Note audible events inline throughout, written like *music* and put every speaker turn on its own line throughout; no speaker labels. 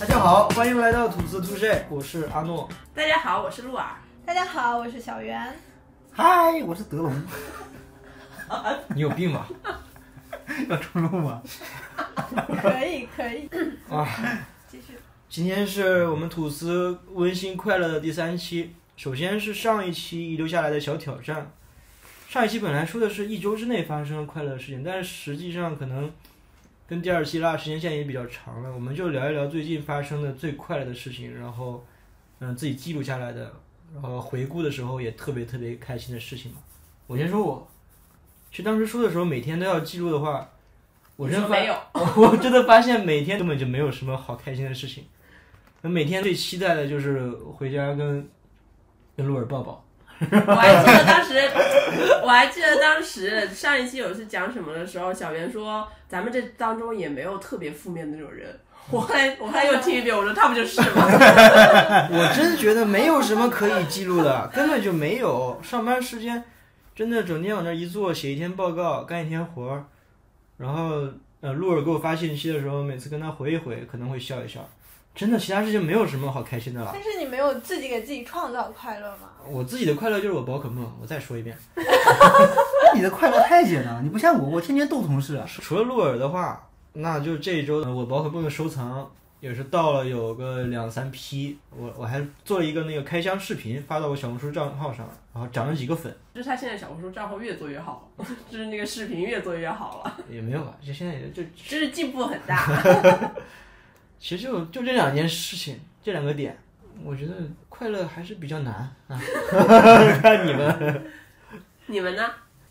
大家好，欢迎来到吐司吐谁，我是阿诺。
大家好，我是鹿儿。 *laughs*
大家好，我是小
*laughs*
袁。
嗨，我是德龙，
你有病吧？
要重录吗？
可以，可以。
继续，
今天是我们吐司温馨快乐的第三期。首先是上一期遗留下来的小挑战。上一期本来说的是一周之内发生的快乐的事情，但是实际上可能跟第二期拉的时间线也比较长了，我们就聊一聊最近发生的最快乐的事情，然后嗯自己记录下来的，然后回顾的时候也特别特别开心的事情嘛。我先说我，其实当时说的时候每天都要记录的话，我真
你
的
说
发
没有，
*laughs* 我我真的发现每天根本就没有什么好开心的事情。那每天最期待的就是回家跟跟鹿儿抱抱。
我还记得当时， *laughs* 我还记得当时上一期有是讲什么的时候，小袁说咱们这当中也没有特别负面的那种人。我后
*laughs*
来我后来又听一遍，我说他不就是吗？
我真觉得没有什么可以记录的，根本就没有。上班时间真的整天往那儿一坐，写一天报告，干一天活儿。然后呃，鹿儿给我发信息的时候，每次跟他回一回，可能会笑一笑。真的，其他事情没有什么好开心的了。
但是你没有自己给自己创造快乐吗？
我自己的快乐就是我宝可梦，我再说一遍。
你的快乐太简单了，你不像我，我天天斗同事。
除了鹿耳的话，那就这一周呃我宝可梦的收藏也是到了有个两三批，我我还做了一个那个开箱视频发到我小红书账号上，然后涨了几个粉，
就是他现在小红书账号越做越好， *laughs* 就是那个视频越做越好了，
也没有吧，就现在也就
就是进步很大。
其实就就这两件事情，这两个点，我觉得快乐还是比较难啊。看你们，
你们呢？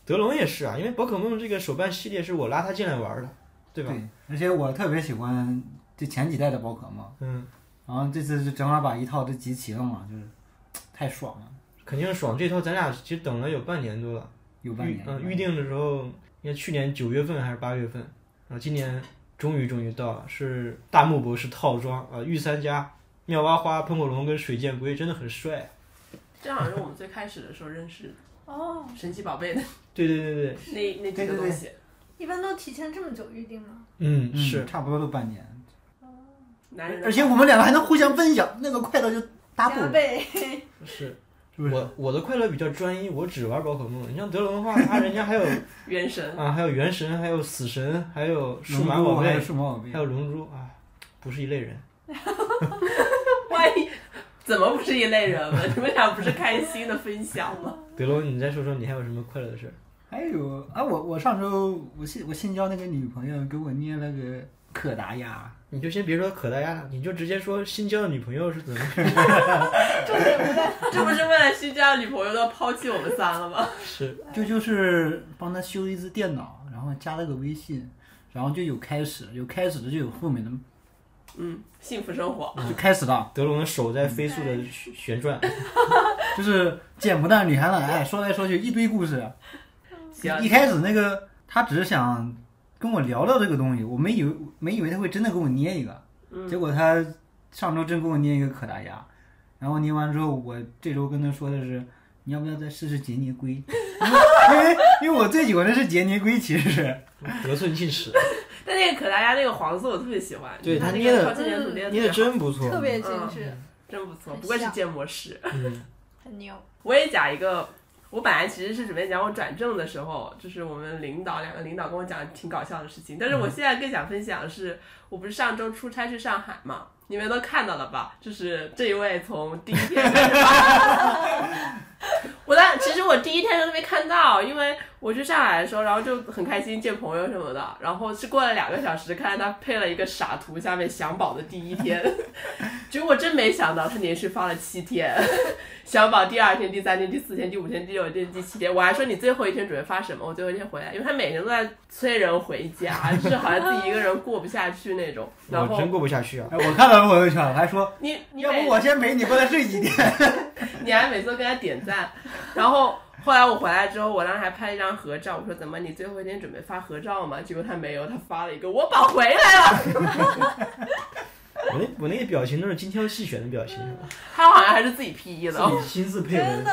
德龙也是啊，因为宝可梦这个手办系列是我拉他进来玩的，对吧？
而且我特别喜欢这前几代的宝可梦，
嗯，
然后这次就正好把一套都集齐了嘛，就是太爽了，
肯定爽。这套咱俩其实等了有半年多了。
有半
预
年。
嗯，预定的时候应该去年九月份还是八月份，然后今年终于终于到了，是大木博士套装啊、呃御三家、妙蛙花、喷火龙跟水箭龟真的很帅。啊
这好像是我们最开始的时候认识
哦，
神奇宝贝的 *laughs*
对对对对，
那那几个
对对对
东西，
一般都提前这么久预定吗？
嗯
嗯
是，
差不多都半年，
男人的
而且我们两个还能互相分享，那个快乐就
嗯加
double，
倍。
是
是不是？
我我的快乐比较专一，我只玩宝可梦。你像德龙的话，他人家还有
原神，
啊还有原神，还有死神，还有数
龙
码
珠
宝
还有
贝，
数码宝贝
还，有龙珠啊，不是一类人。
万一怎么不是一类人了？ *laughs* 你们俩不是开心的分享吗？ *laughs*
德龙，你再说说你还有什么快乐的事儿？
还有啊，我我上周我新我新交那个女朋友给我捏了个可达鸭，
你就先别说可达鸭了，你就直接说新交的女朋友是怎么回事？
重点不在
这不是为了新交的女朋友都要抛弃我们仨了吗？
是
这就是帮他修一次电脑，然后加了个微信，然后就有开始，有开始的就有后面的，
嗯，幸福生活。
就开始了，
德龙的手在飞速的旋转，
就是捡不到女孩来，哎，说来说去一堆故事。
嗯
行，
一开始那个他只是想跟我聊聊这个东西，我没以为没以为他会真的给我捏一个，结果他上周真给我捏一个可达鸭，然后捏完之后，我这周跟他说的是。你要不要再试试杰尼龟？ *laughs* 因为因为我最喜欢的是杰尼龟，其实是
得寸进尺，
但那个可达鸭那个黄色我特别喜欢，
对
它
它
那
捏
个
的
超轻粘土捏的
捏的真不错，
特别精致，
真不错，
很
不愧是
像
建模师。
嗯，
很牛。
我也讲一个，我本来其实是准备讲我转正的时候，就是我们领导两个领导跟我讲挺搞笑的事情，但
嗯
是我现在更想分享的是，我不是上周出差去上海嘛，你们都看到了吧？就是这一位从第一天开始发，我当其实我第一天都没看到，因为我去上海的时候，然后就很开心见朋友什么的，然后是过了两个小时，看到他配了一个傻图，下面享宝的第一天， *laughs* 结果真没想到他连续发了七天。 *laughs* 小宝第二天、第三天、第四天、第五天、第六天、第七天，我还说你最后一天准备发什么？我最后一天回来，因为他每天都在催人回家，就是好像自己一个人过不下去那种。
*laughs*
然
我
后
真过不下去啊。
哎，我看到朋友圈，我还说
你你
要
每 *laughs*
不我先陪你过来睡几天。
你还每次都跟他点赞，然后后来我回来之后，我当时还拍了一张合照，我说怎么你最后一天准备发合照吗？结果他没有，他发了一个我宝回来了，
我那我那个表情都是精挑细选的表情，
他好像还是自己 P E 的，
嗯
自己亲自配文。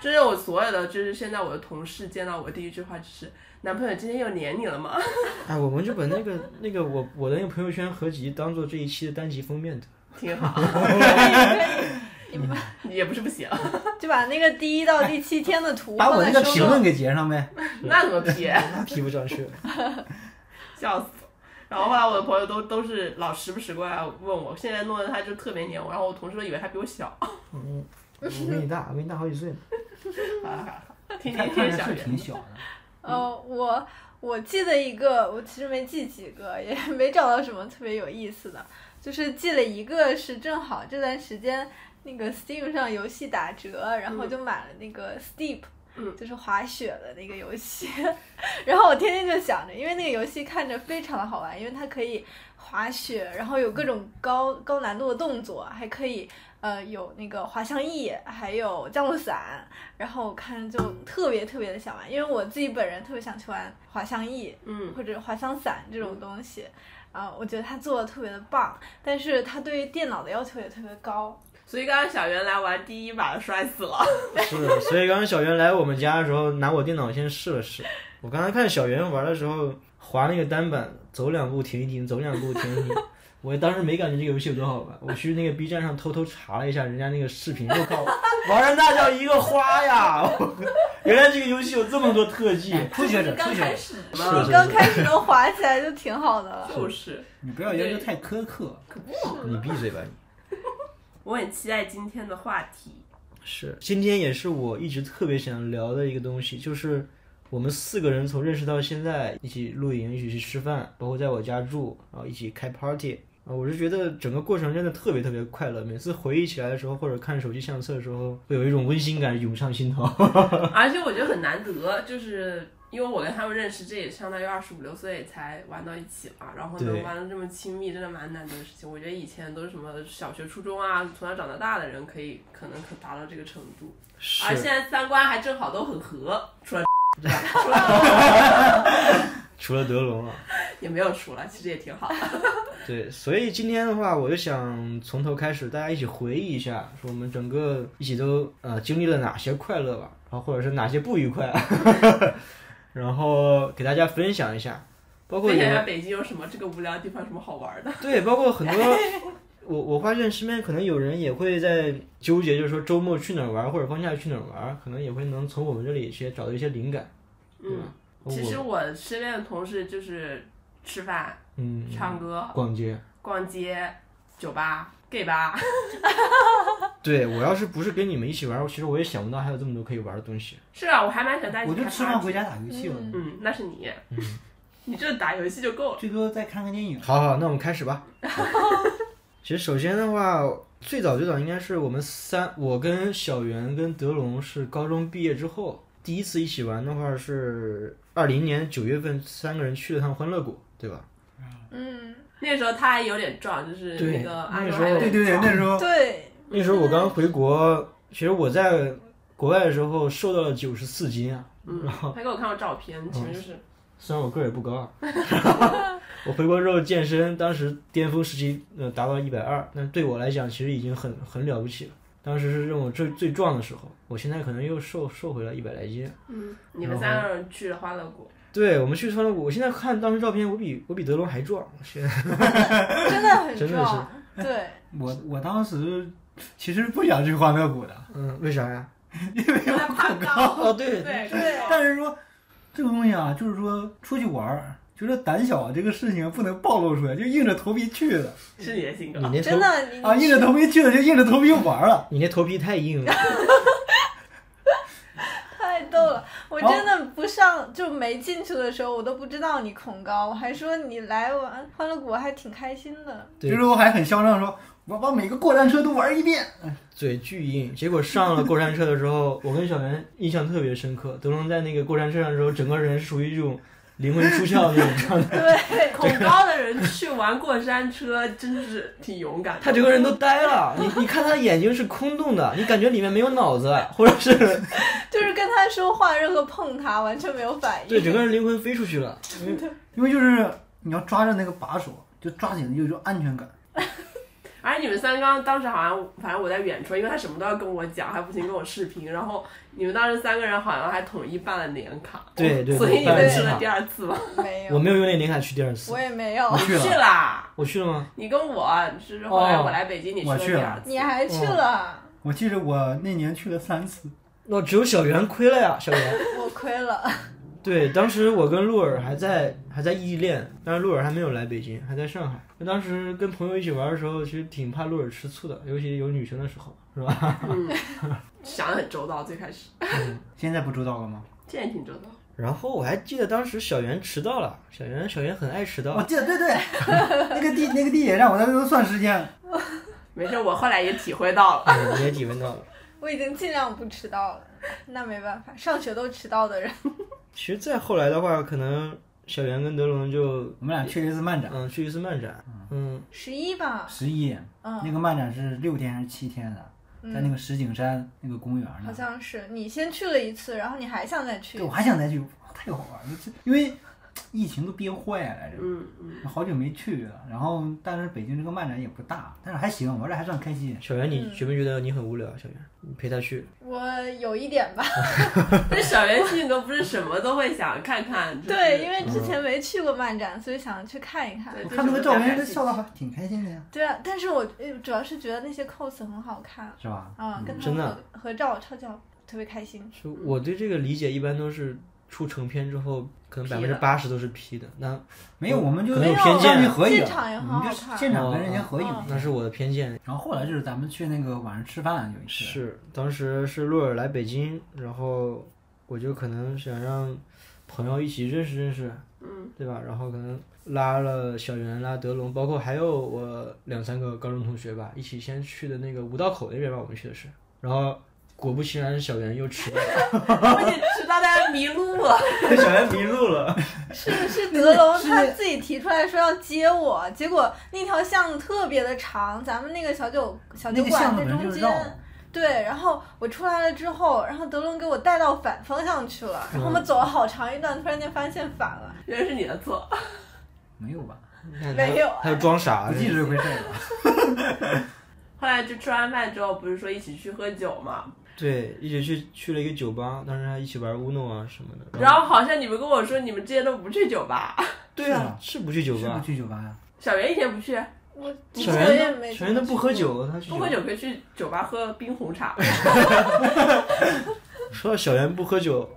就是我所有的，就是现在我的同事见到我第一句话就是：“男朋友今天又黏你了吗 *laughs*
哎，我们就把那个那个我我的那个朋友圈合集当做这一期的单集封面的。？”
挺好， *laughs* 也不是不行，
就把那个第一到第七天的图
把
放
我
在
那个
收
评
入
论给截
*laughs*
上呗。
那怎么 P？
那批不上去了。
笑死我！然后后来我的朋友都都是老时不时过来问我，现在弄得他就特别黏我，然后我同事都以为他比我小，
嗯，我比你大，我比你大好几岁呢。
天
他
天
看
天
着
小
是
圆
挺。小的，
*laughs*
呃，我我记得一个，我其实没记几个，也 *laughs* 没找到什么特别有意思的，就是记了一个是正好这段时间那个 Steam 上游戏打折，然后就买了那个 Steep。
嗯
就是滑雪的那个游戏， *laughs* 然后我天天就想着，因为那个游戏看着非常的好玩，因为它可以滑雪，然后有各种高高难度的动作，还可以呃有那个滑翔翼，还有降落伞，然后我看着就特别特别的想玩，因为我自己本人特别想去玩滑翔翼
嗯，
或者滑翔伞这种东西，啊、我觉得他做的特别的棒，但是他对于电脑的要求也特别高。
所以刚刚小圆来玩第一把摔死了，
*laughs* 是，所以刚刚小袁来我们家的时候，拿我电脑先试了试。我刚才看小袁玩的时候，滑那个单板，走两步停一停，走两步停一停。 *laughs* 我当时没感觉这个游戏有多好玩，我去那个 B 站上偷偷查了一下人家那个视频，我靠， *laughs* 玩的那叫一个花呀！我原来这个游戏有这么多特技，
初学者，初
*laughs* 刚
学
开
者，
始
是
嘛，
是
刚开始能滑起来就挺好的了，
就是。
你不要要求太苛刻。
你闭嘴吧你。
我很期待今天的话 *laughs* 题，
是，今天也是我一直特别想聊的一个东西，就是我们四个人从认识到现在，一起露营，一起去吃饭，包括在我家住，然后一起开 party。啊，我是觉得整个过程真的特别特别快乐，每次回忆起来的时候，或者看手机相册的时候，会有一种温馨感涌上心头。 *laughs*
而且我觉得很难得，就是因为我跟他们认识，这也相当于二十五六岁才玩到一起嘛，然后
对
能玩的这么亲密，真的蛮难得的事情。我觉得以前都是什么小学、初中啊，从小长到大的人，可以可能可达到这个程度，
是
而现在三观还正好都很合，除了
除了德龙啊，
也没有除了，其实也挺好的。
对，所以今天的话，我就想从头开始，大家一起回忆一下，说我们整个一起都呃经历了哪些快乐吧，然后或者是哪些不愉快， *laughs* 然后给大家分享一下，包括
分 *laughs* 享一下
有
北京有什么这个无聊地方有什么好玩的？
对，包括很多我我发现身边可能有人也会在纠结，就是说周末去哪儿玩，或者放假去哪儿玩，可能也会能从我们这里一些找到一些灵感，对
嗯
吧？
其实
哦我
我身边的同事就是吃饭、
嗯，
唱歌、
逛街。
逛街、酒吧、gay 吧。
对我要是不是跟你们一起玩，其实我也想不到还有这么多可以玩的东西。
是啊，我还蛮想带你
我就
开
吃
party
饭回家打游戏了，
嗯
嗯，那是你，
嗯，
*laughs* 你就打游戏就够了。
最多再看看电影。
好好，那我们开始吧。其实首先的话，最早最早应该是我们三，我跟小袁跟德龙是高中毕业之后第一次一起玩的话是二零年九月份，三个人去了趟欢乐谷，对吧？
嗯，
那个时候他还有点壮，就是
对
那个阿
那
周
时候
还有
对
点
对对，
壮
那时候
嗯对，
那时候我刚回国，其实我在国外的时候瘦到了九十四斤啊，
嗯，他给我看过照片，其实就是
嗯虽然我个儿也不高啊。 *laughs* 我回国之后健身，当时巅峰时期呃达到一百二，那对我来讲其实已经很很了不起了。当时是让我最最壮的时候，我现在可能又瘦瘦回来一百来斤。 *laughs*
嗯，你们三个人去了欢乐谷，
对我们去欢乐谷，我现在看当时照片，我比我比德龙还壮。现在
真的很
真的
壮，对，
我我当时 *laughs* 其实不想去欢乐谷的，
嗯，为啥呀？
因为 *laughs* 他怕高，
哦，对，
对啊
但是说这个东西啊，就是说出去玩儿，觉得胆小啊这个事情不能暴露出来，就硬着头皮去的
是你的性格
你。那头
真的
嗯
你
啊，硬着头皮去的就硬着头皮玩儿了。
你那头皮太硬了。
太逗了！我真的不上就没进去的时候，我都不知道你恐高，我还说你来玩欢乐谷还挺开心的。
对
就是我还很嚣张地说，我把每个过山车都玩一遍。
嘴巨硬，结果上了过山车的时候， *laughs* 我跟小袁印象特别深刻。德龙在那个过山车上的时候，整个人是属于一种灵魂出窍的那种状态，
对，
恐高的人去玩过山车，真是挺勇敢的。
他整个人都呆了，你你看他的眼睛是空洞的，你感觉里面没有脑子，或者
*laughs*
是
就是跟他说话，任何碰他完全没有反应。
对整个人灵魂飞出去了。
因为就是你要抓着那个把手，就抓紧有一种安全感。
而你们三刚当时好像，反正我在远处，因为他什么都要跟我讲，还不停跟我视频。然后你们当时三个人好像还统一办了年卡，
对对对
所以你
办
们
了
去
年
了
卡
第二次吗？
没有，
我没有用那灵感去第二次
我，也没有
我。去
去
了，
啦，
我去了吗？
你跟我就是后来
哦
我来北京，你
我
了
去
第二次。
你还去了，
我记着我那年去了三次，
那哦只有小圆亏了呀，小圆。
我亏了。
对，当时我跟鹿儿还在还在异地恋，但是鹿儿还没有来北京，还在上海。那当时跟朋友一起玩的时候，其实挺怕鹿儿吃醋的，尤其有女生的时候，是吧？
嗯，想的很周到，最开始
现在不知道了吗？
这也挺周到。
然后我还记得当时小圆迟到了，小圆小圆很爱迟
我
*laughs*
到，
记得，对 *laughs* 对，那个地那个地铁站，我在那都算时间。
没事，我后来也体会到了。
嗯、也体会到了。
我已经尽量不迟到了，那没办法，上学都迟到的人。
其实再后来的话，可能小圆跟德龙就
我们俩去了一次漫展，
嗯去一次漫展，嗯
十一吧，
十一，那
嗯，
个漫展是六天还是七天的，在那
嗯，
个石景山那个公园
好
呢。
像是你先去了一次，然后你还想再去
对，。我还想再去，哇太好玩了，这因为疫情都憋坏了，这
嗯嗯，
好久没去了。然后，但是北京这个漫展也不大，但是还行，玩的还算开心。
小圆你
嗯
觉没觉得你很无聊？啊小圆，你陪他去，
我有一点吧，
但小袁性格不是什么都会想看看。就是
对，因为之前没去过漫展，所以想去看一看。
对
我
就是
看那个照片，
比较
这
感
笑的还挺开心的呀，
对啊，但是我呃主要是觉得那些 cos 很好看
是吧？
啊，跟他
真
们
的
合合照超级好，特别开心。
就我对这个理解一般都是出成片之后，可能百
P
分之
的
八十都是 P 的，那
没有，我们就
嗯可能有
上
偏见啊
去合影，
现场也很
我
好
们就
看
现场跟人家合影。
嗯
那是我的偏见。
然后后来就是咱们去那个晚上吃饭有一次，
是，当时是洛尔来北京，然后我就可能想让朋友一起认识认识，嗯，对吧？然后可能拉了小袁、拉德龙，包括还有我两三个高中同学吧，一起先去的那个五道口那边吧，我们去的是，然后果不其然，小袁又迟到了，
不仅迟到，大家迷路了。
*laughs*
小袁迷路了，
是是德龙他自己提出来说要接我，结果那条巷特别的长，咱们那个小酒小
那
酒
个
馆
巷
呃在
子本身
中
就是绕，
间。对，然后我出来了之后，然后德龙给我带到反方向去了，然后我们走了好长一段，突然间发现反了。
原来是你的错，
没有吧？
没有
他又装傻，
不记着这回事儿了。
后来就吃完饭之后，不是说一起去喝酒嘛？
对，一起去去了一个酒吧，当时还一起玩 Uno 啊什么的，
然后好像你们跟我说你们之前都不去酒吧，
对啊，是不去酒
是不
吧，
去酒吧呀？
小袁以前不去，
我
小
我也
袁
没
小袁都不喝
怎么去过，
酒，他去
不喝酒可以去酒吧喝冰红茶。
说到小袁不喝酒，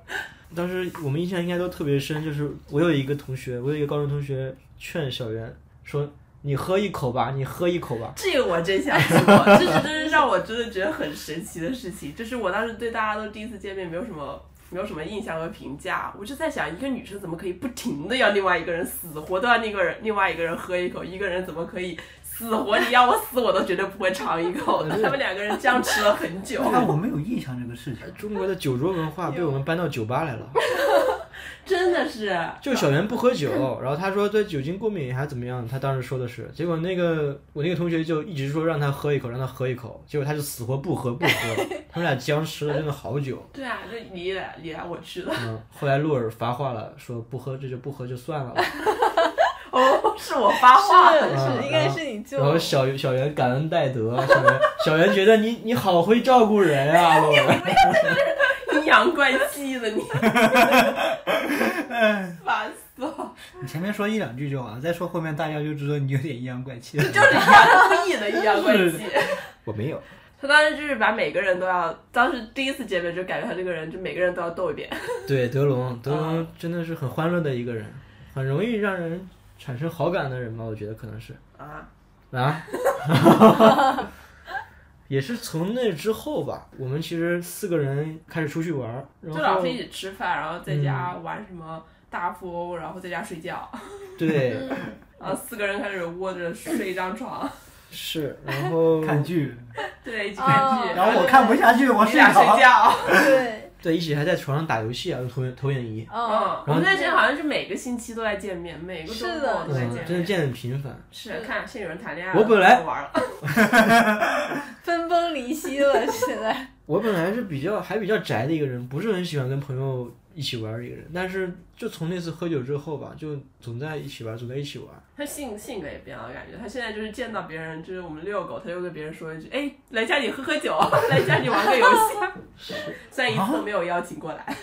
当时我们印象应该都特别深，就是我有一个同学，我有一个高中同学劝小袁说：“你喝一口吧，你喝一口吧。
这个我真想说，这是真是让我真的觉得很神奇的事情。就是我当时对大家都第一次见面，没有什么没有什么印象和评价，我就在想，一个女生怎么可以不停的要另外一个人死活都要另一个人另外一个人喝一口，一个人怎么可以死活你要我死我都绝对不会尝一口的？他们两个人僵持了很
*laughs*
久，
但我没有印象这个事情。”
中国的酒桌文化被我们搬到酒吧来了，
真的是
就小袁不喝酒，然后他说对酒精过敏还是怎么样，他当时说的是，结果那个我那个同学就一直说让他喝一口，让他喝一口，结果他就死活不喝不喝，他们俩僵持了真的好久。
对啊，就你来你来我去的。
嗯，后来洛尔发话了，说不喝这就不喝就算了吧。
哦，是我发话了，
嗯
是是应该是你救
然后
我。
小小袁感恩戴德，小袁小袁觉得你你好会照顾人啊，洛文。
阴阳怪气的你，烦死了，
你前面说一两句就好了，再说后面大家就知道你有点阴阳怪
*laughs*
气了。
就是你家故意的阴阳怪
*laughs*
*laughs* 气。
我没有，
他当时就是把每个人都要，当时第一次见面就感觉他这个人就每个人都要逗一遍，
对德龙，德龙真的是很欢乐的一个人，很容易让人产生好感的人吧，我觉得可能是
啊，
啊。 *laughs* 也是从那之后吧，我们其实四个人开始出去玩儿，
就
然
老
后
是一起吃饭，然后在家玩什么大富翁，然后在家睡觉，
对
然后四个人开始窝着睡一张床， *laughs*
是，然后
*laughs* 看剧，
对，一起看剧，
哦
然后我看不下去，我
你
睡
俩
着
睡
了。
觉，
对，
对，一起还在床上打游戏啊，用投影投影仪，
嗯，
我们那阵好像是每个星期都在见面，每个周
是
末
的
都在
嗯，
哦
真
见
的
面。
见得很频繁。
是看现在有人谈恋爱了，
我本来
不玩了，
分崩离析了，现在。
我本来是比较还比较宅的一个人，不是很喜欢跟朋友一起玩儿的一个人，但是就从那次喝酒之后吧，就总在一起玩儿，总在一起玩儿。
他性性格也变了，感觉他现在就是见到别人，就是我们遛狗，他就跟别人说一句：“哎，来家里喝喝 *laughs* 酒，来家里玩个游 *laughs*
啊
戏。”虽然一次都没有邀请过来，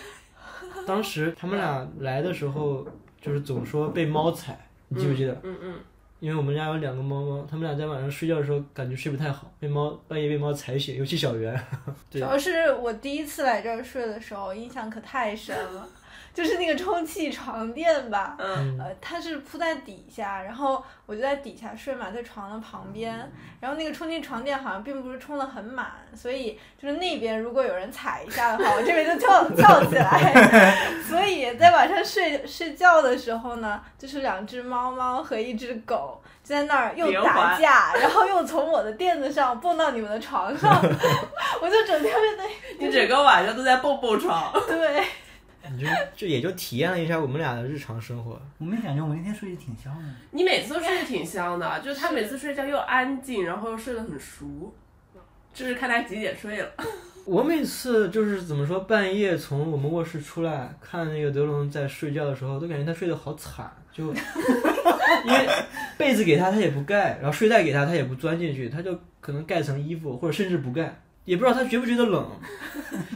当时他们俩来的时候，就是总说被猫踩，你记不记得？
嗯嗯，
因为我们家有两个猫猫，他们俩在晚上睡觉的时候感觉睡不太好，被猫半夜被猫踩醒，尤其小 *laughs* 圆。
主
对
要是我第一次来这儿睡的时候，印象可太深了，就是那个充气床垫吧，
嗯
呃，它是铺在底下，然后我就在底下睡嘛，在床的旁
嗯
边，然后那个充气床垫好像并不是充的很满，所以就是那边如果有人踩一下的话，我这边
*laughs*
就跳跳起来， *laughs* 所以在晚上睡睡觉的时候呢，就是两只猫猫和一只狗。就在那儿又
连
打
环
架，然后又从我的垫子上蹦到你们的床
*laughs*
上，我就整天
*laughs*
被
你整个晚上都在蹦蹦床，
那 *laughs* 对，
*laughs*
你 *laughs* 就就也就体验了一下我们俩的日常生活。
我没感觉我那天睡得挺香的。
你每次都睡得挺香的，就是他
是
每次睡觉又安静，然后又睡得很熟，就是看他几点睡了。
我每次就是怎么说，半夜从我们卧室出来看那个德龙在睡觉的时候，都感觉他睡得好惨， *laughs* 就因为被子给他他也不盖，然后睡袋给他他也不钻进去，他就可能盖层衣服或者甚至不盖，也不知道他觉不觉得冷，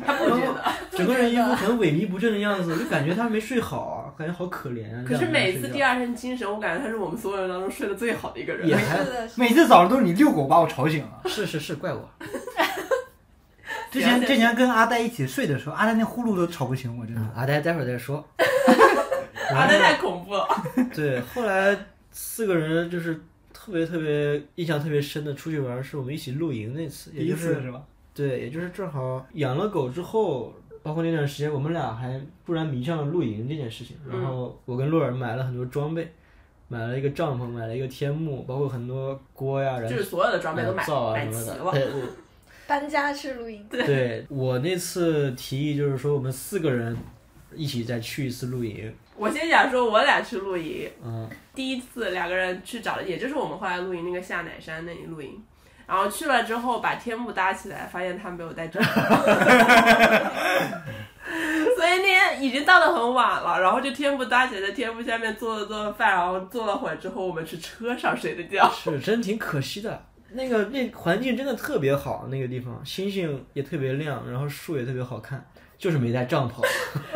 他不觉得，
整个人一副很萎靡不振的样子，就感觉他没睡好啊，感觉好可怜啊。
可是每次第
二
二天精神，我感觉他是我们所有人当中睡得最好的一个人啊
也。
是
还
的，
每次早上都是你遛狗把我吵醒了。
是是是怪我，
之前
对
之前跟阿呆一起睡的时候，阿呆那呼噜都吵不醒我，真的。
阿呆待会儿再 *laughs* 说。
啊，那太恐怖了。
对，后来四个人就是特别特别印象特别深的出去玩儿，是我们一起露营那次，也
第一
就
次
是
是吧？
对，也就是正好养了狗之后，包括那段时间，我们俩还突然迷上了露营这件事情。然后我跟洛尔买了很多装备，买了一个帐篷，买了一个天幕，包括很多锅呀、
就
燃
是所有的装备都买
灶啊
买
什
齐
么的。
了， *laughs*
对对
搬家式露营，
对我那次提议就是说，我们四个人一起再去一次露营。
我先讲说，我俩去露营， *laughs*
嗯，
第一次两个人去找的，也就是我们后来露营那个下奶山那里露营，然后去了之后把天幕搭起来，发现他没有带帐篷，所以那天已经到了很晚了，然后就天幕搭起来，在天幕下面做了做饭，然后坐了会儿之后，我们去车上睡的觉。
是真挺可惜的。那个那环境真的特别好，那个地方星星也特别亮，然后树也特别好看，就是没带帐篷。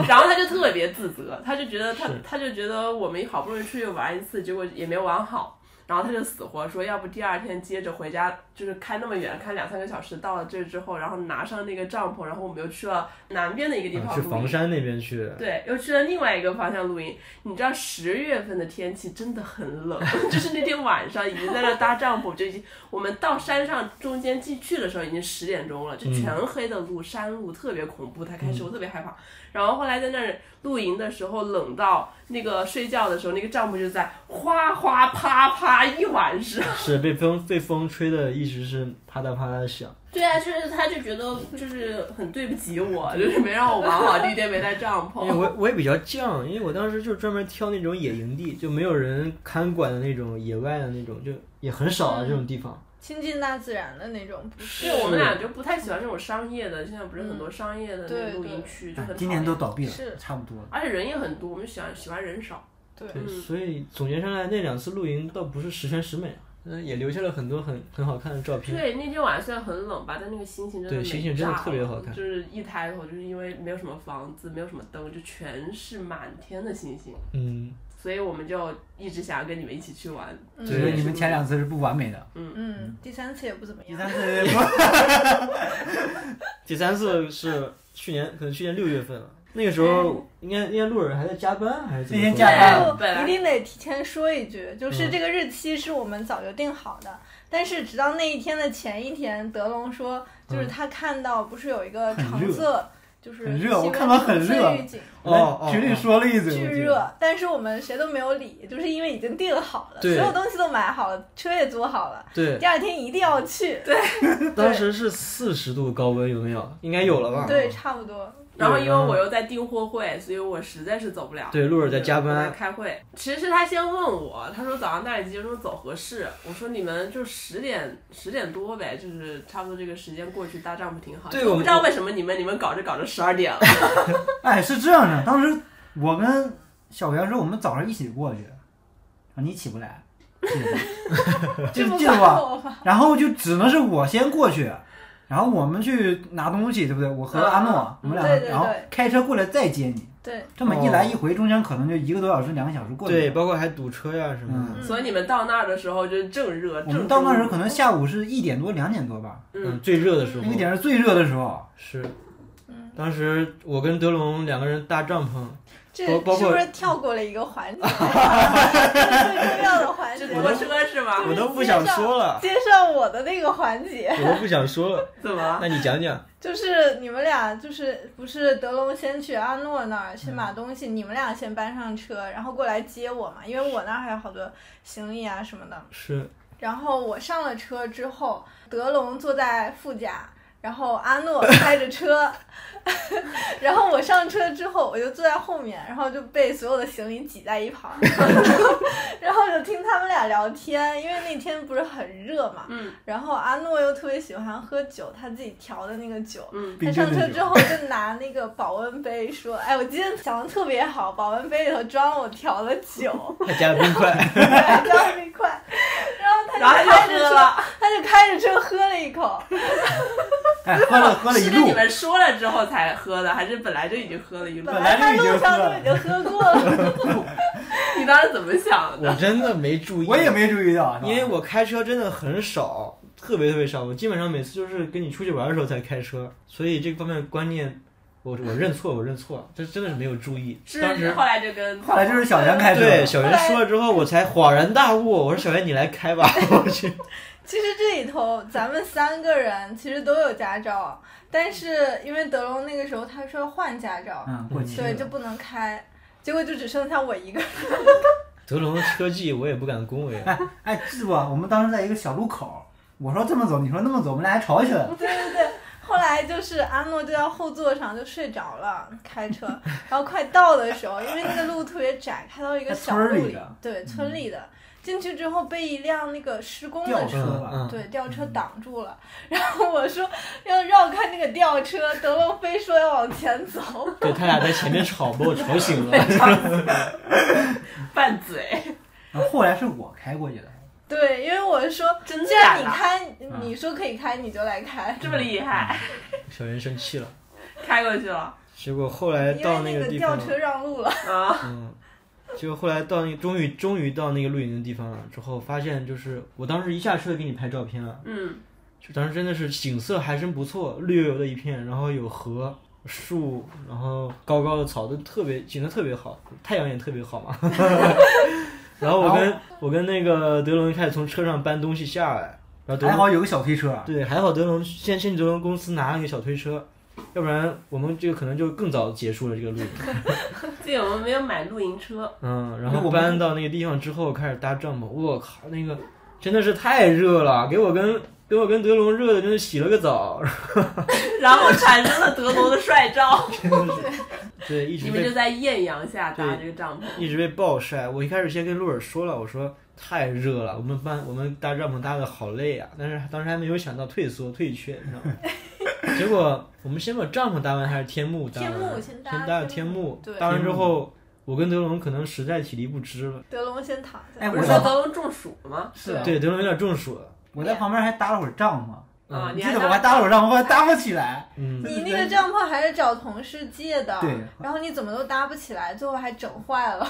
然后他就特别自责，他就觉得他
是
他就觉得我们好不容易出去玩一次，结果也没玩好，然后他就死活说，要不第二天接着回家，就是开那么远，开两三个小时，到了这之后，然后拿上那个帐篷，然后我们又去了南边的 *laughs* 一个地
啊
方
去
露
房
营。
山那边
*laughs*
去。
对，又去了另外一个方向露营。你知道十月份的天气真的很冷， *laughs* 就是那天晚上已经在那搭帐篷，就已经我们到山上中间进去的时候已经十点钟了，就
嗯
全黑的路，山路特别恐怖。他开始我特别害怕，然后后来在那儿露营的时候冷到那个睡觉的时候，那个帐篷就在哗哗啪啪一晚上。 *laughs*
是被风被风吹的，一直是啪嗒啪嗒的响。
对啊，就是他就觉得就是很对不起我，就是没让我玩好，第一天没带帐
因为
篷。
我我也比较犟，因为我当时就专门挑那种野营地，就没有人看管的那种野外的那种，就也很少啊、
嗯
这种地方。
亲近大自然的那种，不是
对，我们俩就不太喜欢这种商业的，现在不是很多商业的那
嗯对
个露营
哎
区，就很讨厌
啊今年都倒闭
是
了，差不多了。
而且人也很多，我们喜欢喜欢人少。
对
对，
嗯
所以总结上来，那两次露营倒不是十全十美啊，嗯，也留下了很多很很好看的照片。
对，那天晚上虽然很冷吧，但那个星星真的
对
美
星星真的
炸
特别
了
好看
就是一抬头，就是因为没有什么房子，没有什么灯，就全是满天的星星，
嗯，
所以我们就一直想要跟你们一起去玩。
嗯
只是
对
你们前两次是不完美的，哎
嗯，第三次也不怎么
第
样，
三次 *laughs* 不
第三次是去年，可能去年六月份了，那个时候应该应该路人还在加班还是怎么
那
说
天加
的
班
不
本来
一定得提前说一句，就是
嗯
这个日期是我们早就定好的，但是直到那一天的前一天，德龙说，就是
嗯
他看到不是有一个
很
橙
热
色，就是
很热我
气温
看到很
橙色
热
预警
哦哦，
我群里
哦
说了一嘴，
巨
我记
热
得。，
但是我们谁都没有理，就是因为已经定好了，所
对
有东西都买好了，车也租好了，
对，
第二天一定要去，
当时是四十度高温，有没有？应该有了吧？
对，差不多，
然后因为
然后
我又在订货会，所以我实在是走不了。
对，鹿儿在加
我在
班，
开会。其实是他先问我，他说早上大概几点钟走合适？我说你们就十点十点多呗，就是差不多这个时间过去搭帐篷挺好。
对
就
我
不
们
知道为什么你们你们搞着搞着十二点了。
哎，是这样的，当时我跟小袁说，我们早上一起过去，啊，你起不来，记
*laughs*
得吧记
不
记得
管
吧？
我吧。
然后就只能是我先过去，然后我们去拿东西，对不对？我和阿诺
嗯，
我们俩，
对对对
然后开车过来再接你，
对，
这么一来一回，中间可能就一个多小时、两个小时过去。
哦对，，包括还堵车呀什么的。
*laughs*
嗯
所以你们到那儿的时候就是正热，
我
正
们到那时候
中午
可能下午是一点多、两点多吧，
嗯，
最热的时候
那个点是最热的时候。
是
嗯，
当时我跟德龙两个人搭帐篷，
这
包包括
是不是跳过了一个
*laughs*
环节？ *laughs* 最重要的环节
是，拖车是吗？
我都不想说 *laughs* 了，
介绍我的那个环节。
我都不想说了。
怎么？
那你讲
*laughs*
讲，
就是你们俩，就是不是德龙先去阿诺那儿去码东西，你们俩先搬上车，然后过来接我嘛，因为我那儿还有好多行李啊什么的。
是
然后我上了车之后，德龙坐在副驾，然后阿诺开着车， *laughs* 然后我上车之后，我就坐在后面，然后就被所有的行李挤在一旁， *laughs* 然后就听他们俩聊天，因为那天不是很热嘛，
嗯
然后阿诺又特别喜欢喝酒，他自己调的那个酒，
嗯，
他
冰
上
镇
车
的
之
酒，
后就拿那个保温杯说：“哎，我今天想的特别好，保温杯里头装了我调的酒，
还加了冰块，
对，装了一块。”然后
然后他
他就
就喝
开着车，
了，
他就开着车喝了一口，
哎，喝了喝了一
是跟
路
你，们说了之后才喝的，还是本来就已经喝了一路
本？
来
来他
就已
路
经
上
喝
就
了
已经喝过了。 *laughs*
你当时怎么想
我
的？
真的没注意，啊
我也，没注意到，是吧
因为我开车真的很少，特别特别少，我基本上每次就是跟你出去玩的时候才开车，所以这个方面观念，我我认错，我认错了，这真的是没有注意。当
是
时哎
后来就跟
后来就是小袁开车的，
对小袁说了之后，我才恍然大悟，我说小袁你来开吧， *laughs* 我去。
其实这里头咱们三个人其实都有驾照，但是因为德龙那个时候他说要换驾照，
嗯，过期了
对，就不能开，结果就只剩下我一个人。 *laughs*
德龙的车技我也不敢恭维啊，
哎哎，记得不？我们当时在一个小路口，我说这么走，你说那么走，我们俩还吵起来了。
对对对，后来就是阿诺就在后座上就睡着了，开车， *laughs* 然后快到的时候，因为那个路特别窄，开到一个小路
村里的
对，村里的。进去之后被一辆那个施工的
吊
车，
车吧
嗯
对，吊车挡住了。然后我说要绕开那个吊车，德龙非说要往前走，
对他俩在前面吵，把我吵醒了。 *laughs*
拌嘴，
然后后来是我开过去的，
对，因为我说
真的
既然
假
你
的？
开，
嗯
你说可以开，你就来开。
这么厉害，
小袁生气了，
嗯
开过去了
结果后来
因为
到
那
个地
吊
方，
车让路了，
啊！
嗯，结果后来到那个终于终于到那个露营的地方了之后，发现就是我当时一下车就给你拍照片了，
嗯，
就当时真的是景色还真不错，绿油油的一片，然后有河。树，然后高高的草都特别景色特别好，太阳也特别好嘛。 *laughs* 然后我跟我跟那个德龙开始从车上搬东西下来，然后德
还
龙
好有个小推车。啊
对，还好德龙先先去德龙公司拿了个小推车，要不然我们这个可能就更早结束了这个露营。
对，我们没有买露营车，
嗯，然
那
后
我们
搬到那个地方之后开始搭帐篷，我靠，那个真的是太热了，给我跟给我跟德龙热的，真的洗了个澡， *laughs*
然后产生了德龙的帅
*laughs*
照。
真的是，对，一直
你们
被
就在艳阳下搭这个帐篷，
一直被暴晒。我一开始先跟露尔说了，我说太热了，我们搬我们搭帐篷搭的好累啊，但是当时还没有想到退缩退却，你知道吗？ *laughs* 结果我们先把帐篷搭完还是天幕搭完？啊
天幕先搭
先搭了
天
天
幕
幕
对，
搭完之后，我跟德龙可能实在体力不支了，
德龙先躺下。
哎
不
我
是说德龙中暑了吗？
是啊，
对，德龙有点中暑了，
我在旁边还搭了会儿帐篷，
啊，
嗯
你
记
还
得我还搭了会儿帐篷，后来搭不起
*laughs*
来。
嗯，
哦你那个帐篷还是找同事借的，
对
然后你怎么都搭不起来，最后还整坏了。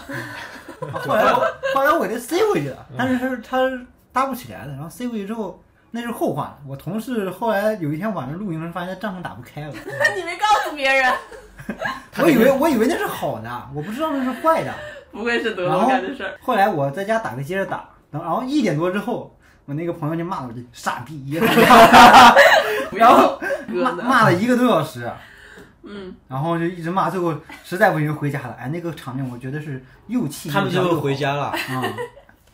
后来我后来我给它塞回去了，
嗯
但是它是它搭不起来了。然后塞回去之后，那是后话了。我同事后来有一天晚上露营的时候发现帐篷打不开了，
那你没告诉别人，
我以为我以为那是好的，我不知道那是坏的。
*laughs* 不愧是德龙干的事儿。
后来我在家打个接着打，然后然后一点多之后，我那个朋友就骂我这傻
*laughs*
逼，也很漂亮
不
然
要
后
哥
骂
呢，
骂了一个多小时，
嗯，
然后就一直骂，最后实在不行就回家了。哎，那个场面我觉得是又气
他们最
又
后
笑
回家了，
啊、嗯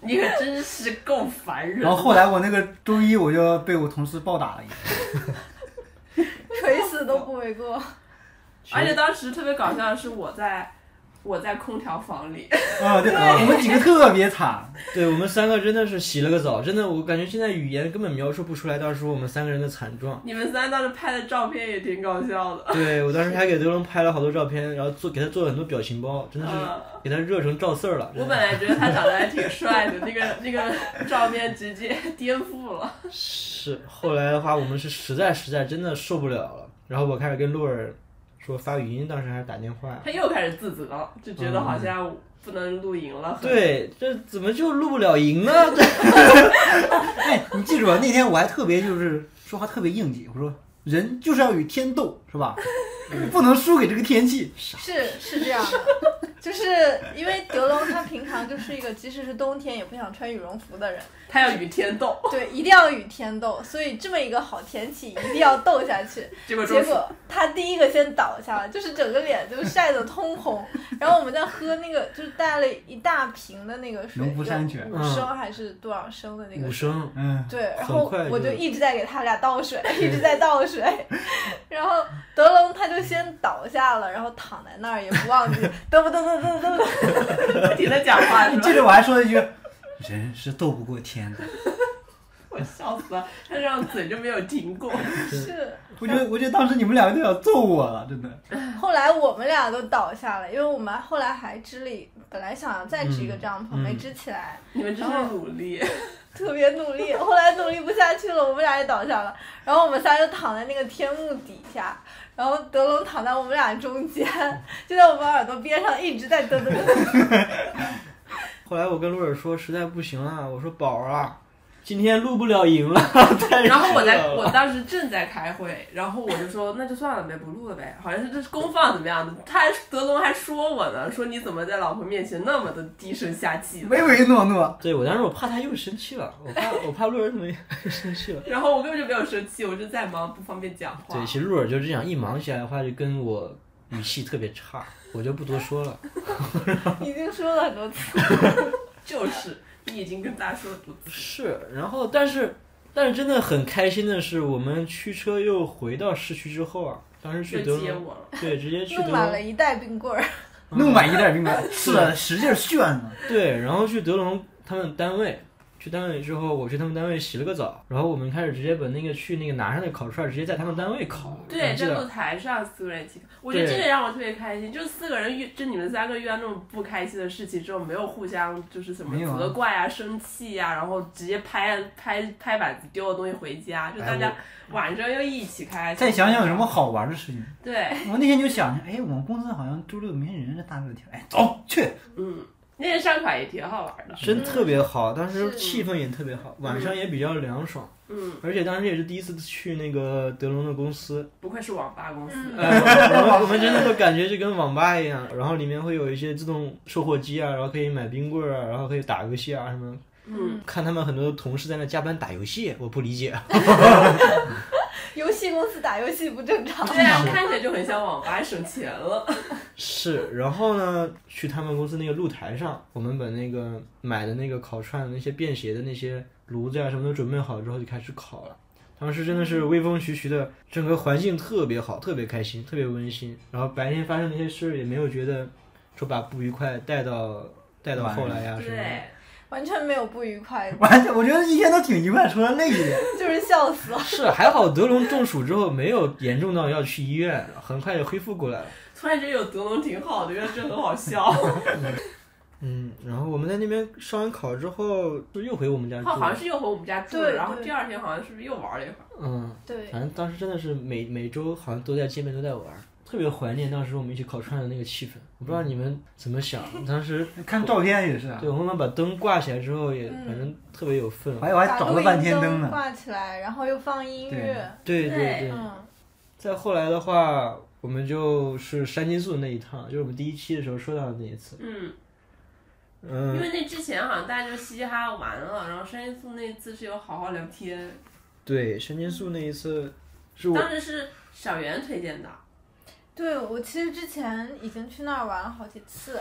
你可真是够烦人的。
然后后来我那个周一我就被我同事暴打了一顿。
*laughs*
锤死都不为过。
而且当时特别搞笑的是，我在我在空调房里， *laughs*
啊，对，
哎
我们几个特别惨，
*laughs* 对我们三个真的是洗了个澡，真的，我感觉现在语言根本描述不出来当时我们三个人的惨状。
你们三当时拍的照片也挺搞笑的。
对我当时还给德龙拍了好多照片，然后做给他做了很多表情包，真的是
嗯，
给他热成赵四儿了。
我
真
本
的
来觉得他长得还挺帅的，那个那个照片直接 *laughs* 颠覆了。
是后来的话，我们是实在实在真的受不了了，然后我开始跟洛尔说发语音，当时还是打电话。
他又开始自责了，就觉得好像不能露营了。，
嗯对，这怎么就录不了啊音呢？这
哎，你记住啊，那天我还特别就是说话特别硬气，我说人就是要与天斗，是吧？
嗯
不能输给这个天气。
是是这样的，
*laughs*
就是因为德龙他平常就是一个即使是冬天也不想穿羽绒服的人，
他要与天斗，
*laughs* 对，一定要与天斗，所以这么一个好天气一定要斗下去。
结果
结
中暑
果他第一个先倒下了，就是整个脸就晒得通红。然后我们在喝那个，就是带了一大瓶的那个水，
农夫山泉
有五升还是多少升的那个
五
水？
声，
嗯，
对，然后
快就
我就一直在给他俩倒
*laughs*
水，一直在倒水。然后德龙他就先倒下了，然后躺在那儿也不
*laughs*
忘记嘚啵嘚嘚�d 嘚嘚。
不停的讲话是
*laughs*
吧
记？着我还说了一句，人是斗不过天的。
我笑死了，他这样嘴就没有停过。
是。
我觉得，我觉得当时你们两个都想揍我了，真的。
后来我们俩都倒下了，因为我们后来还支了一，本来想要再支一个帐篷，
嗯嗯
没支起来。
你们真是努力，
特别努力，后来努力不下去了，我们俩也倒下了，然后我们仨就躺在那个天幕底下，然后德龙躺在我们俩中间，就在我们耳朵边上一直在嘚嘚嘚。
后来我跟洛尔说，实在不行了，我说宝儿啊，今天录不了音了。太
然后我
热
在
了
我当时正在开会，然后我就说那就算了呗，不录了呗。好像是这是公放怎么样的？他还德龙还说我呢，说你怎么在老婆面前那么的低声下气的？
唯唯诺诺，
对我当时我怕他又生气了，我怕我怕洛尔怎么又生气了。
然后我根本就没有生气，我就在忙不方便讲话
对，。其实洛尔就这样一忙起来的话，就跟我语气特别差，我就不多说了。
已经说了很多次，
就是你已经跟大家说了多
*laughs*
次，
是，然后但是但是真的很开心的是，我们驱车又回到市区之后啊，当时去
就
德
接
龙，
我了。
对，直接去德
弄满了
龙，
一袋冰棍儿，
弄满一袋冰 *laughs* 棍，嗯是的，使劲炫呢。
对，然后去德龙他们单位。去单位之后，我去他们单位洗了个澡，然后我们开始直接把那个去那个拿上的烤串儿直接在他们单位烤。
对，
你记
在
得
露台上四个人一起，我觉得
对
这个让我特别开心。就是四个人遇，就你们三个遇到那种不开心的事情之后，没有互相就是什么
没有啊
责怪啊、生气啊，然后直接拍拍拍板子丢了东西回家，就大家晚上又一起开。
哎再想想有什么？好玩的事情。
对，
我那天就想，哎，我们公司好像周六没人，这大热天，哎，走去。
嗯，那天上海也挺好玩的。
真特别好，当时
是
气氛也特别好，晚上也比较凉爽，
嗯，
而且当时也是第一次去那个德龙的公司，
不愧是网吧公司。
嗯
呃，我们我 *laughs* 们真的都感觉就跟网吧一样，然后里面会有一些自动售货机啊，然后可以买冰棍儿啊，然后可以打游戏啊什么。
嗯，
看他们很多同事在那加班打游戏，我不理解。
游戏公司打游戏不正常。
对啊，看起来就很像网吧，省钱了。
是，然后呢，去他们公司那个露台上，我们把那个买的那个烤串的那些便携的那些炉子啊呀、什么都准备好之后，就开始烤了。当时真的是微风徐徐的，整个环境特别好，特别开心，特别温馨。然后白天发生那些事也没有觉得说把不愉快带到带到后
哎
来呀、啊什么的。
对，
完全没有不愉快，
完全，我觉得一天都挺愉快，除了累一点。
就是笑死了。
*laughs* 是，还好德龙中暑之后没有严重到要去医院，很快就恢复过来了。
突然觉得有德龙挺好的，因为这很好
*laughs*
笑。
嗯，然后我们在那边上完烤之后，就又回我们家住
哦好
了
像。是又和我们家住了，
对
然后
对
第二天好像是不是又玩了一会儿？
嗯，
对，
反正当时真的是每每周好像都在见面都在玩儿，特别怀念当时我们一起烤串的那个气氛。我不知道你们怎么想，当
*laughs*
时
*laughs* 看照片也是啊，
对我们把灯挂起来之后也，
嗯
反正特别有氛围。
哎，我还找了半天
把录
灯
音
呢。
挂起来，然后又放音乐，
对对
对
对。
嗯，
再后来的话，我们就是山金素那一趟，就是我们第一期的时候说到的那一次。
嗯，因
嗯，
为那之前好像大家就嘻嘻哈哈玩了，然后山一素那次是有好好聊天，
对，山金素那一次是我
当时是小袁推荐的，
对，我其实之前已经去那儿玩了好几次，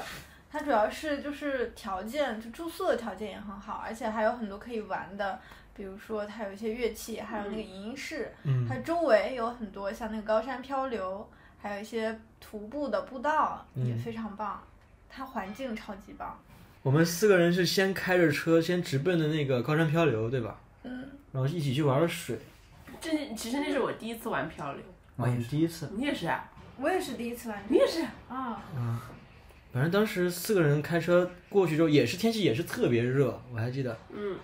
它主要是就是条件，就住宿的条件也很好，而且还有很多可以玩的，比如说它有一些乐器，还有那个
嗯
影音室，
嗯
它周围有很多像那个高山漂流，还有一些徒步的步道
嗯
也非常棒，它环境超级棒。
我们四个人是先开着车，先直奔的那个高山漂流，对吧？
嗯，
然后一起去玩了水，
这其实那是我第一次玩漂流，
我也是
第一次。
你也是啊？
我也是第一次玩
你也是啊？
啊，
反正当时四个人开车过去之后，也是天气也是特别热，我还记得。
嗯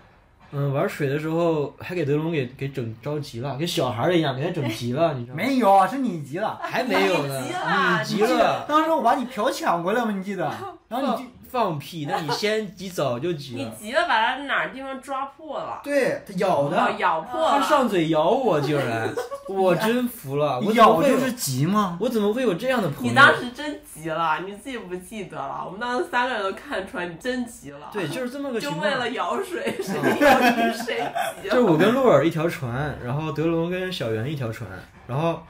嗯，玩水的时候还给德龙给给整着急了，跟小孩儿一样，给他整急了，你知道吗？
没有，啊是你急 *laughs* 了。
还没有呢，
你急了
你急了，
当时我把你瓢抢过来嘛，你记 *laughs* 得？然后你就
放放屁，那你先急早就急
你
了，
急了，把它哪儿地方抓破了，
对他咬
哦，咬破
啊他
了。
上嘴咬我竟然，我真服了，我怎么
咬
会有
就是急吗？
我怎么会有这样的朋友？
你当时真急了，你自己不记得了。我们当时三个人都看出来你真急了，
对，就是这么个
就
情
为
况。嗯
了舀水，谁舀谁急啊
就是我跟鹿耳一条船，然后德龙跟小圆一条船，然后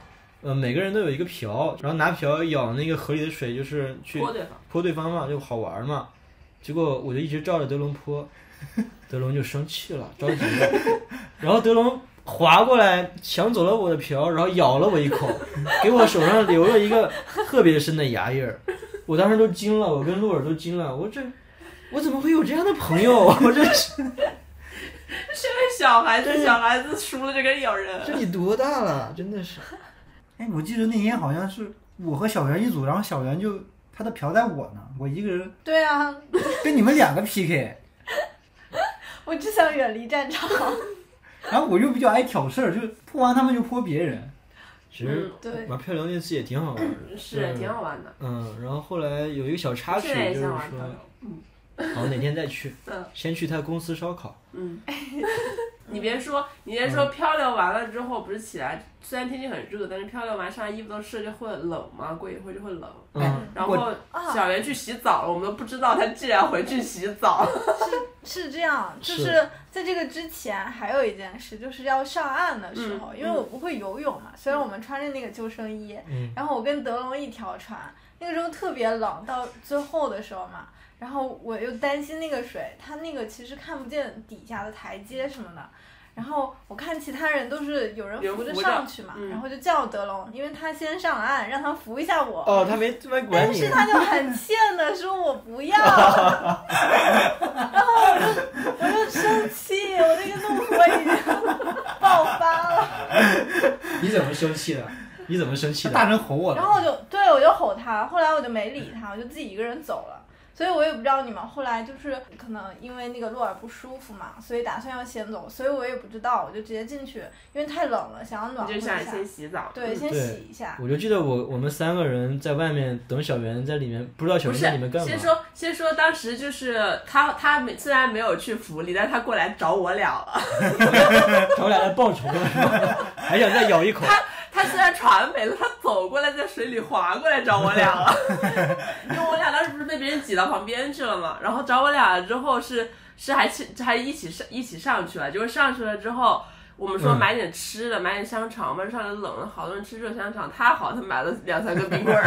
呃每个人都有一个瓢，然后拿瓢舀那个河里的水，就是去
泼对方。
泼对方嘛，就好玩嘛。结果我就一直照着德龙
*laughs*
泼，德龙就生气了，着急了。然后德龙划过来抢走了我的瓢，然后咬了我一口，给我手上留了一个特别深的牙印儿。我当时都惊了，我跟鹿耳都惊了，我这我怎么会有这样的朋友？我这是
这个小孩子，小孩子输了就跟咬人。
这你多大了？真的是
哎，我记得那天好像是我和小圆一组，然后小圆就他的瓢在我呢，我一个人
对啊， *laughs*
跟你们两个 PK，
我只想远离战场。
然后我又比较爱挑事儿，就泼完他们就泼别人。
其实
对，
玩漂流那次也挺好玩的，
嗯，是挺好玩的。
嗯，然后后来有一个小插曲，
现在也
就是
想玩漂
说
流，。嗯
好哪天再去，
嗯
先去他公司烧烤。
嗯， *laughs* 你别说，你别
嗯
说，漂流完了之后不是起来，虽然天气很热，但是漂流完上来衣服都湿了就会冷嘛，过一会儿就会冷。
嗯，
然后
啊
小袁去洗澡了，我们都不知道他竟然回去洗澡了。
是这样，就是是在这个之前还有一件事，就是要上岸的时候，
嗯
因为我不会游泳嘛，虽然我们穿着那个救生衣，
嗯
然后我跟德龙一条船，那个时候特别冷，到最后的时候嘛，然后我又担心那个水，它那个其实看不见底下的台阶什么的。然后我看其他人都是有人
有人
扶着
扶着
上去嘛，
嗯
然后就叫德龙，因为他先上岸，让他扶一下我。
哦，他没他没管
但
你
是。他就很欠的说：“我不要。”然后我就我就生气，我那个怒火已经爆发了。
你怎么生气的？你怎么生气
他
的？
大声吼我
然
了，
后我就对我就吼他，后来我就没理他，我就自己一个人走了。所以我也不知道你们后来就是可能因为那个洛尔不舒服嘛，所以打算要先走，所以我也不知道，我就直接进去，因为太冷了，想要
哦
暖和
你就
一
想
下，
先洗澡，
对，
嗯
先
对
洗一下。 *laughs*
我就记得我我们三个人在外面等小圆在里面，不知道小
不
圆
是
在里面干
先
嘛。
说先说，当时就是他他没虽然没有去福利，但他过来找我俩了。
找俩来报仇了是吧？ *laughs* 还想再咬一口。
他虽然船没了，他走过来在水里划过来找我俩了，因为我俩当时不是被别人挤到旁边去了嘛，然后找我俩之后是是还去还一起上一起上去了，就是上去了之后。我们说
嗯
买点吃的，买点香肠吧，上来冷了，好多人吃热香肠。他好，他买了两三个冰棍儿，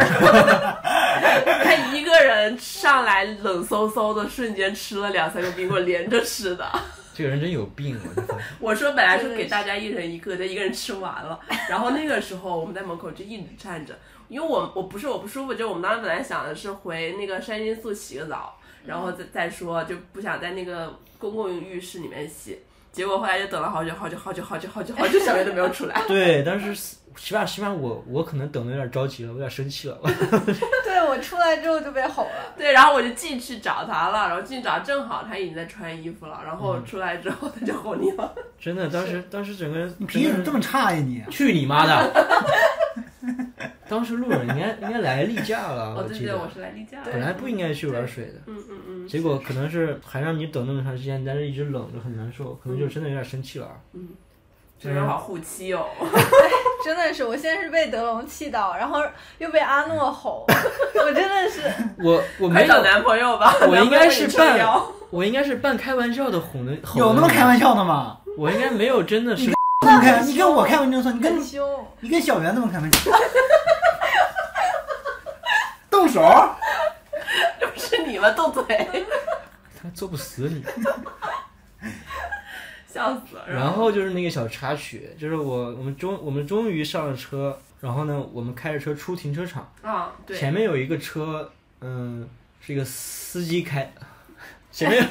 他一个人上来冷飕飕的，瞬间吃了两三个冰棍儿，连着吃的。
这个人真有病，我就
*laughs*
发现。
我说本来说给大家一人一个，就一个人吃完了。然后那个时候我们在门口就一直站着，因为我我不是我不舒服，就我们当时本来想的是回那个山金宿洗个澡，然后再再说，就不想在那个公共浴室里面洗。结果后来就等了好久好久好久好久好久好久，小月都没有出来。
对，但是起码起码我我可能等的有点着急了，我有点生气了。 *laughs*
对我出来之后就被吼了，
对，然后我就进去找他了，然后进去找正好他已经在穿衣服了，然后出来之后他就吼你了。
真的，当时当时整个人整
你脾气
个
怎么
人
这么差呀你？
*laughs* 去你妈的！
*laughs*
当时路人应该应该来例假了，
哦，对
记
对，我
得
是来例假的。
本来不应该去玩水的。
嗯嗯嗯，
结果可能是还让你等那么长时间，但是一直冷着很难受，可能就真的有点生气了啊。
这人好护妻哦。
真的是，我先是被德龙气到，然后又被阿诺吼，我真的是
我我
嗯快
没
找
有，
男朋友吧，
我应该是
半
半。我应该是半开玩笑的哄的，吼的
有那么开玩笑的吗？
我应该没有真的是，
你看，你跟我开玩笑说，你跟
很凶。
你跟小圆那么开玩笑，动手，
是你们斗嘴，嗯
他揍不死你。
*laughs* 笑死了。
然后就是那个小插曲，就是我我们终我们终于上了车，然后呢，我们开着车出停车场，
啊，对，
前面有一个车，嗯，是一个司机开， *laughs* 前面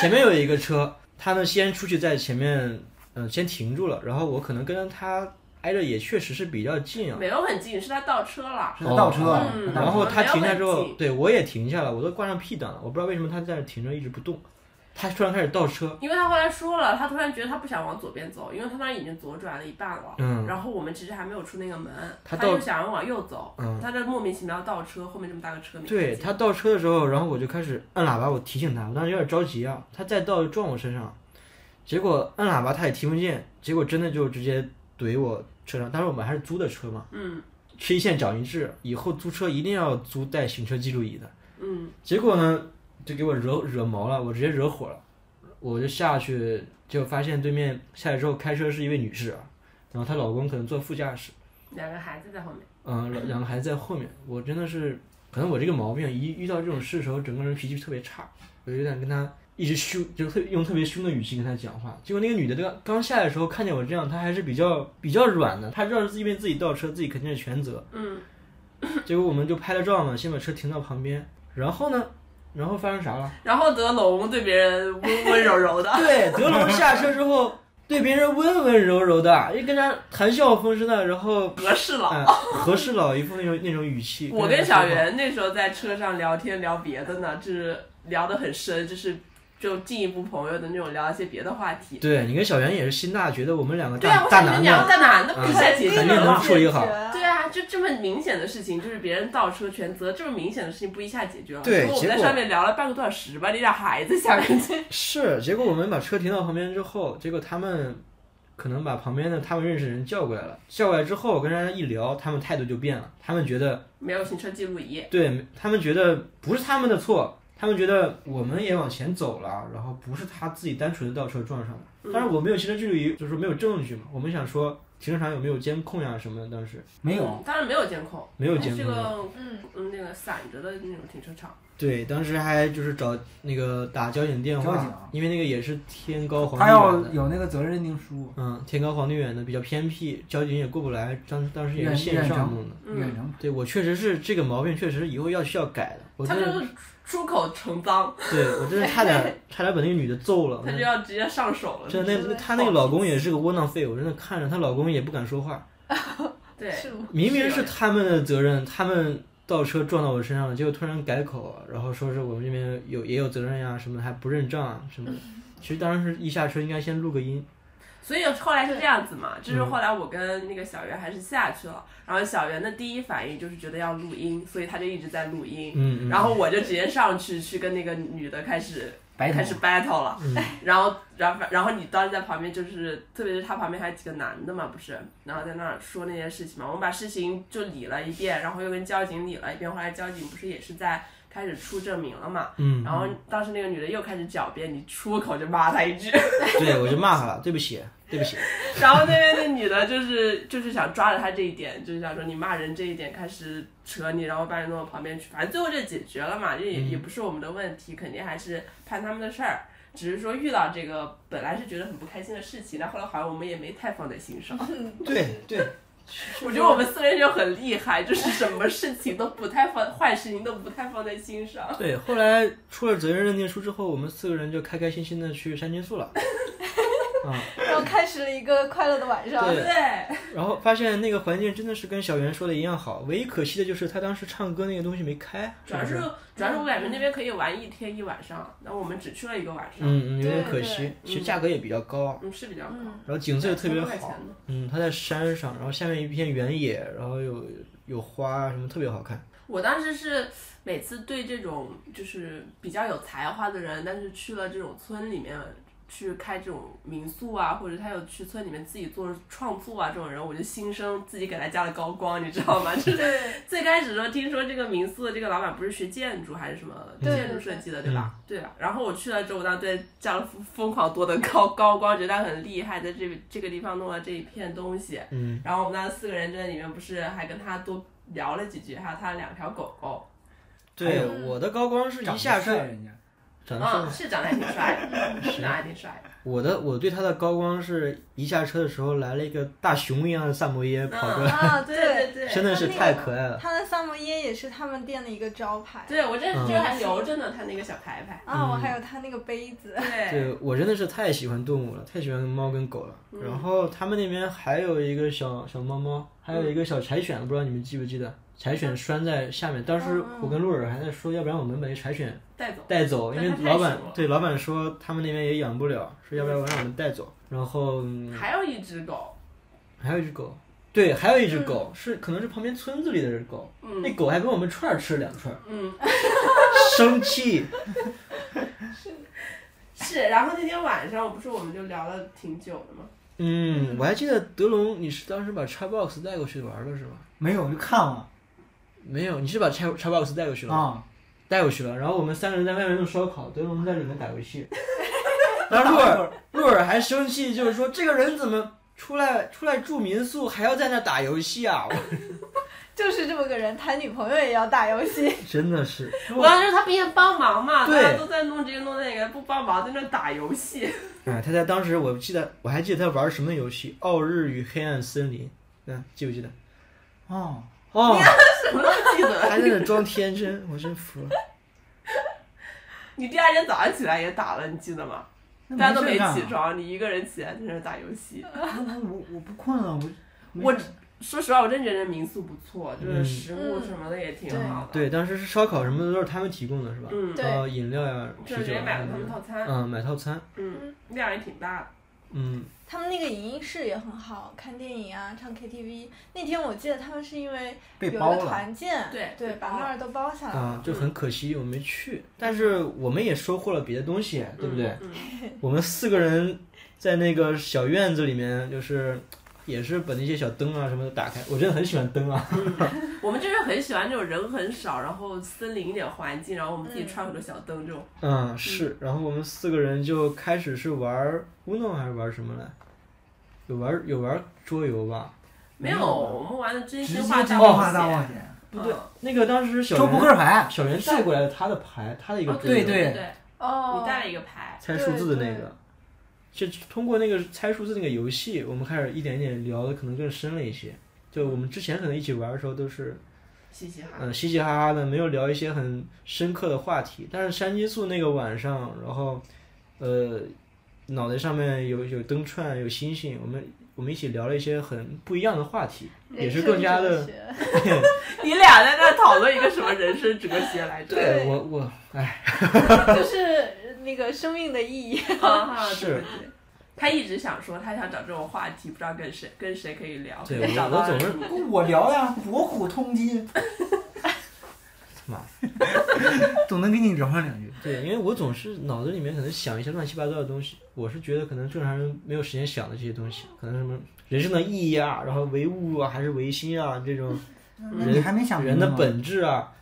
前面有 *laughs* 一个车，他呢先出去在前面，嗯，先停住了，然后我可能跟他挨着也确实是比较近啊，
没有很近，是他倒车了。
是倒车啊，
嗯
倒
然后
车
他停下之
没有
后
很，
对我也停下了，我都挂上 P 档了，我不知道为什么他在那停着一直不动，他突然开始倒车，
因为他后来说了，他突然觉得他不想往左边走，因为他当时已经左转了一半了。
嗯
然后我们其实还没有出那个门，他
他倒
又想要往右走，
嗯
他这莫名其妙倒车，后面这么大个车没看
对
见
他倒车的时候，然后我就开始按喇叭，我提醒他，我当时有点着急啊，他再倒就撞我身上，结果按喇叭他也听不见，结果真的就直接怼我车上。当时我们还是租的车嘛，
嗯
吃一堑长一智，以后租车一定要租带行车记录仪的。
嗯，
结果呢，就给我惹惹毛了，我直接惹火了，我就下去，结果发现对面下来之后开车是一位女士啊，然后她老公可能坐副驾驶。
两个孩子在后面，
嗯，老两个孩子在后面，我真的是，可能我这个毛病一遇到这种事的时候，整个人脾气特别差，我有点跟他一直凶，就是特用特别凶的语气跟他讲话。结果那个女的刚刚下来的时候，看见我这样，她还是比较比较软的，她知道是因为自己倒车，自己肯定是全责。
嗯，
结果我们就拍了照嘛，先把车停到旁边，然后呢，然后发生啥了？ *laughs*
然后德龙对别人温温柔柔的，
对，德龙下车之后对别人温温柔柔的，就跟他谈笑风生的，然后。
合适了。
嗯，和事佬一副那种那种语气。
我
人
跟
家说
小
话
袁那时候在车上聊天聊别的呢，就是聊得很深，就是就进一步朋友的那种聊一些别的话题。
对你跟小圆也是心大，觉得我们两个
对
大、
啊，我
大
想
男
跟你讲，
的，嗯
大男的不是在解决
肯定
了
能
吗？
处理好
对啊，就这么明显的事情，就是别人倒车全责，这么明显的事情不一下解决了。
对
结果我们在
结果
上面聊了半个多小时吧，你俩
*laughs*
还在下面去。
是。结果我们把车停到旁边之后，结果他们可能把旁边的他们认识的人叫过来了，叫过来之后，我跟人家一聊，他们态度就变了，他们觉得
没有行车记录仪，
对他们觉得不是他们的错。他们觉得我们也往前走了，然后不是他自己单纯的倒车撞上的。
嗯
当然我没有行车记录仪，就是没有证据嘛。我们想说停车场有没有监控呀、什么的，当时
没有，
嗯，当然没有监控，
没有监
是
控。
哎个
嗯，
嗯那个散着的那种停车场。
对，当时还就是找那个打交警电
交警啊
话，因为那个也是天高皇帝
他要
远的，
有那个责任认定书，
嗯，天高皇帝远的比较偏僻，交警也过不来，当当时也是
远
线
远
上
程
弄的。
远
嗯，
程
对我确实是这个毛病，确实以后要需要改的。我
他
真
就
的，
是出口成脏，
对我真的差
*laughs*
点差点把那个女的揍了。
他就要直接上手了。
真
就
的，
是
那她那个老公也是个窝囊废，我真的看着她老公也不敢说话。
对，
是吗？
明明是他们的责任，他们倒车撞到我身上了，结果突然改口，然后说是我们这边有也有责任呀、什么的，还不认账啊什么的。
嗯
其实当时一下车应该先录个音，
所以后来是这样子嘛，
嗯
就是后来我跟那个小袁还是下去了，然后小袁的第一反应就是觉得要录音，所以他就一直在录音，
嗯嗯
然后我就直接上去去跟那个女的开始
白
开
头
始 battle 了，
嗯
*laughs* 然后然后然后你当时在旁边就是，特别是他旁边还有几个男的嘛，不是，然后在那儿说那些事情嘛，我们把事情就理了一遍，然后又跟交警理了一遍，后来交警不是也是在开始出证明了嘛，
嗯，
然后当时那个女的又开始狡辩，你出口就骂她一句。
嗯对我就骂他了，对不起，对不起，
*laughs* 然后那边那女的，就是就是想抓着他这一点，就是想说你骂人这一点，开始扯你，然后把你弄到旁边去。反正最后这解决了嘛，这也、也不是我们的问题，肯定还是判他们的事儿。只是说遇到这个本来是觉得很不开心的事情，但后来好像我们也没太放在心上。 *laughs*
对对，
我觉得我们四个人就很厉害， *laughs* 就是什么事情都不太放，坏事情都不太放在
*laughs*
心上。
对。后来出了责任认定书之后，我们四个人就开开心心的去山青素了。啊，
然后开始了一个快乐的晚上。
对
对，
然后发现那个环境真的是跟小袁说的一样好，唯一可惜的就是他当时唱歌那个东西没开，
主要
是
是
不是
主要是我感觉那边可以玩一天一晚上，那我们只去了一个晚上，
嗯嗯，有点
对
可
对
惜，其实
嗯
价格也比较高，
嗯是比较高。
嗯，
然后景色也特别
2000块
好
钱，呢
嗯，它在山上，然后下面一片原野，然后有有花啊什么，特别好看。
我当时是每次对这种就是比较有才华的人，但是去了这种村里面去开这种民宿啊，或者他有去村里面自己做创作啊这种人，我就心生自己给他加了高光，你知道吗？就是
对，
*laughs* 最开始的时候听说这个民宿的这个老板不是学建筑还是什么
对
建筑设计的，对吧？对吧？然后我去了之后，我当时对加了疯疯狂多的高高光，觉得他很厉害，在这这个地方弄了这一片东西。
嗯，
然后我们当时四个人就在里面，不是还跟他多聊了几句，还有他的两条狗狗。
还
对
有，
哎
嗯
我的高光是一
长
下
得帅
车，
人家
长得帅
啊
嗯，是长得还挺帅
嗯
的，是长得还挺帅的。
我的我对他的高光是一下车的时候来了一个大熊一样的萨摩耶跑过来，
*laughs*
啊，
对
对，
对对，
真的是太可爱了。
他的萨摩耶也是他们店的一个招牌。
对我这
嗯
这还留着呢，他那个小牌牌。
啊，我
嗯
还有他那个杯子。
对，
对我真的是太喜欢动物了，太喜欢猫跟狗了。
嗯
然后他们那边还有一个小小猫猫，还有一个小柴犬，不知道你们记不记得？柴犬拴在下面，当
嗯
时我跟鹿尔还在说，要不然我们把这柴犬
带走。
带走，因为
但它太
老板
小了
对老板说他们那边也养不了，说要不然我让我们带走。然后、嗯
还有一只狗，
还有一只狗，对，还有一只狗、是可能是旁边村子里的狗，
嗯
那狗还跟我们串儿吃了两
*laughs*
串儿，
嗯，
生气。
是。然后那天晚上，不是我们就聊了挺久的吗？
嗯，我还记得德龙，你是当时把 Xbox 带过去玩了是吧？
没有我就看了
没有，你是把 X Xbox 带过去了，
啊，
带过去了。然后我们三个人在外面弄烧烤，德龙在里面打游
*laughs*
戏。然
然
后
后
鹿尔鹿尔还生气，就是说这个人怎么出来出来住民宿还要在那打游戏啊？我
就是这么个人，谈女朋友也要打游戏。 *laughs*
真的是，
我要是他不愿帮忙嘛，大
对
家都在弄这个弄那个，不帮忙在那打游戏。 *laughs*
哎，他在当时我记得我还记得他玩什么游戏，《奥日与黑暗森林》，嗯，记不记得？
哦，
*laughs* 哦，
什么都记得。
还在那装天真，我真服 *laughs* 了。
你第二天早上起来也打了，你记得吗？
那
大家都没
没事干啊
起床，你一个人起来在那儿打游戏。
那我我不困了，我没
我
事
说实话，我真觉得民宿不错，就是
嗯
食物什么的也挺好的。
对，当时是烧烤什么的都是他们提供的，是吧？
嗯，
对
呃，饮料呀、啤
就直
酒
接
啊
买了
什么
他们
的。
套餐，
嗯，买套餐，
嗯，量也挺大的。
嗯，
他们那个影音室也很好，看电影啊，唱 KTV。那天我记得他们是因为有
被
一个
包了，
团建，
对
对，把那儿都包下来了。
啊，就很可惜我没去，但是我们也收获了别的东西，对不对？
嗯？嗯
我们四个人在那个小院子里面，就是也是把那些小灯啊什么的打开，我真的很喜欢灯啊，
我们就是很喜欢这种人很少，然后森林一点环境，然后我们自己串很多小灯这种。
嗯是，然后我们四个人就开始是玩 Uno 还是玩什么来？有玩有玩桌游吧？
没有，我们玩的真
直接
心
真
话
心
大
话大
冒
冒
险。嗯
险，
不对，那个当时小
抽扑
袁 *laughs*
克牌，
小袁带过来的他的牌，他的一个
哦
桌游
对
对对
对，
哦，
你带了一个牌，
猜数字的那个。就通过那个猜数字那个游戏，我们开始一点一点聊的可能更深了一些。就我们之前可能一起玩的时候都是，
嘻嘻哈哈。
嗯，嘻嘻哈哈的，没有聊一些很深刻的话题。但是山激素那个晚上，然后，呃，脑袋上面有有灯串，有星星，我们我们一起聊了一些很不一样的话题，也是更加
人
的
生哲。学
*laughs*
你俩在那讨论一个什么人生哲学来着？
对我我哎，
就是那个生命的意义。
啊，
是
对对对。他一直想说，他想找这种话题，不知道跟谁跟谁可以
*laughs*
聊，
对
可以找
我
到
我总
人
是
跟我聊呀，博古通今，
妈，
*laughs* 总能跟你聊上两句。
对，因为我总是脑子里面可能想一些乱七八糟的东西，我是觉得可能正常人没有时间想的这些东西，可能什么人生的意义啊，然后唯物啊，还是唯心啊，这种
那你还没想明
人
白
的
吗？
本质啊，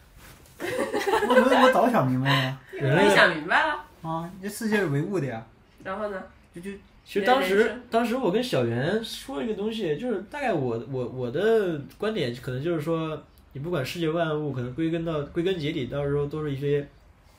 我觉得我早想明白了
人类
你
的。
想明白了，
啊，这世界是唯物的呀，
然后呢？
就就
其实当
人
时
生，
当时我跟小袁说一个东西，就是大概我我我的观点可能就是说，你不管世界万物，可能归根到归根结底，到时候都是一些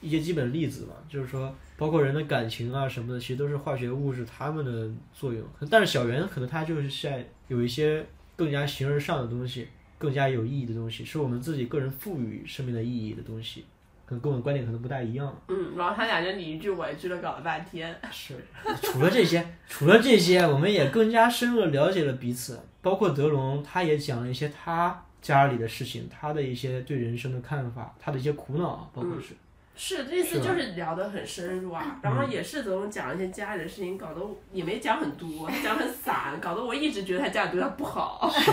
一些基本粒子嘛，就是说，包括人的感情啊什么的，其实都是化学物质它们的作用。但是小袁可能他就是在有一些更加形而上的东西，更加有意义的东西，是我们自己个人赋予生命的意义的东西，可能跟我的观点可能不大一样。
嗯，然后他俩就你一句我一句的搞了半天，
是，除了这些， *laughs* 除了这些，我们也更加深入的了解了彼此，包括德龙，他也讲了一些他家里的事情，他的一些对人生的看法，他的一些苦恼，包括是，
嗯是这次
是吧嗯
就是聊得很深入啊，然后也是总讲一些家里的事情，搞得我也没讲很多，他讲很散，搞得我一直觉得他家里对他不好，
是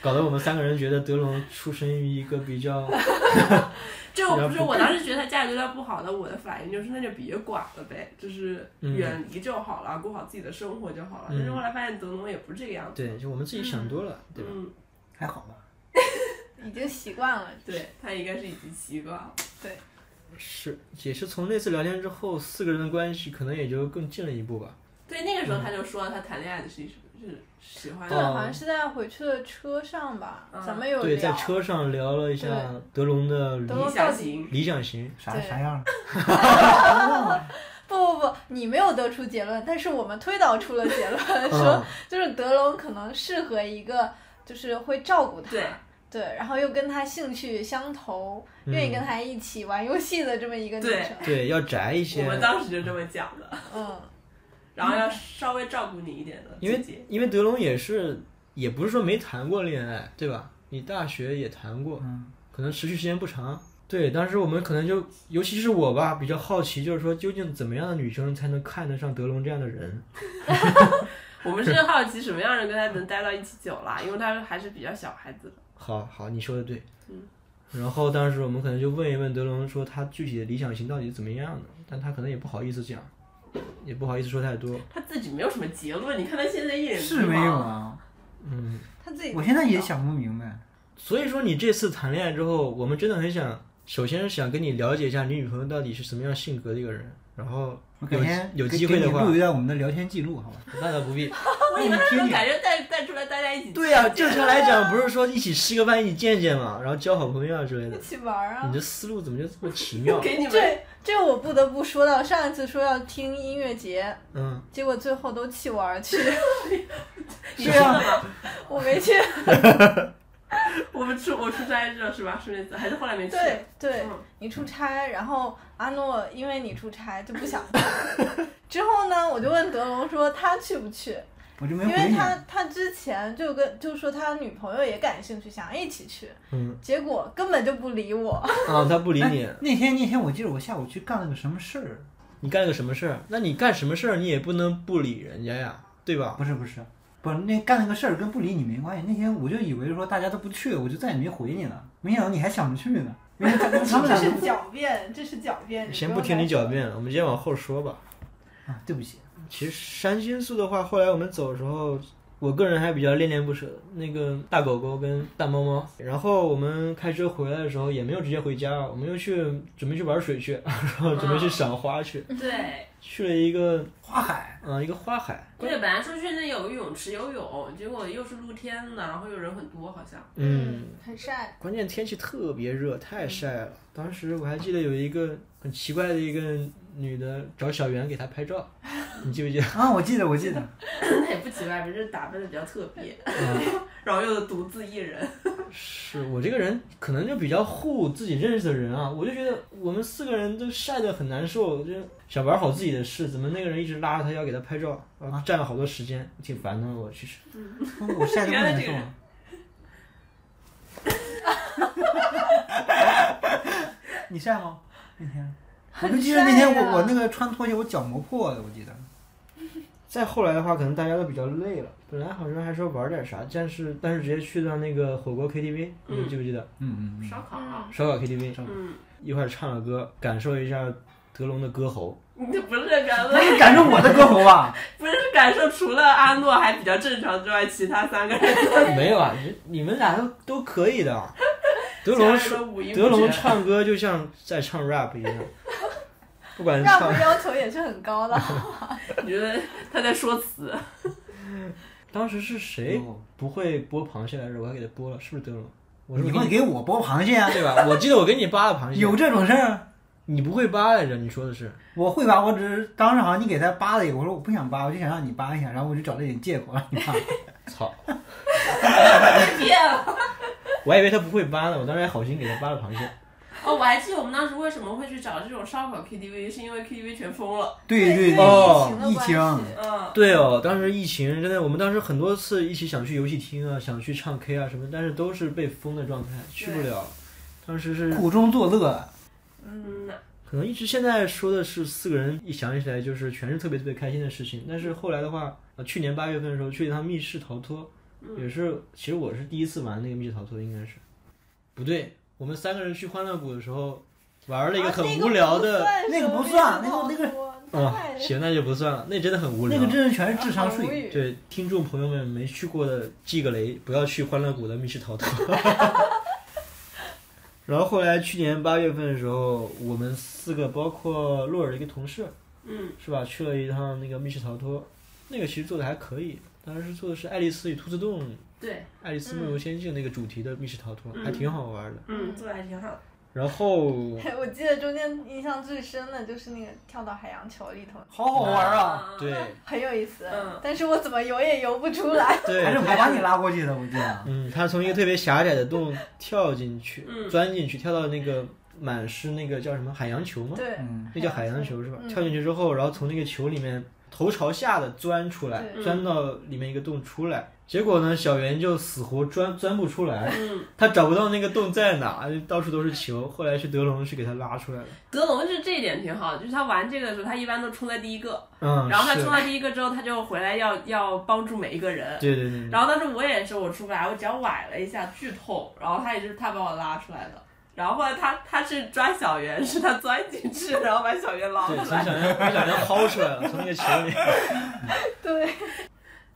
搞得我们三个人觉得德龙出身于一个比
*laughs*
较，
这我不是我当时觉得他家里对他不好的，我的反应就是那就别管了呗，就是
嗯
远离就好了，过好自己的生活就好了。
嗯
但是后来发现德农也不是这个样子，
对，就我们自己想多了，对吧？
嗯，
还好吧。
已经习惯了，
对他应该是已经习惯了。
是，也是从那次聊天之后，四个人的关系可能也就更近了一步吧。嗯
对，那个时候他就说他谈恋爱的事情是就是喜
哦
欢
对，好
嗯
像是在回去的车上吧，
嗯
咱们有
对，在
聊
车上聊了一下德龙的理
德龙
理想型。
理想
*laughs*
型，
啥
对
啥样儿？
不不不，你没有得出结论，但是我们推导出了结论，说
嗯，
就是德龙可能适合一个就是会照顾他，
对
对然后又跟他兴趣相投，愿
嗯
意跟他一起玩游戏的这么一个女
对
生，
对，要宅一
我
些，
们当时就这么讲的，
嗯，
然后要稍微照顾你一点的
因为
姐姐。
因为德龙也是，也不是说没谈过恋爱，对吧？你大学也谈过，
嗯，
可能持续时间不长。对，当时我们可能就，尤其是我吧，比较好奇，就是说究竟怎么样的女生才能看得上德龙这样的人？
我们是好奇什么样的人跟他能待到一起久啦，因为他还是比较小孩子的。
好好，你说的对。
嗯。
然后当时我们可能就问一问德龙，说他具体的理想型到底是怎么样的，但他可能也不好意思讲，也不好意思说太多。
他自己没有什么结论，你看他现在一脸
是
迷茫
没有啊，
嗯，
他自己
我现在也想不明白。
所以说你这次谈恋爱之后，我们真的很想，首先是想跟你了解一下你女朋友到底是什么样性格的一个人，然后
我改
有
天
有
给
机会
给
的
你
话
录，一段我们的聊天记录，好吧？
那倒不必。
我以为
嗯
他能感觉带带出来大家一起。
对呀、正常来讲不是说一起吃个饭、一起见见嘛，然后交好朋友啊之类的
*laughs* 一。起玩啊
你。这思路怎么就这么奇
*laughs*
妙？
给你们，
这这我不得不说到上一次说要听音乐节，
嗯，
结果最后都弃我而
*laughs*
去，
你知道吗？
我没去。
我们出我出差去了是吧？是那次还是后来没去？
对对，
嗯
你出差，然后阿诺因为你出差就不想去。
*laughs*
之后呢，我就问德龙说他去不去，
我就没
因
回
为
你。
他他之前就跟就说他女朋友也感兴趣，想一起去，
嗯
结果根本就不理
哦
我。
啊，他不理你
哎，那天那天我记得我下午去干了个什么事儿，啊
你干了个什么事儿？那你干什么事儿，你也不能不理人家呀，对吧？
不是不是，不是那干了个事儿跟不理你没关系。那天我就以为说大家都不去，我就再也没回你了。没想到你还想去呢，因为他
*laughs*
他们
这
俩
是
都
狡辩，这是狡辩。
先
不
不
用
听你
担心
狡。辩了，我们先往后说吧。
啊，对不起，
其实山新宿的话，后来我们走的时候，我个人还比较恋恋不舍。那个大狗狗跟大猫猫，然后我们开车回来的时候，也没有直接回家，啊我们又去准备去玩水去，然后准备去赏花去，
对，
去了一个
花海
嗯、呃一个花海，
对，本来说去那有个泳池游泳，结果又是露天的，然后又人很多，好像
嗯，，
很晒。
关键天气特别热，太晒了。当时我还记得有一个很奇怪的一个女的找小袁给她拍照，你记不记得？
啊，我记得我记得，
那也不奇怪，反正打扮的比较特别，然后又独自一人，
是我这个人可能就比较护自己认识的人啊，我就觉得我们四个人都晒得很难受，就想玩好自己的事，怎么那个人一直拉着她要给她拍照，啊，占了好多时间，挺烦的。我其实
我晒得不难受
原来这个
啊。
人
你晒吗？那 *laughs* 天，我
很
就记得那天
晒啊
我我那个穿拖鞋，我脚磨破了，我记得。
再后来的话，可能大家都比较累了，本来好像还说玩点啥，但是但是直接去到那个火锅 KTV，你
嗯
记不记得？
嗯嗯
烧烤啊，
烧烤 KTV，
嗯，
一块儿唱了歌，感受一下德龙的歌喉。 *coughs*
你这不是感
那
受，
*laughs* 你感受我的歌喉啊？
不是感受，除了阿诺还比较正常之外，其他三个人
没有啊，你你们俩都都可以的。啊德
家
龙
人
说，
都五音
德
不
龙
全。
唱歌就像在唱 rap 一样，不管是
啊让
唱
步。要求也是很高的，
你觉得他在说辞？
当时是
哎
谁不会剥螃蟹来着？我还给他剥了，是不是德龙？我是不
你
是
会
给
给我剥螃蟹啊？
对吧？我记得我给你扒了螃蟹，
有这种事儿？啊
你不会扒来着？你说的是？
我会吧，我只是当时好像你给他扒了一个，我说我不想扒，我就想让你扒一下，然后我就找了一点借口让你扒。
操！
别
我还以为他不会扒呢，我当时还好心给他扒了螃蟹。
哦，我还记得我们当时为什么会去找这种烧烤 KTV，是因为 KTV 全封了。
*laughs* 对对
因
对，
哦
为疫
疫
情
情
的关系。
嗯，
对哦，当时疫情真的，我们当时很多次一起想去游戏厅啊，想去唱 K 啊什么，但是都是被封的状态，去不了。当时是
苦中作乐。
嗯，
可能一直现在说的是四个人一想起来就是全是特别特别开心的事情，但
嗯
是后来的话，呃，去年八月份的时候去一趟密室逃脱，
嗯
也是其实我是第一次玩那个密室逃脱，应该是不对，我们三个人去欢乐谷的时候玩了一个很无聊的，
啊
那个不算
什么
那个
密室逃脱太
嗯，行，那就不算了，那真的很无聊。
那个真是全是智商
很无
税。
语
对听众朋友们没去过的记个雷，不要去欢乐谷的密室逃脱。
*laughs*
然后后来去年八月份的时候，我们四个包括洛尔的一个同事，
嗯，
是吧？去了一趟那个密室逃脱，那个其实做的还可以，当时做的是《爱丽丝与兔子洞》《
对，
爱丽丝梦游仙境》那个主题的密室逃脱，还挺好玩的。
嗯，做的还挺好的。
然后
我记得中间印象最深的就是那个跳到海洋球里头，
*laughs* 好好玩
嗯
啊！
啊，
对
很有意思。
嗯
但是我怎么游也游不出来。
对，
还是我把你拉过去的，我记得。
嗯，他从一个特别狭窄的洞跳进去，
嗯
钻进去，跳到那个满是那个叫什么海洋球吗？
对，
嗯，
那叫海洋球是吧？
嗯
跳进去之后，然后从那个球里面头朝下的钻出来，
对
钻到里面一个洞出来。结果呢，小圆就死活钻钻不出来，
嗯，
*laughs* 他找不到那个洞在哪，到处都是球。后来是德龙去给他拉出来的。
德龙是这一点挺好的，就是他玩这个的时候，他一般都冲在第一个，
嗯，
然后他
是
冲到第一个之后，他就回来要要帮助每一个人。
对对对
*laughs*
对，
然后当时我也是，我出不来，我只要崴了一下，剧痛。然后他也是他把我拉出来的。然后后来他他是抓小圆，是他钻进去，然后把小圆捞
对，
出
从
来。
小圆把小圆薅出来了，从那个球
*laughs*
里。
对，
*laughs*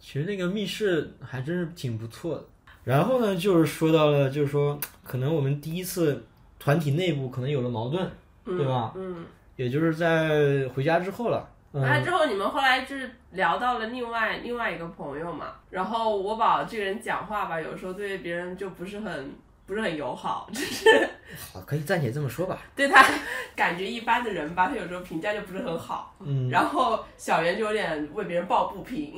其实那个密室还真是挺不错的。然后呢，就是说到了，就是说，可能我们第一次团体内部可能有了矛盾，
嗯
对吧？
嗯。
也就是在回家之后了。
完了
嗯，
之后，你们后来就是聊到了另外另外一个朋友嘛，然后我宝这个人讲话吧，有时候对别人就不是很不是很友好，就是
好，可以暂且这么说吧。
对他感觉一般的人吧，他有时候评价就不是很好。
嗯，
然后小圆就有点为别人抱不平，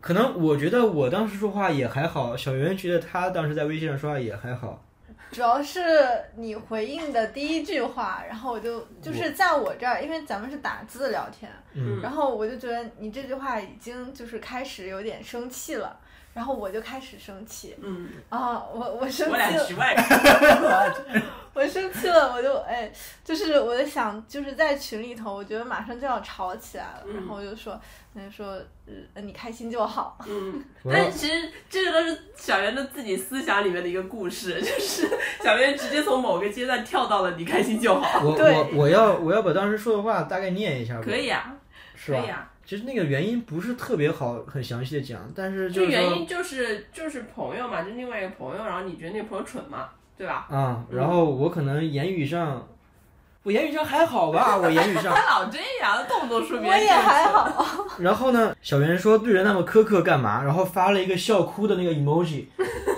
可能我觉得我当时说话也还好，小圆觉得他当时在微信上说话也还好。
主要是你回应的第一句话，然后我就就是在我这儿，因为咱们是打字聊天，
嗯
然后我就觉得你这句话已经就是开始有点生气了，然后我就开始生气
嗯，
啊，我我生
我
气
俩
了，
局外人，
我生气了，我就哎，就是我在想，就是在群里头，我觉得马上就要吵起来了，
嗯
然后我就说，那就说，呃，你开心就好。
嗯，
我
但其实这个都是小圆的自己思想里面的一个故事，就是小圆直接从某个阶段跳到了你开心就好，
我
对
我我要我要把当时说的话大概念一下吧，
可以啊，
是
可
吧？
以啊，
其实那个原因不是特别好，很详细的讲，但是
就
就是说
原因就是就是朋友嘛，就另外一个朋友，然后你觉得那个朋友蠢嘛，对吧？
啊、然后我可能言语上，我言语上还好吧， *laughs* 我言语上
他。老这样，动不动说别
我
人
也还
蠢， *laughs*
好，
然后呢，小圆说对人那么苛刻干嘛？然后发了一个笑哭的那个 *laughs* emoji，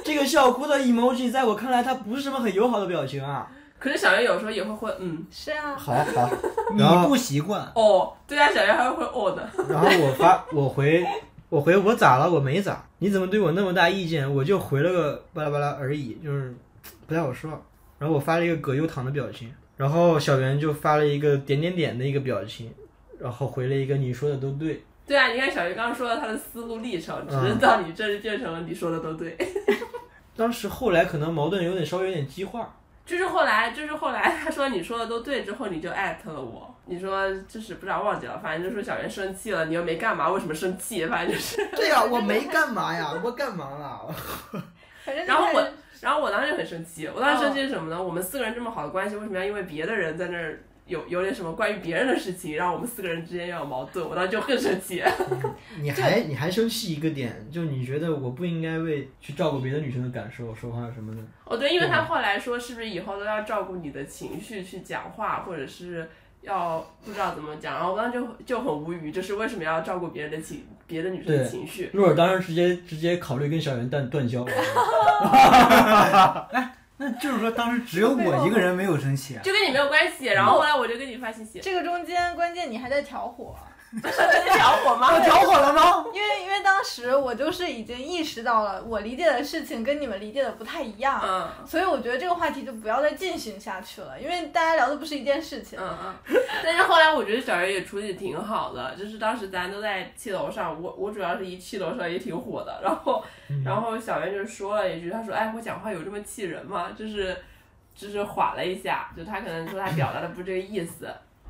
这个笑哭的 emoji 在我看来它不是什么很友好的表情啊。
可是小圆有时候也会会嗯
是啊，
*laughs* 好好，
*laughs* 你
然后
不习惯，
哦，对啊，小圆还会哦的，
然后我 *laughs* 发我回我回我咋了？我没咋，你怎么对我那么大意见？我就回了个巴拉巴拉而已，就是不太好说。然后我发了一个葛优躺的表情，然后小圆就发了一个点点点的一个表情，然后回了一个你说的都对。
对啊，你看小圆刚刚说了他的思路历程，只是
嗯
到你这儿就变成了你说的都对， *laughs*
当时后来可能矛盾有点稍微有点激化，
就是后来就是后来他说你说的都对之后，你就艾特了我，你说就是不知道忘记了，反正就说小圆生气了，你又没干嘛，为什么生气？反正就是。
*laughs* 对呀、我没干嘛呀，我干嘛了？
反正就
然后我
是，
然后我当时就很生气，我当时生气是什么呢？我们四个人这么好的关系，为什么要因为别的人在那儿有有点什么关于别人的事情，让我们四个人之间要有矛盾？我当时就更生气。
你还你还生气一个点，就你觉得我不应该为去照顾别的女生的感受说话什么的。
哦，对，因为他后来说，是不是以后都要照顾你的情绪去讲话，或者是要不知道怎么讲？然后我当时就就很无语，就是为什么要照顾别人的情，别的女生的
对
情绪？
洛尔当时直接直接考虑跟小圆断断
*laughs*
交了。
那就是说当时只有我一个人没有生气。啊
就跟你没有关系。然后后来我就跟你发信 *laughs* 息，
这个中间关键你还在调火，
在聊我吗？
我调好了吗？
*laughs*
因为因为当时我就是已经意识到了我理解的事情跟你们理解的不太一
*laughs*
样，
嗯
所以我觉得这个话题就不要再进行下去了，因为大家聊的不是一件事情。
嗯嗯，但是后来我觉得小袁也处理得挺好的，就是当时咱都在七楼上，我我主要是一七楼上也挺火的，然后
嗯
然后小袁就说了一句，他说：“哎，我讲话有这么气人吗？”就是就是缓了一下，就他可能说他表达的不是这个意思，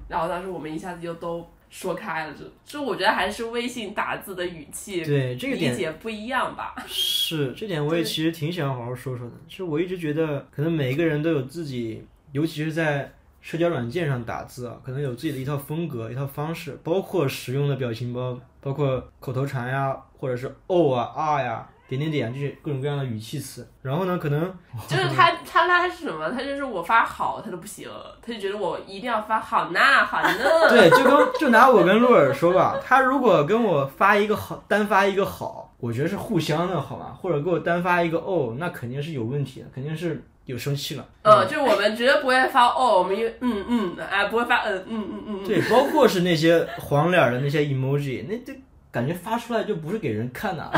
然后当时我们一下子就都说开了，就就我觉得还是微信打字的语气
对这个
理
点哦
解不一样吧，
是这点我也
对
其实挺想好好说说的。其实我一直觉得，可能每一个人都有自己，尤其是在社交软件上打字啊，可能有自己的一套风格、一套方式，包括使用的表情包，包括口头禅呀，或者是哦啊啊呀，点点点这些各种各样的语气词。然后呢，可能
就是他他拉是什么？他就是我发好他都不行，他就觉得我一定要发好那好 *laughs* 呢。
对，就跟就拿我跟洛尔说吧，他如果跟我发一个好，单发一个好，我觉得是互相的，好吗？或者给我单发一个哦，那肯定是有问题的，肯定是有生气了。
嗯，就是我们绝对不会发哦，我们因为嗯嗯啊不会发嗯嗯嗯嗯嗯。
对，包括是那些黄脸儿的那些 emoji，那就感觉发出来就不是给人看的啊， *laughs*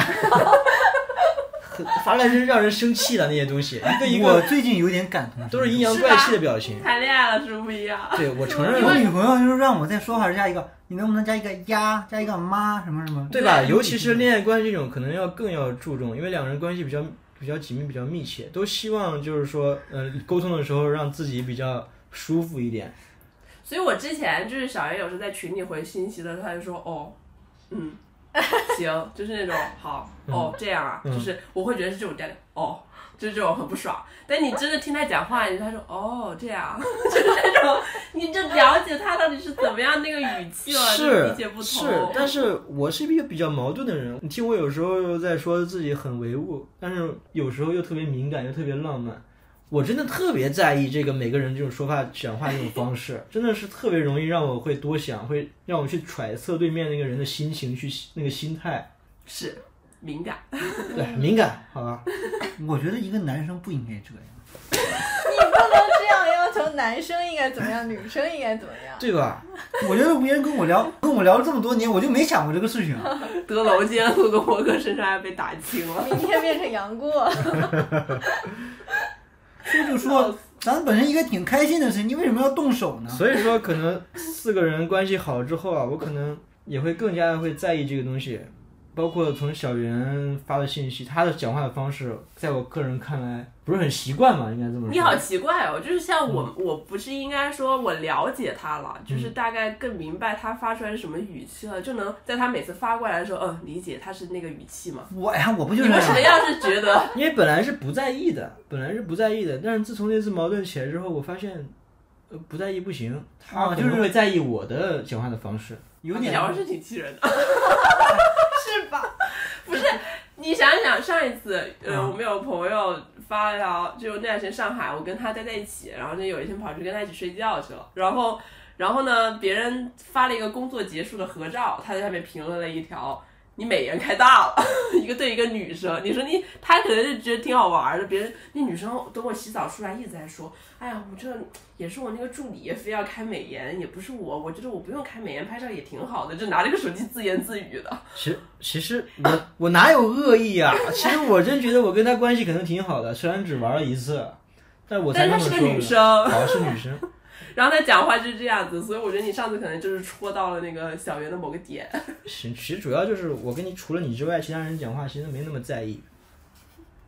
很发出来是让人生气的那些东西，一个一
我
个
最近有点感同身受，
都是阴阳怪气的表情。
谈恋爱了是不一样。
对，我承认
我女朋友就是让我在说话时加一个，你能不能加一个呀，加一个妈什么什么？
对吧？尤其是恋爱关系这种，可能要更要注重，因为两个人关系比较比较紧密、比较密切，都希望就是说，嗯、沟通的时候让自己比较舒服一点。
所以我之前就是小袁有时在群里回信息的时候，他就说哦，嗯， *laughs* 行，就是那种好哦这样啊，
嗯
就是我会觉得是这种调调哦。就是这种很不爽，但你真的听他讲话，你他说哦这样， *laughs* 就是那种你就了解他到底是怎么样那个语气了，啊就是理解不
是
同，。
但是我是一个比较矛盾的人。你听我有时候在说自己很唯物，但是有时候又特别敏感，又特别浪漫。我真的特别在意这个每个人这种说话、讲话这种方式，真的是特别容易让我会多想，会让我去揣测对面那个人的心情、去那个心态，
是敏感，
对，敏感，好吧。
我觉得一个男生不应该这样，
你不能这样要求男生应该怎么样，女生应该怎么样。
对吧？
我觉得别人跟我聊，跟我聊了这么多年，我就没想过这个事情。啊
德龙今天录个播客，身上还被打青了。
明天变成杨过，
这就说咱本身一个挺开心的事情，你为什么要动手呢？
所以说，可能四个人关系好之后啊，我可能也会更加会在意这个东西，包括从小袁发的信息，他的讲话的方式，在我个人看来不是很习惯嘛，应该这
嗯
么说。
你好奇怪哦，就是像我，我不是应该说我了解他了，
嗯
就是大概更明白他发出来是什么语气了，就能在他每次发过来的时候，嗯，理解他是那个语气嘛。
我哎呀，我不就
你
是
为
这
什
样啊
么。要是觉得
因为本来是不在意的，本来是不在意的，但是自从那次矛盾起来之后，我发现，呃，不在意不行，他
哦
可
就是
能会在意我的讲话的方式。
有
你
点
聊是挺气人的？
是吧？
你想想上一次，呃，
嗯
我们有朋友发聊，就那段时间上海，我跟他待在一起，然后就有一天跑去跟他一起睡觉去了，然后，然后呢，别人发了一个工作结束的合照，他在下面评论了一条。你美颜开大了， *laughs* 一个对一个女生，你说你，他可能就觉得挺好玩的。别人那女生等我洗澡出来一直在说，哎呀，我这也是我那个助理非要开美颜，也不是我，我觉得我不用开美颜拍照也挺好的，就拿这个手机自言自语的。
其其实我我哪有恶意 *laughs* 啊？其实我真觉得我跟他关系可能挺好的，虽然只玩了一次，但我才
但是
这
她
么说
是个
的。
女生，
哦，是女生，
然后他讲话就是这样子，所以我觉得你上次可能就是戳到了那个小圆的某个点。
行，其实主要就是我跟你除了你之外，其他人讲话其实没那么在意。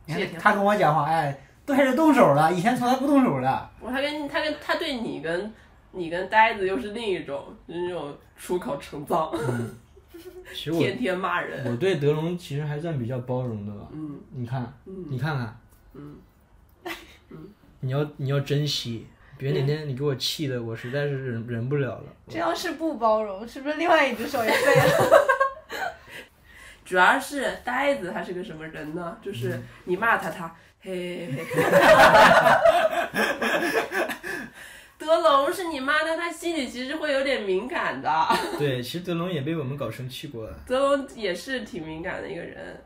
你看他跟我讲话，哎，都开始动手了，以前从来不动手的。
我他跟他跟他对你跟你跟呆子又是另一种，就是那种出口成脏，
其实我
天天骂人。
我对德龙其实还算比较包容的吧。
嗯
你看，
嗯
你看看，
嗯，
你要你要珍惜，别哪天你给我气的，我实在是忍忍不了了。
这要是不包容，是不是另 *laughs* 外一只手也废了？
主要是呆子他是个什么人呢？
嗯
就是你骂他，他嘿嘿 *laughs* 嘿。德龙是你骂他，他心里其实会有点敏感的。
对，其实德龙也被我们搞生气过了。
德龙也是挺敏感的一个人。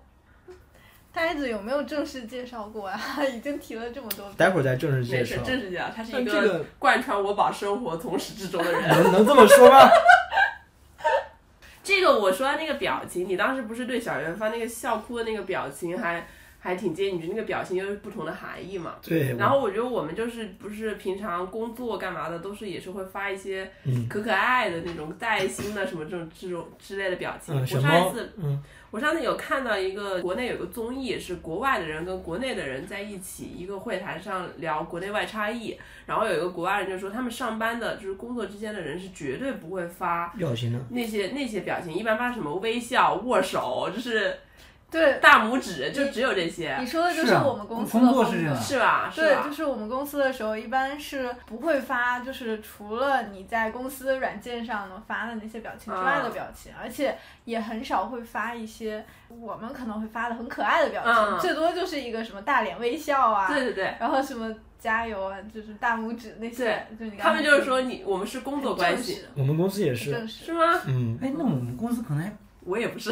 呆子有没有正式介绍过啊？ *laughs* 已经提了这么多遍，
待会儿再正式介
没事
绍，。
正是这样，他是一
但这
个
个
贯穿我把生活从始至终的人。
能能这么说吗？
这个我说的那个表情，你当时不是对小圆发那个笑哭的那个表情还还挺接你，就那个表情又是不同的含义嘛。
对，我
然后我觉得我们就是不是平常工作干嘛的，都是也是会发一些
嗯
可可爱的那种带心的什么这种这种之类的表情。
嗯，
我
小
上一
猫
次，
嗯，
我上次有看到一个国内有个综艺，是国外的人跟国内的人在一起一个会谈上聊国内外差异，然后有一个国外人就说他们上班的就是工作之间的人是绝对不会发
表情呢？
那些那些表情，一般发什么微笑、握手，就是
对，
大拇指就只有这些，
你说的就是
啊
我们公司的
工作
风
是这
格
样
是吧？是
对，
吧？
就是我们公司的时候，一般是不会发，就是除了你在公司软件上能发的那些表情之
嗯
外的表情，而且也很少会发一些我们可能会发的很可爱的表情，
嗯
最多就是一个什么大脸微笑啊，
对对对。
然后什么加油啊，就是大拇指那些，就你刚
他
才
们就是说你我们是工作关系，
我们公司也
很正式，很
是，
是
正式。
吗？
嗯，
哎，那我们公司可能还，
我也不是，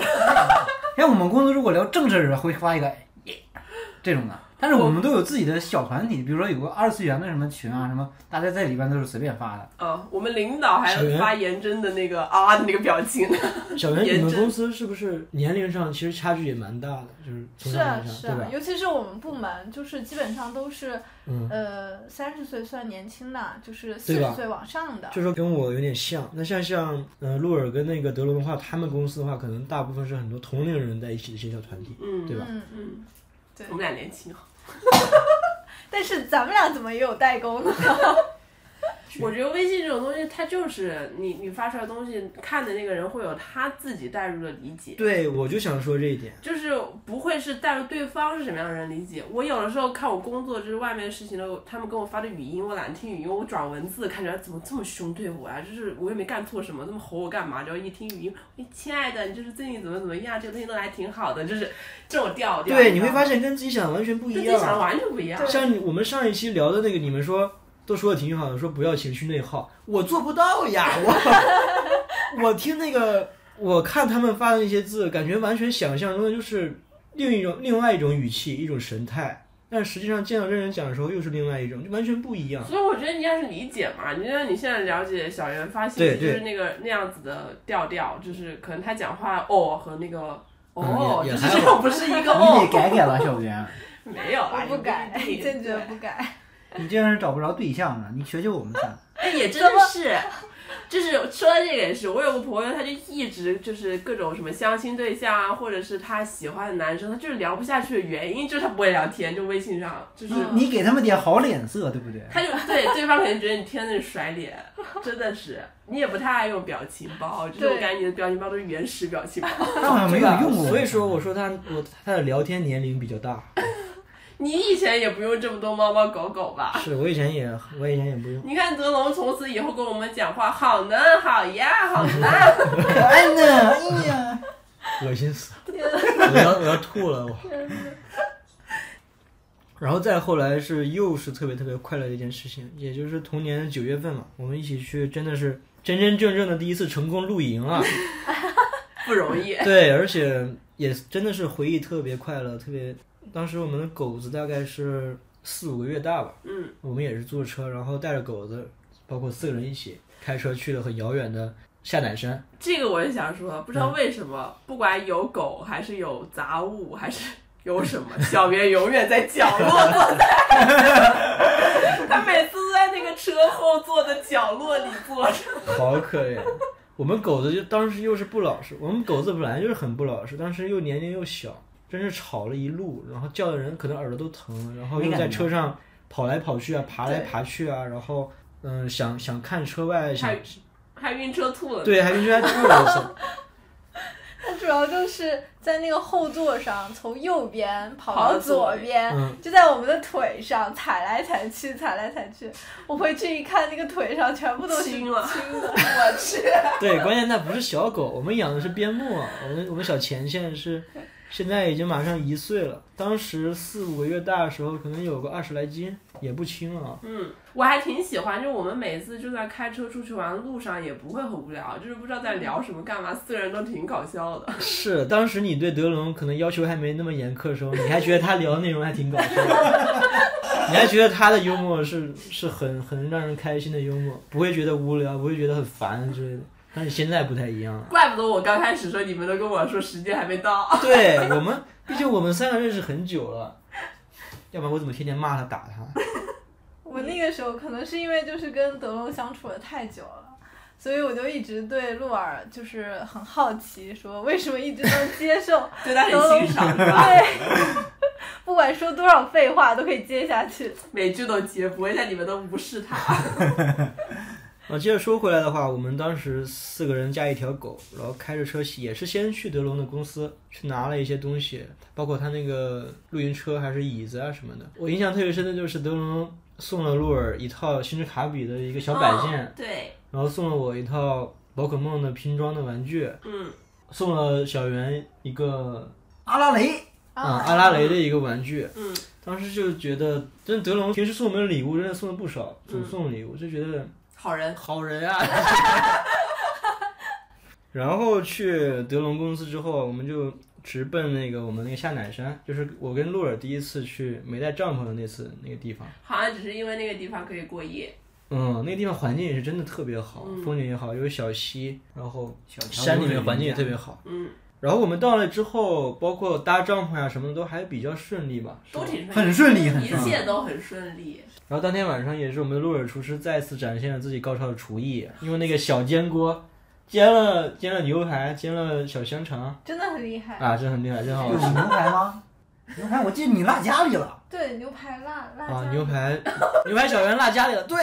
哎，我们公司如果聊正事儿，会发一个耶这种的。但是我们都有自己的小团体，比如说有个二次元的什么群啊，什么大家在里边都是随便发的。
嗯，我们领导还
小袁
发颜真的那个啊的那个表情，
小袁，你
颜
们
值
公司是不是年龄上其实差距也蛮大的，就是从
是
小
啊
到
是
大，对
啊
吧，？
尤其是我们部门，就是基本上都是
嗯，
呃三十岁算年轻的，就是四
对吧
十岁往上的。
就说跟我有点像。那像像呃鹿尔跟那个德龙的话，他们公司的话，可能大部分是很多同龄人在一起的一些小团体，
嗯
对吧？
嗯，
嗯，
对
我们俩年轻啊。
但是咱们俩怎么也有代沟呢？
我觉得微信这种东西，它就是你你发出来的东西，看的那个人会有他自己带入的理解，
对，我就想说这一点。
就是不会是带入对方是什么样的人理解。我有的时候看我工作就是外面的事情了，他们给我发的语音，我懒得听语音，我转文字，看起哎来怎么这么凶对我呀、就是我也没干错什么，这么吼我干嘛？然后一听语音，哎亲爱的，你就是最近怎么怎么样，这个东西弄得还挺好的，就是这种调调。
对，你会
知道吗
发现跟自己想的完全不一
跟自己想的
样。
完全不一样。
对
像你我们上一期聊的那个，你们说都说的挺好的，说不要情绪内耗，我做不到呀，我我听那个，我看他们发的那些字，感觉完全想象中的就是另一种另外一种语气，一种神态，但实际上见到真人讲的时候，又是另外一种，就完全不一样。
所以我觉得你要是理解嘛，你就像你现在了解小袁发信
对
就
对
是那个那样子的调调，就是可能他讲话哦和那个哦，
嗯也也
就是
还好
这种不是一个
*laughs*
你
哦
得，改改了，小袁，
没有啦，
我不改，
你
坚决不改。 *laughs*
你这样是找不着对象了。你求求我们仨。
哎，也真的是，就是说到这个也是，我有个朋友，他就一直就是各种什么相亲对象啊，或者是他喜欢的男生，他就是聊不下去的原因就是他不会聊天，就微信上就是。
嗯
你给他们点好脸色，对不对？
他就对对方可能觉得你天天甩脸，真的是你也不太爱用表情包，就是我
对
感觉你的表情包都是原始表情包。
他好像啊没有用
*laughs*
过。
所以说我说他我他的聊天年龄比较大，
你以前也不用这么多猫猫狗狗吧？
是我以前也我以前也不用，
你看德龙从此以后跟我们讲话，好呢，好呀，好呢。
可爱呢， *laughs* 哎呀，
恶心死了，我要我要吐了我。然后再后来是又是特别特别快乐的一件事情，也就是同年的九月份嘛，我们一起去真的是真真正正的第一次成功露营啊，
不容易，
对，而且也真的是回忆特别快乐，特别当时我们的狗子大概是四五个月大吧，
嗯，
我们也是坐车，然后带着狗子，包括四个人一起开车去了很遥远的下南山。
这个我也想说，不知道为什么，不管有狗还是有杂物还是。有什么？小袁永远在角落坐在， *laughs* 他每次都在那个车后座的角落里坐着。 *laughs*
好可怜。我们狗子就当时又是不老实，我们狗子本来就是很不老实，当时又年龄又小，真是吵了一路，然后叫的人可能耳朵都疼了，然后又在车上跑来跑去啊，爬来爬去啊，然后嗯，想想看车外，想
还还晕车吐了。，
对，还晕车还吐了一次，
他主要就是在那个后座上，从右边跑
跑
到
到
左
左
边，
嗯，
就在我们的腿上踩来踩去，踩来踩去。我回去一看，那个腿上全部都是
青了
青的，我去。
对，关键那不是小狗，我们养的是边牧啊，我们我们小前线是现在已经马上一岁了，当时四五个月大的时候，可能有个二十来斤，也不轻啊，
嗯，我还挺喜欢，就我们每次就算开车出去玩，路上也不会很无聊，就是不知道在聊什么干嘛，四个人都挺搞笑的。
是，当时你对德龙可能要求还没那么严苛的时候，你还觉得他聊的内容还挺搞笑的，你还觉得他的幽默是是很很让人开心的幽默，不会觉得无聊，不会觉得很烦之类的。但是现在不太一样了，
怪不得我刚开始说你们都跟我说时间还没到，
对我们，毕竟我们三个认识很久了，要不然我怎么天天骂他打他？
我那个时候可能是因为就是跟德龙相处的太久了，所以我就一直对鹿儿就是很好奇，说为什么一直能接
*laughs*
受 *laughs*
对他很欣赏，是吧？ *laughs*
对，不管说多少废话都可以接下去。
每句都接，不会像你们都无视他。
啊，接着说回来的话，我们当时四个人加一条狗，然后开着车也是先去德龙的公司去拿了一些东西，包括他那个露营车还是椅子啊什么的。我印象特别深的就是德龙送了露尔一套星之卡比的一个小摆件，
哦对，
然后送了我一套宝可梦的拼装的玩具，
嗯，
送了小圆一个
阿拉蕾，
啊、
啊，
阿拉蕾的一个玩具。
哦嗯，
当时就觉得，真的德龙平时送我们的礼物真的送的不少，总送礼物，就觉得
好人，
好人 *laughs* 啊。然后去德龙公司之后，我们就直奔那个我们那个下奶山，就是我跟露尔第一次去没带帐篷的那次那个地方。
好像只是因为那个地方可以过夜，
嗯，那个地方环境也是真的特别好，
嗯
风景也好，有小溪，然后
小条
山里面环境也特别好。
嗯，
然后我们到了之后，包括搭帐篷呀、什么的都还比较顺利吧。是吧
都挺顺利
很顺利很
一
顺利
切都很顺利。
然后当天晚上也是我们的鹿耳厨师再次展现了自己高超的厨艺，用那个小煎锅煎了煎了牛排，煎了小香肠
真的很厉害。
啊，真的很厉害，真好
有
吃
牛排吗？牛排我记得你落家里了，
对，牛排辣辣椒。
啊！牛排牛排小圆辣家里了，对，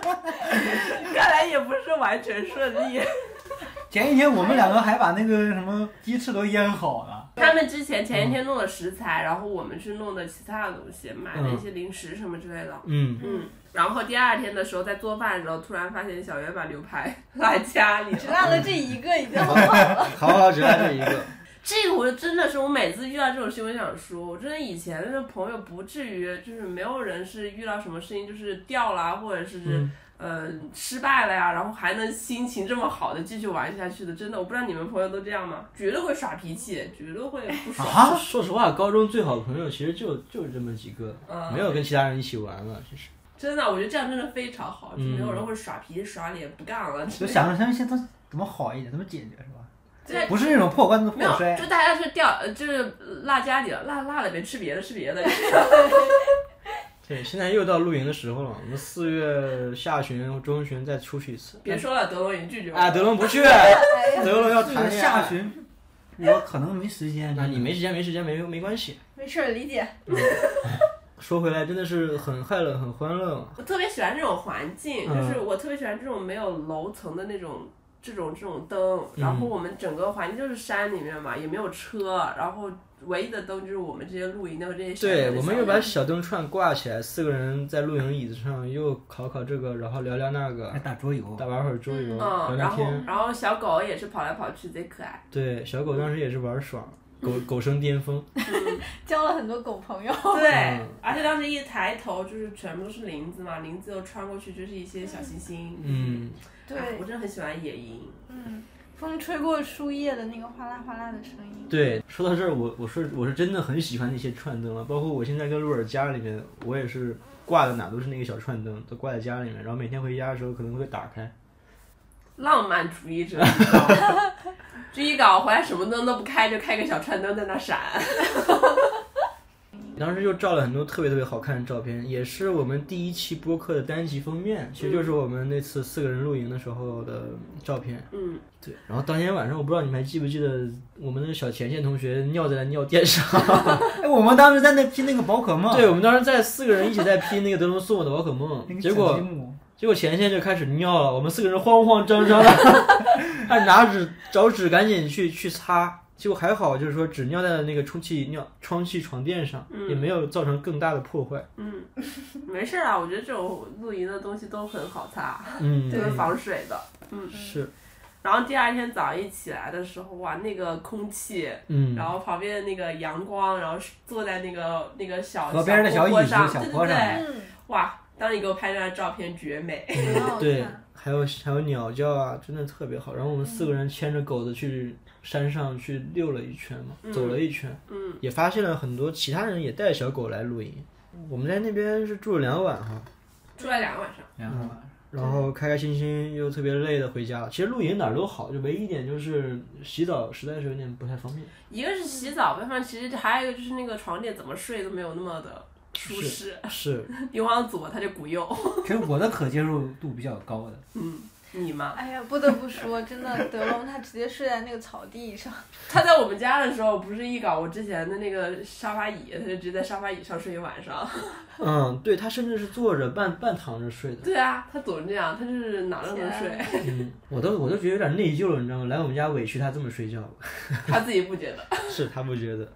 看来也不是完全顺利。
*laughs* 前一天我们两个还把那个什么鸡翅都腌好了。
他们之前前一天弄了食材，然后我们去弄的其他的东西，买
嗯
了一些零食什么之类的。
嗯，
嗯，然后第二天的时候在做饭的时候，突然发现小袁把牛排落家里
只
了。
辣了这一个已经很好了。
*laughs* 好好只爱这一个。
这个我真的是，我每次遇到这种事情，我就想说，我真的以前的朋友不至于，就是没有人是遇到什么事情就是掉啦，或者是、
嗯
呃失败了呀，然后还能心情这么好的继续玩下去的，真的，我不知道你们朋友都这样吗？绝对会耍脾气，绝对会不爽。
啊
说说实话，高中最好的朋友其实就就这么几个，
嗯
啊没有跟其他人一起玩了，其实。
真的，我觉得这样真的非常好，就
嗯
没有人会耍脾气、耍脸不干了之类
就
的。
想着他们现在怎么好一点，怎么解决是吧？
对
不是那种破罐子
没有
破，摔
就。大家是掉，呃就是落家里了，落落了呗，吃别的，
*laughs*
吃别的。
对，现在又到露营的时候了，我们四月下旬、中旬再出去一次。
别说了，德龙已经拒绝我了。
啊，德龙不去， *laughs*
哎呀，
德龙要
这个
谈恋
下
爱。
旬，我可能没时间。
那你没时间，没时间，没没关系。
没事儿，理解。
说回来，真的是很快乐，很欢乐嘛。
我特别喜欢这种环境，
嗯
就是我特别喜欢这种没有楼层的那种。这种这种灯，
嗯
然后我们整个环境就是山里面嘛，也没有车，然后唯一的灯就是我们这些露营的这些小
对，
小
我们又把小灯串挂起来，四个人在露营椅子上又烤烤这个，然后聊聊那
还
个，
哎打桌游，
打玩会儿桌游，聊
嗯，然
聊
后
天。
然后小狗也是跑来跑去，贼
*laughs*
可爱。
对，小狗当时也是玩爽，狗狗生巅峰。
交了很多狗朋友。
对
嗯，
而且当时一抬头就是全部都是林子嘛，林子又穿过去就是一些小星星。
嗯，
哎我真的很喜欢野营。
嗯，风吹过树叶的那个哗啦哗啦的声音。
对，说到这儿，我我是我是真的很喜欢那些串灯了，包括我现在跟露尔家里面，我也是挂的哪都是那个小串灯，都挂在家里面，然后每天回家的时候可能会打开。
浪漫主义者，你知道吗 *laughs* 这一搞回来什么灯都不开，就开个小串灯在那闪。
当时又照了很多特别特别好看的照片，也是我们第一期播客的单集封面，其实就是我们那次四个人露营的时候的照片。
嗯，
对，然后当天晚上，我不知道你们还记不记得我们的小前线同学尿在了尿垫上。
哎，我们当时在那拼那个宝可梦，
*laughs* 对，我们当时在四个人一起在拼那个德龙送我的宝可 *laughs* 梦
那，个
结
小积
果
木
结果前线就开始尿了，我们四个人慌慌张 *laughs* 张的，还拿纸找纸赶紧去去擦。结果还好，就是说只尿在了那个充气尿充气床垫上，
嗯
也没有造成更大的破坏。
嗯，没事儿啊，我觉得这种露营的东西都很好擦，
嗯，
都是防水的。嗯
是，
然后第二天早上一起来的时候，哇，那个空气，
嗯，
然后旁边的那个阳光，然后坐在那个那个小
河边的
小
小
坡
椅子
上，
小
对对
坡上
对，
嗯，
哇，当时你给我拍那张照片，绝美。
很好
嗯
看
对，还有还有鸟叫啊，真的特别好。然后我们四个人牵着狗子去山上去溜了一圈嘛，
嗯
走了一圈，
嗯，
也发现了很多其他人也带小狗来露营。我们在那边是住了两晚哈，
住了两个晚上，
然后
然后开开心心又特别累的回家了。其实露营哪儿都好，就唯一一点就是洗澡实在是有点不太方便。
一个是洗澡呗，反正其实还有一个就是那个床垫怎么睡都没有那么的舒适，
是，
你往左他就鼓右，
*laughs* 其实我的可接受度比较高的，
嗯，你吗？
哎呀，不得不说，真的，德龙他直接睡在那个草地上，
他在我们家的时候，不是一搞我之前的那个沙发椅，他就直接在沙发椅上睡一晚上。 *laughs*
嗯，对他甚至是坐着半半躺着睡的。
对啊，他总是这样，他就是哪儿都能睡，
嗯，我都我都觉得有点内疚了，你知道吗？来我们家委屈他这么睡觉， *laughs*
他自己不觉得，
是他不觉得。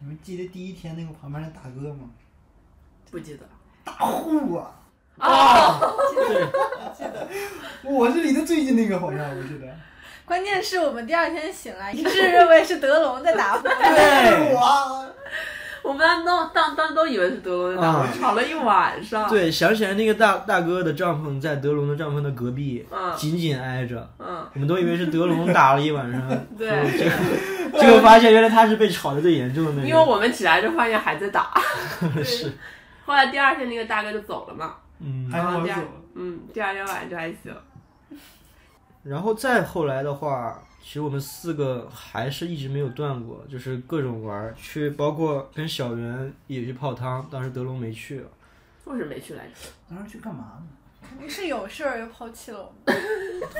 你们记得第一天那个旁边的大哥吗？
不记得。
大户啊！
哦，
*laughs* 我是离得最近那个，好像我记得。
关键是我们第二天醒来，一致认为是德龙在打呼。
对，我
我们当当当当都以为是德龙在打，我
啊
吵了一晚上。
对，想起来那个大大哥的帐篷在德龙的帐篷的隔壁，
嗯
紧紧挨着，
嗯，
我们都以为是德龙打了一晚上，
对
然后结果结果发现原来他是被吵得最严重的那
因
个。
为我们起来就发现还
*laughs*
在打。
是，
后来第二天那个大哥就走了嘛，
嗯，
还好久。
嗯，第二天晚上就还行。
然后再后来的话，其实我们四个还是一直没有断过，就是各种玩儿，去包括跟小袁也去泡汤，当时德龙没去，
为什么没去来着？
当时去干嘛呢？
肯定是有事儿又抛弃了我们。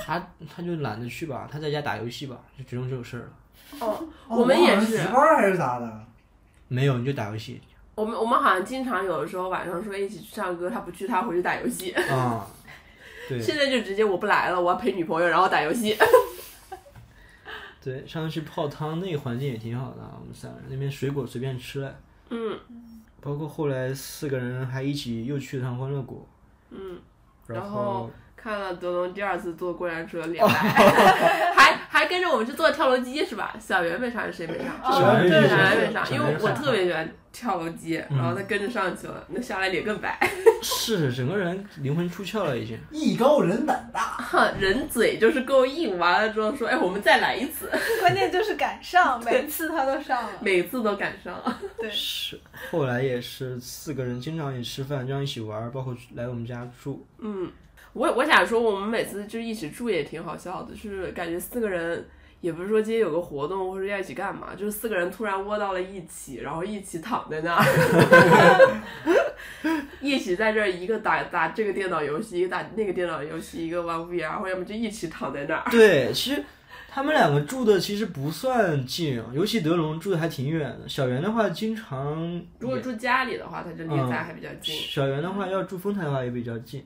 他他就懒得去吧，他在家打游戏吧，就只有这种事儿了。
哦，
哦
我们也
好像
是
值班还是咋的？
没有，你就打游戏
我们我们好像经常有的时候晚上说一起去唱歌，他不去，他回去打游戏。
啊、对
现在就直接我不来了，我要陪女朋友，然后打游戏。
对，上次去泡汤那个环境也挺好的啊，我们三个人那边水果随便吃了，
嗯
包括后来四个人还一起又去了趟欢乐谷，
嗯。
然
然后看了德龙第二次坐过山车
*laughs*
两百，还还跟着我们去坐跳楼机是吧？小圆没上，谁没上？
哦
小
小
圆
圆没
没
嗯
上
上
小圆没上，因
小
为
圆
我
上
特别喜欢跳楼机，
嗯
然后他跟着上去了，那下来脸更白， *laughs*
是整个人灵魂出窍了已经。
艺高人胆大，
哼人嘴就是够硬。完了之后说，哎，我们再来一次，
关键就是敢上，每次他都上了。
每次都赶上。
对，
是，后来也是四个人经常一起吃饭，经常一起玩儿，包括来我们家住。
嗯，我我想说，我们每次就一起住也挺好笑的，就是感觉四个人也不是说今天有个活动或者要一起干嘛，就是四个人突然窝到了一起，然后一起躺在那儿， *laughs* 一起在这儿一个打打这个电脑游戏，一个打那个电脑游戏，一个玩 VR，或要么就一起躺在那儿。
对，其实他们两个住的其实不算近，啊尤其德龙住的还挺远的。小袁的话，经常
如果住家里的话，他就离咱
嗯
还比较近。 *laughs*
小袁的话要住丰台的话也比较近，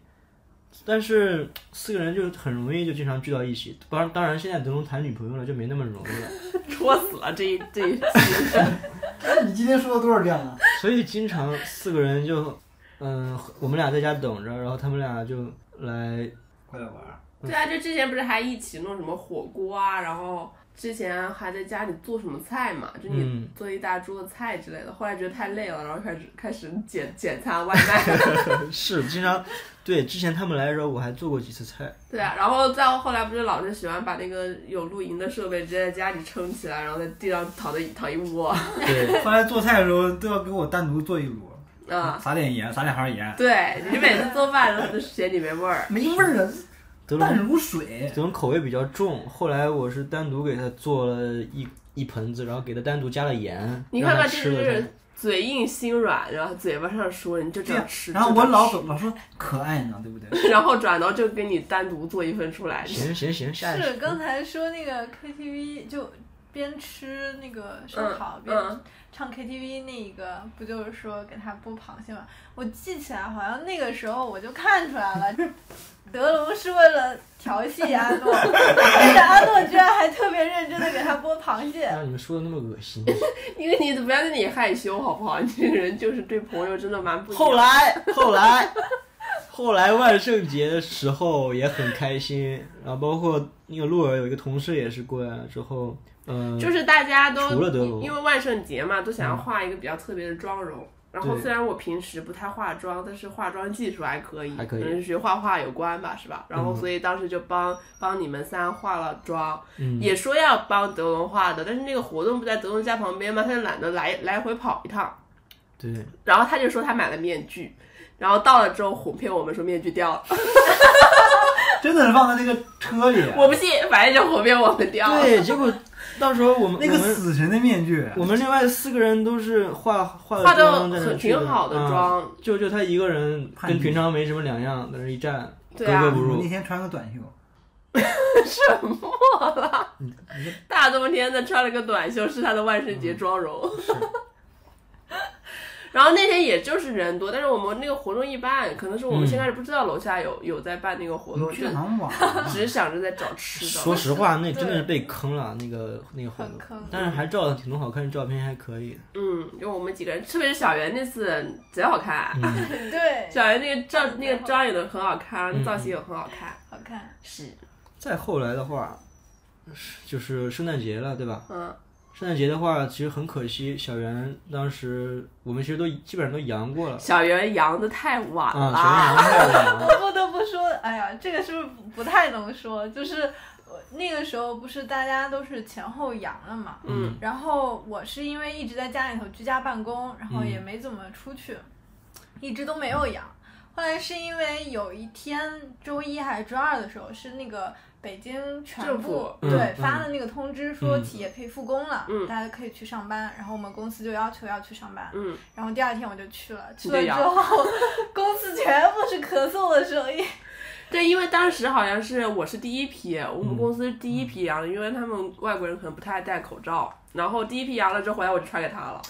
但是四个人就很容易就经常聚到一起。当当然，现在德龙谈女朋友了，就没那么容易
*laughs*
了，
戳死了这一这一，
哎，你今天说了多少遍了？
所以经常四个人就，嗯、我们俩在家等着，然后他们俩就来，
快来玩儿！
对啊，就之前不是还一起弄什么火锅啊，然后之前还在家里做什么菜嘛，就你
嗯，
做一大桌子菜之类的，后来觉得太累了，然后开始开始简简餐外卖。 *laughs*
是经常，对，之前他们来的时候我还做过几次菜，
对啊，然后再后来不是老是喜欢把那个有露营的设备直接在家里撑起来，然后在地上躺的躺一窝
对，
后来做菜的时候都要给我单独做一炉，
啊。
撒点盐，撒两勺盐，
对你每次做饭都是嫌你没味儿，
没味儿啊，
德龙
淡如水。
德龙口味比较重，后来我是单独给他做了一一盆子，然后给他单独加了盐，
你看
让
看
他
这
吃
就
了它
是嘴硬心软，然后嘴巴上说你就这
对呀啊
样吃，
然后
就这
我
样
老
吃
总老说可爱呢，对不对？
然后转头就给你单独做一份出来。
行行行，下一
是
次。
刚才说那个 KTV 就边吃那个烧烤、边
嗯
唱 KTV 那一个，不就是说给他剥螃蟹吗？我记起来好像那个时候我就看出来了，德龙是为了调戏阿诺， *laughs* 而且阿诺居然还特别认真的给他剥螃蟹。
哎让你们说的那么恶心。
因为 *laughs* 你不要对你害羞好不好？你这个人就是对朋友真的蛮不一样的。
后来，后来，后来万圣节的时候也很开心，然后包括那个洛尔有一个同事也是过来了之后，嗯、
就是大家都
除了德龙
因为万圣节嘛，都想要画一个比较特别的妆容。然后
对
虽然我平时不太化妆，但是化妆技术还可以，
还可以
能是学画画有关吧，是吧？然后
嗯
所以当时就帮帮你们三化了妆，
嗯，
也说要帮德龙化的，但是那个活动不在德龙家旁边嘛，他就懒得来来回跑一趟。
对，
然后他就说他买了面具，然后到了之后哄骗我们说面具掉了，
真的是放在那个车里，
我不信，反正就哄骗我们掉了。
啊对，结果到时候我
*laughs*
们
那个
我们
死神的面具，
我们另外四个人都是化化
化的
妆在那
很
去
挺好的
嗯
妆，
就就他一个人
叛逆
跟平常没什么两样，在那一站，
对
格
啊
格不
我
入
那。天穿个短袖，
沉默了。大冬天的穿了个短袖是他的万圣节妆容。
嗯
*laughs* 然后那天也就是人多，但是我们那个活动一般，可能是我们先开始不知道楼下有有在办那个活动，
你
就
去得很晚，
*laughs* 只想着在找吃的。
说实话，那真的
对
是被坑了，那个那个活
很
动
坑，
但是还照了挺多好看的照片，还可以。
嗯，因为我们几个人，特别是小圆那次贼好看，
*laughs* 对，
小圆那个照那个妆也都很好看，造型也很好
嗯
看。
好看，
是，
再后来的话，是就是圣诞节了，对吧？
嗯，
圣诞节的话，其实很可惜，小袁当时我们其实都基本上都阳过了
小圆阳的太晚
啊，
了。
小袁阳太晚了。
我不得不说，哎呀，这个是不是不不太能说？就是呃那个时候不是大家都是前后阳了嘛，
嗯，
然后我是因为一直在家里头居家办公，然后
嗯
也没怎么出去，一直都没有阳。后来是因为有一天周一还是周二的时候，是那个北京全
政
部
府
对、
嗯
发的那个通知，说
嗯
企业可以复工了，
嗯
大家可以去上班。然后我们公司就要求要去上班，
嗯，
然后第二天我就去了，去
你就
了之
阳
后公司全部是咳嗽的声音，
*laughs* 对，因为当时好像是我是第一批，我们公司是第一批阳的，因为他们外国人可能不太爱戴口罩。然后第一批阳了之后，回来我就传给他了，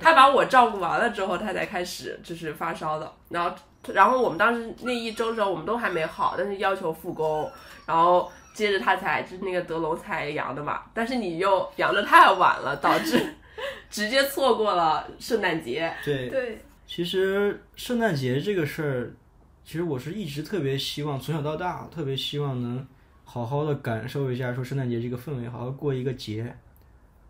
他把我照顾完了之后，他才开始就是发烧的。然后，然后我们当时那一周之后，我们都还没好，但是要求复工，然后接着他才就是那个德龙才阳的嘛。但是你又阳的太晚了，导致 *laughs* 直接错过了圣诞节。
对，
对，
其实圣诞节这个事儿，其实我是一直特别希望，从小到大特别希望能好好的感受一下说圣诞节这个氛围，好好过一个节。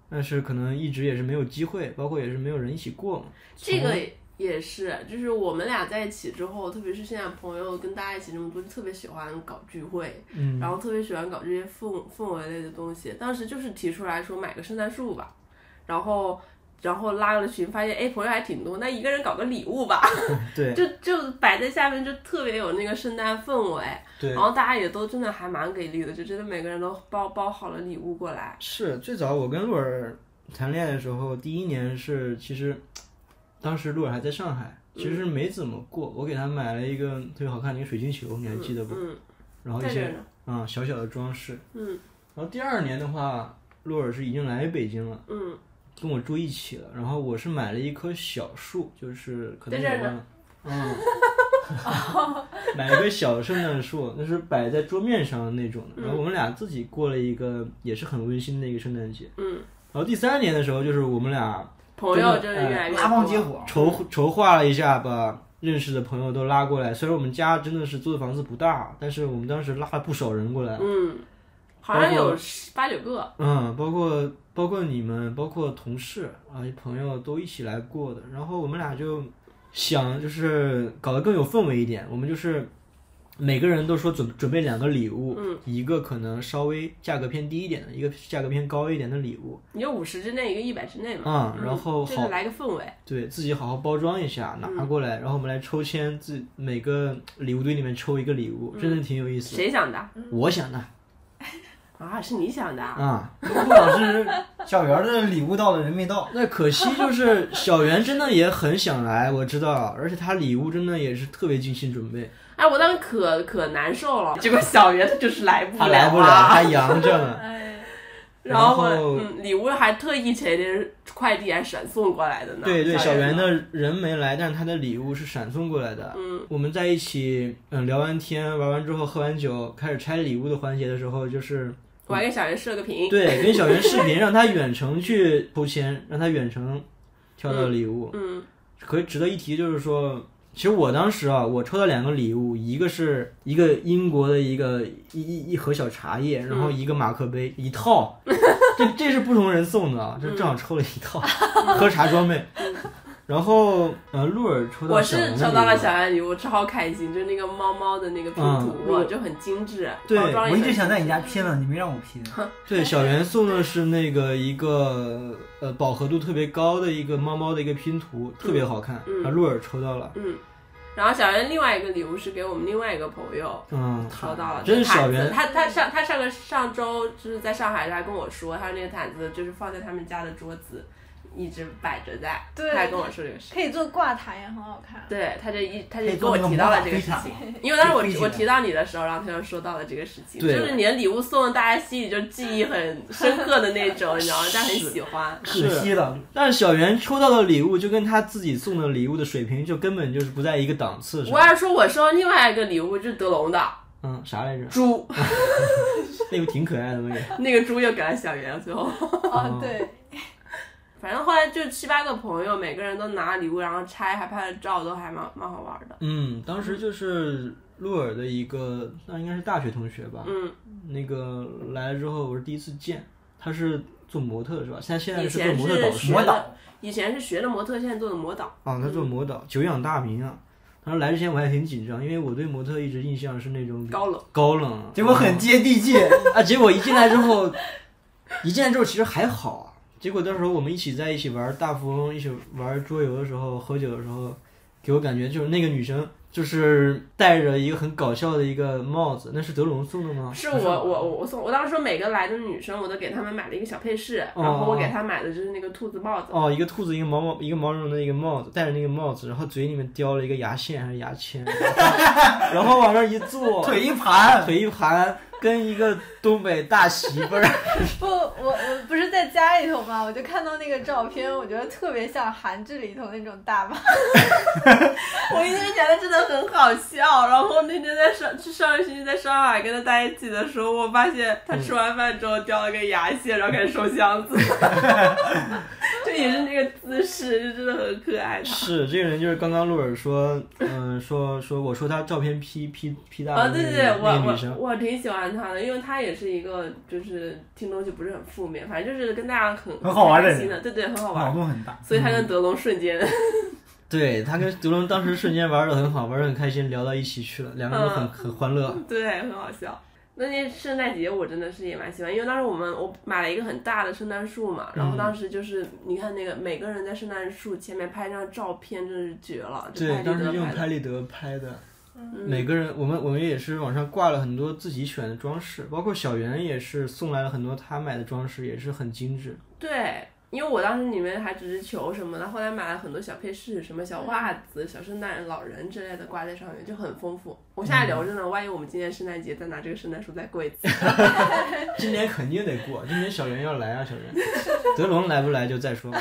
但是可能一直也是没有机会，包括也是没有人一起过嘛。
这个也是，就是我们俩在一起之后，特别是现在朋友跟大家一起这么多，就特别喜欢搞聚会，
嗯，
然后特别喜欢搞这些氛氛围类的东西。当时就是提出来说买个圣诞树吧，然后然后拉了群，发现哎朋友还挺多，那一个人搞个礼物吧，
对
就就摆在下面就特别有那个圣诞氛围。
对
然，后大家也都真的还蛮给力的，就真的每个人都包包好了礼物过来。
是最早我跟鹿儿谈恋爱的时候，第一年是其实当时鹿儿还在上海，其实没怎么过。我给他买了一个特别好看的一个水晶球，你还记得不？
嗯，
然后一
在这儿
些
呢。
啊、小小的装饰。
嗯
然后第二年的话，鹿儿是已经来北京了，
嗯，
跟我住一起了。然后我是买了一棵小树，就是可能有
在这儿
个嗯，买了一棵小圣诞树，那是摆在桌面上的那种的。然
嗯
后我们俩自己过了一个也是很温馨的一个圣诞节。
嗯，
然后第三年的时候，就是我们俩
朋友真的越
哎
来越多。
拉帮结伙，
筹筹划了一下，把认识的朋友都拉过来。虽然我们家真的是租的房子不大，但是我们当时拉了不少人过来。
嗯，好像有十八九个。
嗯，包括包括你们，包括同事啊、朋友都一起来过的。然后我们俩就想就是搞得更有氛围一点，我们就是每个人都说准准备两个礼物，
嗯
一个可能稍微价格偏低一点的，一个价格偏高一点的礼物
你就五十之内，一个一百之内嘛。嗯
啊、然后
就
好
是来个氛围，
对自己好好包装一下，拿
嗯
过来，然后我们来抽签，自每个礼物堆里面抽一个礼
嗯
物，真的挺有意思的。
谁想的
我想的
啊？是你想的嗯啊？
啊， *laughs*
陆老师小圆的礼物到了，人没到，
那可惜就是小袁真的也很想来，我知道，而且他礼物真的也是特别精心准备，
哎，我当时可可难受了，结果小圆他就是来不
他来不了，
啊
他阳着 *laughs* 呢。
哎，
然后
然后
嗯，礼物还特意前一天快递还闪送过来的呢。
对对，小
圆
袁的人没来，但是他的礼物是闪送过来的。
嗯，
我们在一起，嗯，聊完天，玩完之后，喝完酒，开始拆礼物的环节的时候，就是
我还给小圆设了个屏。
对，跟小袁视频，让他远程去抽签，让他远程挑到礼物。
嗯
可以值得一提就是说，其实我当时啊，我抽到两个礼物，一个是一个英国的一个一一一盒小茶叶，
嗯
然后一个马克杯，一套。这这是不同人送的
*laughs*
啊，这正好抽了一套，*laughs*
嗯
喝茶装备。然后呃，鹿儿抽到
我
小
是
圆的
收到了
礼物
小圆礼物，超开心，就是那个猫猫的那个拼图，
嗯
就很精致，
对
包装
我
也
一
很
直想在你家拼了，你没让我拼。
对，小袁送的是那个一个呃饱和度特别高的一个猫猫的一个拼图，特别好看。
嗯
啊，鹿儿抽到了，
嗯。然后小圆另外一个礼物是给我们另外一个朋友，
嗯，
收到了，
真是
啊是
小袁
他他上他上个上周就是在上海，他还跟我说，他那个毯子就是放在他们家的桌子，一直摆着在。
对
他还跟我说这个事。
可以做挂毯也很好看。
对他这一，他
可
就
以
跟
做
我
那个
提到
魔
了
法
这个
飞
事
毯
情，因为当时
可以
我
飞起
我
来
提到你的时候，然后他就说到了这个事情，就
对
是你的礼物送的大家心里就记忆很
*laughs*
深刻的那种，你知道吗？大家很喜欢。
可惜了，
但小袁抽到的礼物就跟他自己送的礼物的水平就根本就是不在一个档次上
我。要说我收到另外一个礼物，就是德龙的
嗯，啥来着？
猪，
那个挺可爱的那个。
那个猪又给了小圆，最后。
哦，对，
反正后来就七八个朋友，每个人都拿礼物，然后拆，还拍了照，都还蛮蛮好玩的。
嗯，当时就是鹿尔的一个，那应该是大学同学吧。
嗯，
那个来了之后，我是第一次见，他是做模特是吧？他现在
以
是做
前
模特导
是
师
学
模
的
导，
以前是学的模特，现在做的模导。
啊，他做模导，久仰大名啊。当时来之前我还挺紧张，因为我对模特一直印象是那种
高冷，
高冷，
结果很接地
*laughs*
气。
啊，结果一进来之后，一进来之后其实还好啊。结果到时候我们一起在一起玩大富翁，一起玩桌游的时候，喝酒的时候，给我感觉就是那个女生就是戴着一个很搞笑的一个帽子，那是德龙送的吗？
是
还
我我我我送，我当时说每个来的女生，我都给她们买了一个小配饰，
哦
然后我给她买的就是那个兔子帽子，
哦，一个兔子，一个毛毛，一个毛茸茸的一个帽子，戴着那个帽子，然后嘴里面叼了一个牙线还是牙签，然后 *laughs* 往那儿一坐，
腿一
*laughs*
盘，
腿一盘，跟一个东北大媳妇儿。
不，我我不是在家里头嘛，我就看到那个照片，我觉得特别像韩剧里头那种大妈。
我一直觉得真的很好笑。然后那天在上去上个星期在上海跟她在一起的时候，我发现她吃完饭之后叼了个牙线，然后开始收
*laughs*
箱子，就也是那个姿势，就真的很可爱。她
是这个人，就是刚刚鹿尔说，嗯、说说我说他照片 P P P 大
啊，
的
对
那
对
个、
对，
那个女
我
生，
我我挺喜欢她的，因为她也是一个就是听东西不是很负面，反正就是跟大家很
很好玩的
开
人
心的，对对，很好玩
脑。
哦
洞很大。
所以他
嗯
跟德龙瞬间， *laughs*
对他跟德龙当时瞬间玩的很好，玩的很开心，聊到一起去了，两个人都很、
嗯
很欢乐。
对，很好笑。那那圣诞节我真的是也蛮喜欢，因为当时我们我买了一个很大的圣诞树嘛，然
嗯
后当时就是你看那个每个人在圣诞树前面拍一张照片，真是绝了，就
对，
拍立
当时
得
用
拍的
拍立得拍的，
嗯
每个人我们我们也是网上挂了很多自己选的装饰，包括小袁也是送来了很多他买的装饰，也是很精致。
对，因为我当时里面还只是球什么的，后来买了很多小配饰，什么小袜子、小圣诞老人之类的挂在上面，就很丰富。我现在留着呢，万一我们今年圣诞节再拿这个圣诞树再过一次。
今年肯定得过，今年小袁要来啊，小
*laughs*
袁，德龙来不来就再说吧。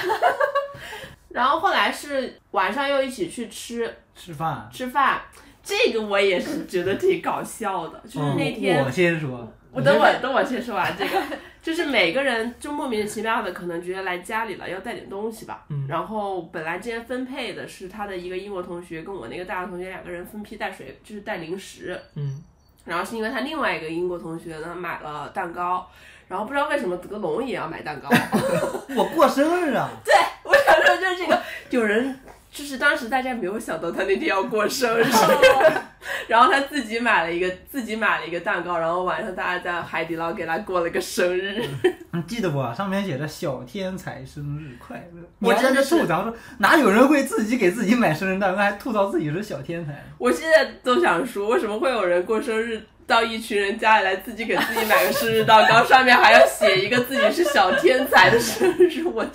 然后后来是晚上又一起去吃
吃饭，
吃饭，这个我也是觉得挺搞笑的，就是那天、
嗯我先说，
我等我等我先说完这个，就是每个人就莫名其妙的可能觉得来家里了要带点东西吧，然后本来之前分配的是他的一个英国同学跟我那个大学同学两个人分批带水，就是带零食，
嗯，
然后是因为他另外一个英国同学呢买了蛋糕，然后不知道为什么德龙也要买蛋糕， *laughs*
我过生日啊，
我想说就是这个有人。就是当时大家没有想到他那天要过生日，然后他自己买了一个自己买了一个蛋糕，然后晚上大家在海底捞给他过了个生日。
你记得不？啊上面写着“小天才生日快乐”，
我
你还在
真的
那
是
吐槽说哪有人会自己给自己买生日蛋糕，还吐槽自己是小天才？
我现在都想说，为什么会有人过生日到一群人家里来，自己给自己买个生日蛋糕， *laughs* 上面还要写一个自己是小天才的生日？我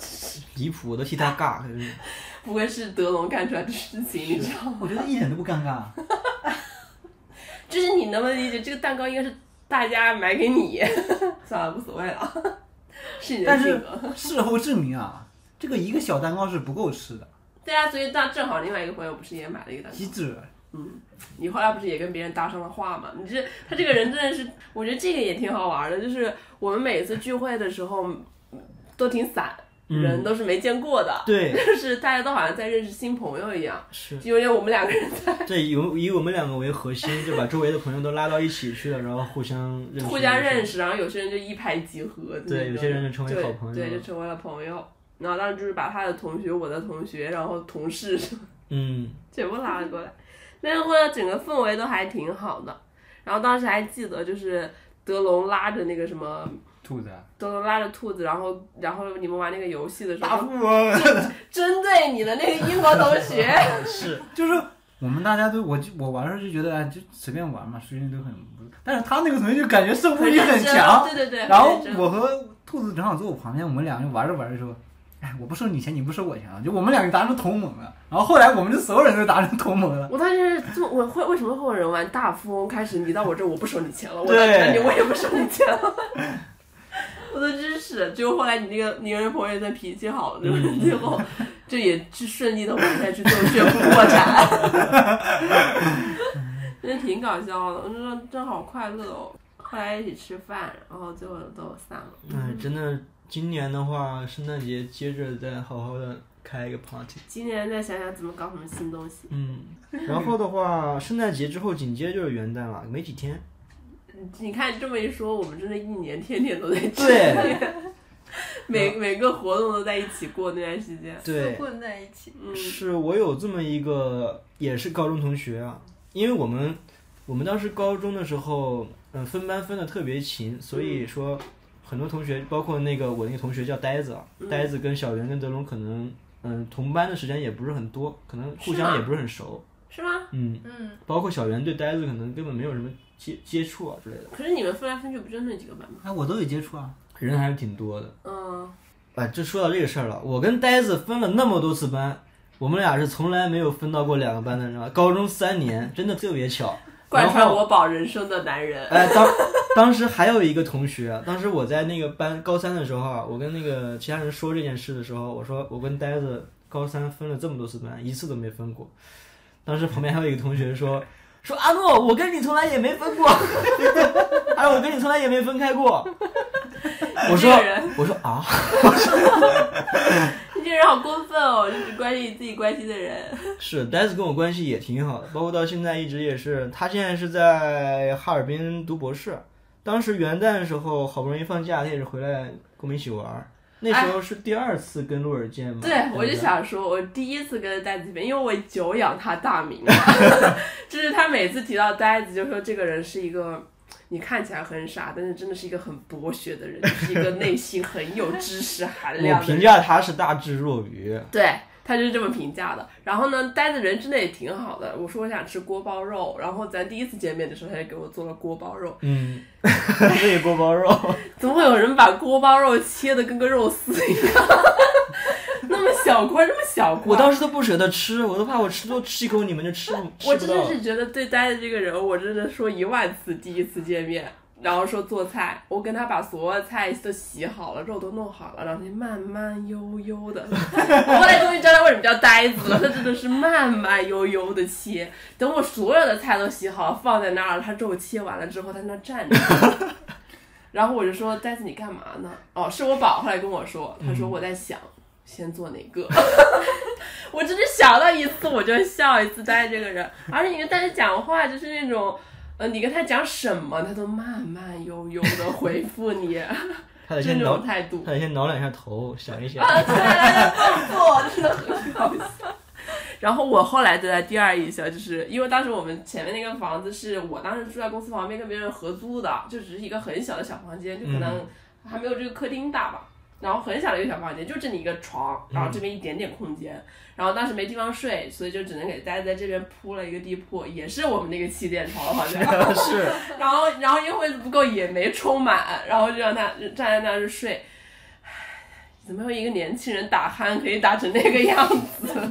离谱，我都替他尬。真是
不会是德龙干出来的事情，你知道吗？
*laughs* 我觉得一点都不尴尬。 *laughs*
就是你能不能理解，这个蛋糕应该是大家买给你， *laughs* 算了，无所谓了， *laughs* 是你的
但
性
是
格。
事后证明啊，这个一个小蛋糕是不够吃的，
对啊，所以当正好另外一个朋友不是也买了一个蛋糕
机，智。
你后来不是也跟别人搭上了话嘛？你这他这个人真的是，我觉得这个也挺好玩的，就是我们每次聚会的时候嗯都挺散，
嗯
人都是没见过的， *laughs*
对，
就是大家都好像在认识新朋友一样，
是。
就有点我们两个人 *laughs*
对，以我以我们两个为核心，就把周围的朋友都拉到一起去了，然后互相认识，
互相认。识，然后有些人就一拍即合，
对有些人就成为好朋友
对，对就成为了朋友。然后当时就是把他的同学、我的同学，然后同事
嗯，
全部拉了过来，那个会整个氛围都还挺好的。然后当时还记得就是德龙拉着那个什么。
兔子，
德龙拉着兔子，然后然后你们玩那个游戏的时
大
候，
富翁，
针对你的那个英国同学，
是
*laughs* 就是我们大家都我就我玩的时候就觉得哎，就随便玩嘛，谁人都很不，但是他那个同学就感觉胜负
很
欲
认
很
真
强。
对对对。
然后
很认真
我和兔子正好坐我旁边，我们俩就玩着玩着的时候，哎，我不收你钱，你不收我钱啊，就我们两个达成同盟了。然后后来我们就所有人都达成同盟了。
我当时做我会为什么会有人玩大富翁？开始你到我这儿我不收你钱了，我到
对
你那里我也不收你钱
*laughs*
了。我都真是，结果后来你那个你那个朋友真脾气好，就是
嗯
最后这也是顺利的玩下去，最后宣布破产， *laughs* 真的挺搞笑的，我真真好快乐哦。后来一起吃饭，然后最后都散了。
哎，真的，今年的话，圣诞节接着再好好的开一个 party。
今年再想想怎么搞什么新东西，
嗯，然后的话，圣诞节之后紧接着就是元旦了，没几天。
嗯你看这么一说，我们真的一年天天都在吃，
对
每每个活动都在一起过那段时间。
对，
混在一起，
嗯，
是我有这么一个也是高中同学啊，因为我们我们当时高中的时候，嗯，分班分的特别勤，所
嗯
以说很多同学，包括那个我那个同学叫呆子啊，
嗯
呆子跟小袁跟德龙可能嗯同班的时间也不是很多，可能互
是吗
相也不是很熟，
是吗？
嗯，
嗯，
包括小袁对呆子可能根本没有什么接接触啊之类的，
可是你们分来分去不就那几个班吗？
哎，我都有接触啊，
人还是挺多的。
嗯，
哎，这说到这个事儿了，我跟呆子分了那么多次班，我们俩是从来没有分到过两个班的，你知道吗？高中三年真的特别巧。
贯
然
穿
后
我宝人生的男人。
哎，当当时还有一个同学，当时我在那个班高三的时候啊，我跟那个其他人说这件事的时候，我说我跟呆子高三分了这么多次班，一次都没分过。当时旁边还有一个同学说说阿诺，我跟你从来也没分过， *laughs* 哎，我跟你从来也没分开过。 *laughs* 我说
你这个人，
我说啊，
你这个人好过分哦！就是关心你自己关心的人。
*laughs* 是呆子跟我关系也挺好的，包括到现在一直也是，他现在是在哈尔滨读博士。当时元旦的时候，好不容易放假，他也是回来跟我们一起玩儿。那时候是第二次跟洛尔见嘛？
哎对，我就
不，
想说，我第一次跟呆子见面，因为我久仰他大名了， *laughs* 就是他每次提到呆子，就说这个人是一个。你看起来很傻，但是真的是一个很博学的人，就是一个内心很有知识含量的
我
人。
评价他是大智若愚。
对，他就是这么评价的。然后呢，呆子人真的也挺好的。我说我想吃锅包肉，然后咱第一次见面的时候，他就给我做了锅包肉。
*laughs* 嗯，那个锅包肉，
*laughs* 怎么会有人把锅包肉切的跟个肉丝一样？ *laughs* 那么小块，那么小块。
我当时都不舍得吃，我都怕我吃多吃一口你们就吃不
我
吃不
真
到
的。是觉得对呆的这个人，我真的说一万次第一次见面，然后说做菜，我跟他把所有菜都洗好了，肉都弄好了，然后他慢慢悠悠的。 *laughs* 我后来终于知道他为什么叫呆子了，他真的是慢慢悠悠的切。等我所有的菜都洗好放在那儿了，他肉切完了之后，他在那站着。然后我就说：“呆子，你干嘛呢？”哦，是我宝后来跟我说，他说我在想、先做哪个。 *laughs* 我真是想到一次我就笑一次，呆这个人，而且你跟呆子讲话就是那种，呃，你跟他讲什么，他都慢慢悠悠的回复你，
他得
这
先挠
种，啊态度
他，得先挠两下头，想一想。 *laughs*
嗯做真的
然后我后来对他第二印象，就是因为当时我们前面那个房子是我当时住在公司旁边跟别人合租的，就只是一个很小的小房间，就可能还没有这个客厅大吧。然后很小的一个小房间，就这么一个床，然后这边一点点空间，然后当时没地方睡，所以就只能给大家在这边铺了一个地铺，也是我们那个气垫床了，好像。
是，
然后然后因为不够也没充满，然后就让他站在那儿就睡。唉怎么有一个年轻人打鼾可以打成那个样子？ *laughs*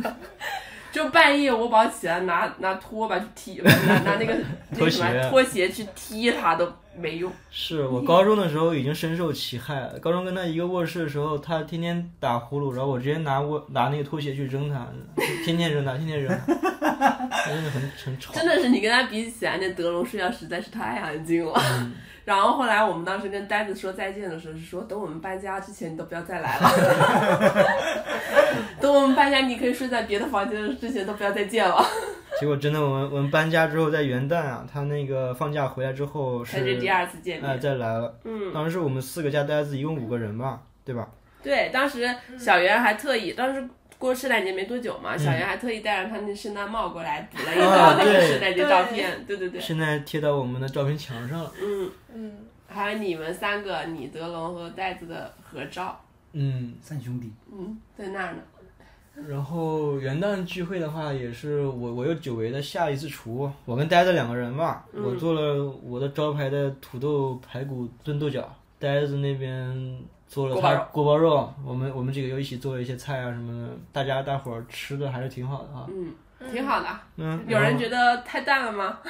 就半夜我宝起来拿拿拖把去踢，拿拿那个那个什
*laughs* 拖鞋
么拖鞋去踢他都没用。
是
嗯
我高中的时候已经深受其害了。高中跟他一个卧室的时候，他天天打呼噜，然后我直接拿我拿那个拖鞋去扔他，嗯天天扔他，天天扔
*laughs*
他，真的很很吵。
真的是你跟他比起来，那德龙睡觉实在是太安静了。
嗯
*laughs* 然后后来我们当时跟呆子说再见的时候，是说等我们搬家之前你都不要再来了，
*laughs*
等我们搬家你可以睡在别的房间之前都不要再见了。
结果真的，我们我们搬家之后，在元旦啊，他那个放假回来之后是
才是第二次见
哎
面。
再来了。
嗯，
当时我们四个加呆子一共五个人吧，对吧？
对，当时小袁还特意，当时过圣诞节没多久嘛，小袁还特意戴上他那圣诞帽过来补了
*laughs*
一张
嗯啊
那个
对
圣诞节照片。对对对，
现在贴到我们的照片墙上了。
嗯，
嗯，
还有你们三个，你德龙和呆子的合照，
嗯，
三兄弟，
嗯，在那儿呢。
然后元旦聚会的话，也是我我又久违的下了一次厨，我跟呆子两个人吧，
嗯
我做了我的招牌的土豆排骨炖豆角，呆子那边做了
锅
他
包
锅包肉，我们我们几个又一起做了一些菜啊什么的，大家大伙儿吃的还是挺好的啊。
嗯，挺好的。
嗯，
有人觉得太淡了吗？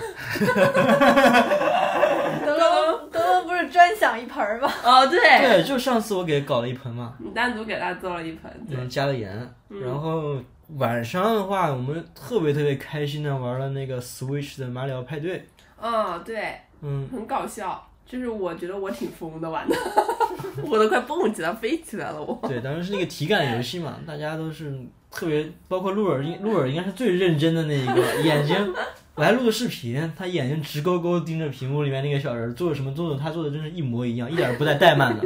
德龙德龙不是专享一盆儿吗？
*laughs* 哦，对，
对，就上次我给搞了一盆嘛，
你单独给他做了一盆，对，
嗯，加了盐，然后晚上的话，我们特别特别开心的玩了那个 Switch 的马里奥派对，
嗯，对，
嗯，
很搞笑。就是我觉得我挺疯的玩的， *laughs* 我都快蹦起来飞起来了，我。
对，当时是那个体感游戏嘛，大家都是特别，包括鹿耳，鹿耳应该是最认真的那一个，眼睛，我还录了视频，他眼睛直勾勾盯着屏幕里面那个小人儿做什么动作，他做的真是一模一样，一点儿不带怠慢的。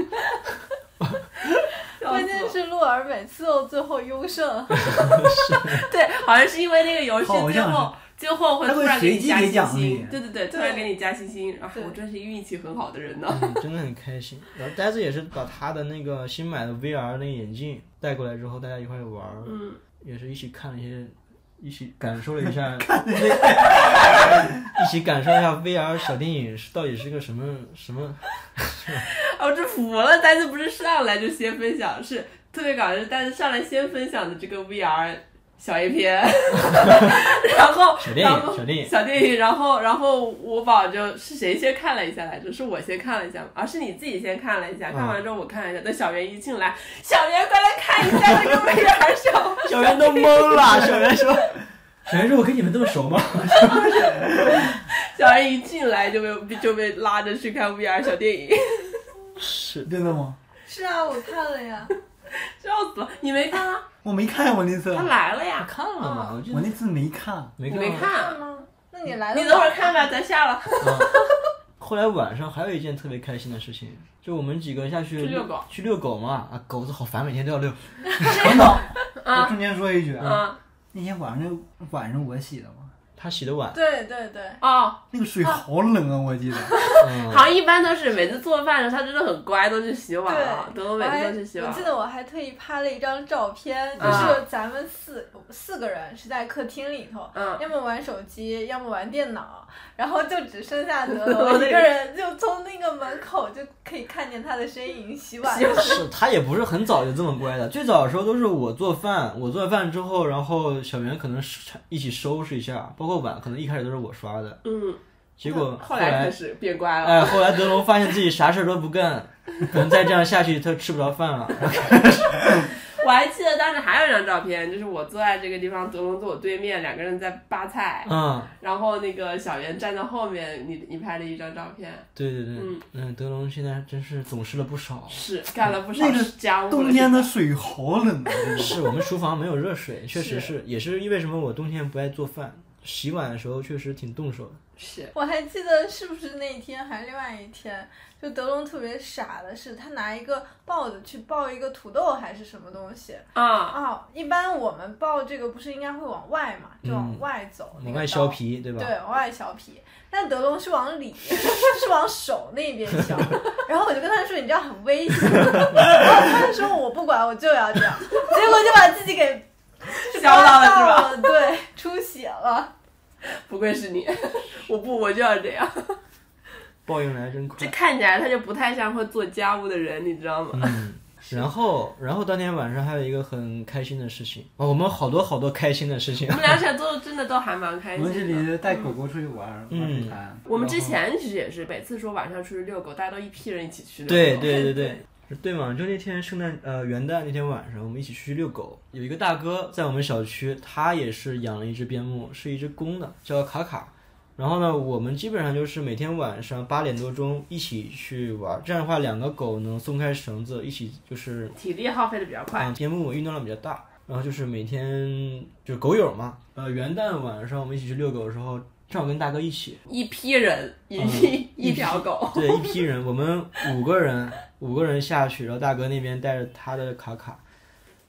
关键是鹿儿每次都最后优胜，
对，好像是因为那个游戏
好
最
像
后最后会
它
突
会
然给
随
你
机
加
给
星
奖励
星，对对对，突然给你加星星，啊，
对
我真是运气很好的人呢。
嗯，真的很开心。然后呆子也是把他的那个新买的 VR 那个眼镜带过来之后，大家一块儿玩儿，
嗯，
也是一起看了一些，一起感受了一下，一起感受一下 VR 小电影是到底是个什么什么。
*laughs* 啊，我真服了，但是不是上来就先分享，是特别搞笑，但是上来先分享的这个 VR 小
*laughs*
A 片，然后
小电
然
影
后
小电影
小电影，然后然后我保就是谁先看了一下来着？是我先看了一下吗？啊，是你自己先看了一
嗯
下，看完之后我看了一下，等小袁一进来，小袁快来看一下这个 VR 小。
小袁都懵了，小袁说：“小袁说，我跟你们这么熟吗
小人一进来就被就被拉着去看 VR 小电影，？”
是，
真的吗？
是啊，我看了呀，
笑死了！你没看啊？
我没看，我那次
他来了呀，
看了嘛？啊我记
我
得
那次没看，
没
你
看。
没看啊？
吗？那你来了，
你等会儿看吧，咱下了。
嗯后来晚上还有一件特别开心的事情，就我们几个下去
去遛狗，
去遛狗嘛。啊，狗子好烦，每天都要遛。
等等， *laughs* 我中间说一句，啊，
嗯，
那天晚上晚上我洗的嘛，
他洗的碗，
*laughs*
对对对，
哦，
那个水好冷啊，我记得。
嗯，
好像一般都是每次做饭的时候，他真的很乖，都去洗碗了。
对
等哎我每
我还
次都去洗碗
我记。得我还特意拍了一张照片，就
啊
是咱们四四个人是在客厅里头，
嗯
要么玩手机，要么玩电脑，然后就只
*laughs*
剩下德
我
罗
那个
一个人，就从那个门口就可以看见他的身影洗碗。
是他也不是很早就这么乖的，最早的时候都是我做饭，我做饭之后，然后小袁可能是一起收拾一下，包括碗可能一开始都是我刷的，
嗯，
结果
后来开始变乖了。
哎，后来德龙发现自己啥事儿都不干，可能再这样下去他吃不着饭了。 *laughs*
我还记得当时还有一张照片，就是我坐在这个地方，德龙坐我对面，两个人在扒菜，
嗯，
然后那个小袁站在后面，你你拍了一张照片，
对对对，
嗯
嗯德龙现在真是懂事了不少。
是干了不少
那个
家务了。
冬天的水好冷啊，真的
是我们厨房没有热水，确实
是
是，也是因为什么我冬天不爱做饭，洗碗的时候确实挺动手的。
是
我还记得是不是那天还是另外一天，就德龙特别傻的是，他拿一个刨子去刨一个土豆还是什么东西，
啊，
哦，一般我们刨这个不是应该会往外嘛，就往
嗯
外走，那
往
个
外
刀
削皮，对吧？
对，往外削皮。但德龙是往里，是往手那边削。然后我就跟他说：“你这样很危险。”然后他就说：“我不管，我就要这样。”结果就把自
*laughs*
己给
削到了是吧？
吧？对，出血了。
*laughs* 不愧是你， *laughs* 我不我就要这样。
报应来真
这
快。
看起来他就不太像会做家务的人，你知道吗？
嗯，然后，然后当天晚上还有一个很开心的事情哦，我们好多好多开心的事情
我。们俩想都真的都还蛮开
我们这
心的。
里带狗狗出去玩，
嗯
玩水潭。
我们之前其实也是，每次说晚上出去遛狗，大家都一批人一起去遛
对
狗
对对对，对嘛，就那天圣诞呃元旦那天晚上，我们一起出去遛狗，有一个大哥在我们小区，他也是养了一只边牧，是一只公的，叫卡卡。然后呢，我们基本上就是每天晚上八点多钟一起去玩，这样的话两个狗能松开绳子，一起就是
体力耗费的比较快。
啊，边牧运动量比较大，然后就是每天就是狗友嘛，呃，元旦晚上我们一起去遛狗的时候，正好跟大哥一起，
一批人一
嗯
一一条
*laughs*
狗，嗯 *laughs*
对，一批人，我们五个人， *laughs* 五个人下去，然后大哥那边带着他的卡卡，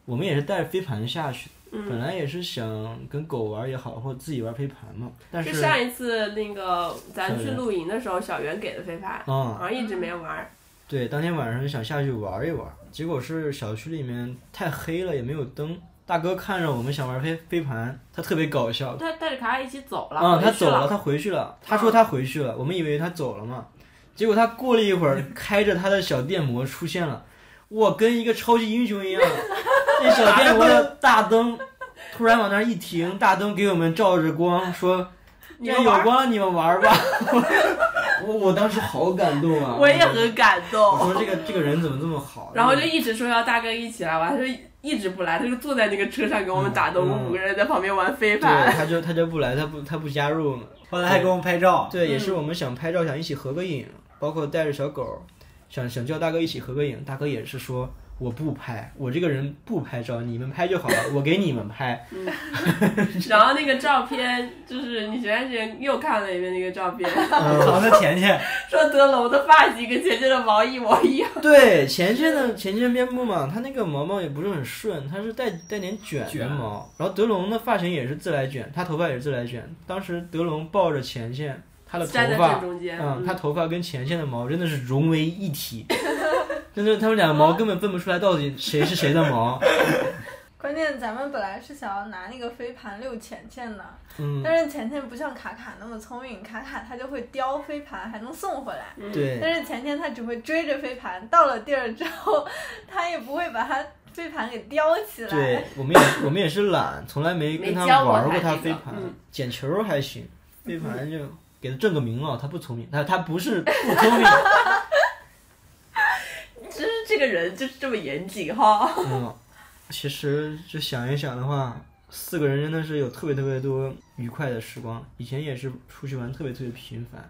我们也是带着飞盘下去，本来也是想跟狗玩也好，或者自己玩飞盘嘛，但
就是上一次那个咱去
小袁
露营的时候，小袁给的飞盘，
嗯
然，后一直没玩。
对，当天晚上想下去玩一玩，结果是小区里面太黑了，也没有灯。大哥看着我们想玩飞飞盘，他特别搞笑，
他带着卡卡一起走了，啊
啊、
回
嗯他
去
走了，他回去了。他说他回去
*laughs*
了，我们以为他走了嘛，结果他过了一会儿，开着他的小电摩出现了。我跟一个超级英
*laughs*
雄一样，那小电摩的大灯突然往那儿一停，大灯给我们照着光，说：“
你
这
们
有
玩儿
光了，你们玩
*laughs*
儿吧。
我我当时好感动啊！
我也很感”
嗯我
动。
说这个这个人怎么这么好？
然后就一直说要大哥一起来玩，他就一直不来，他就坐在那个车上给我们打灯，
嗯
我们五个人在旁边玩飞
对，
盘。
他就他就不来，他不他不加入我们。
后来还给我们拍照，
对，也
嗯
是我们想拍照，想一起合个影，包括带着小狗，想想叫大哥一起合个影。大哥也是说我不拍，我这个人不拍照，你们拍就好了，我给你们
*laughs*
拍。
然后那个照片，就是你前段时间又看了一遍那个照片，
嗯
藏着钱去。
*laughs* 说德龙的发型跟前天的毛一模一样。
对，前线的前线边牧嘛，他那个毛毛也不是很顺，他是带带点卷的
卷
毛。然后德龙的发型也是自来卷，他头发也是自来卷。当时德龙抱着前线，他的头
站在
发
正中间，
嗯，他头发跟前线的毛真的是融为一
*laughs*
体，真的他们俩毛根本分不出来到底谁是谁的毛。
关键咱们本来是想要拿那个飞盘遛浅浅的，
嗯，
但是浅浅不像卡卡那么聪明，卡卡他就会叼飞盘，还能送回来。
对，
但是前天他只会追着飞盘，到了地儿之后，他也不会把他飞盘给叼起来。
对，我们也我们也是懒，从来没跟他
没教过
玩
他
过他
这个
飞盘
嗯，
捡球儿还行，飞盘就给他正个名啊，他不聪明，他他不是不聪明，
就是这个人就是这么严谨哈。
嗯，其实就想一想的话，四个人真的是有特别特别多愉快的时光，以前也是出去玩特别特别频繁，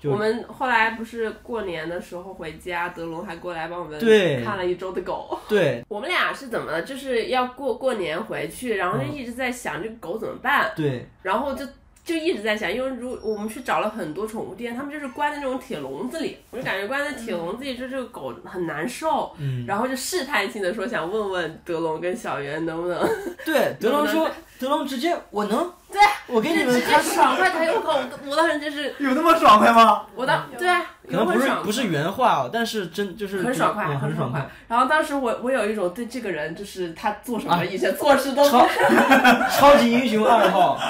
就
我们后来不是过年的时候回家，德龙还过来帮我们
对
看了一周的狗。
对
我们俩是怎么就是要过过年回去，然后就
嗯
一直在想这个狗怎么办，
对
然后就。就一直在想，因为如我们去找了很多宠物店，他们就是关在那种铁笼子里，我就感觉关在铁笼子里，就这个狗很难受。
嗯
然后就试探性的说，想问问德龙跟小圆能不能
对，德龙说，德龙直接我能，对我给你
直
们
接
看，
爽快抬我靠，我我当时真是
*laughs* 有那么爽快吗？
我当对啊，
可能不
很
是
爽
不是原话哦，但是真就是
很爽快，
嗯很
爽
快。。
然后当时我我有一种对这个人，就是他做什么以前做事都，
超超级英雄二号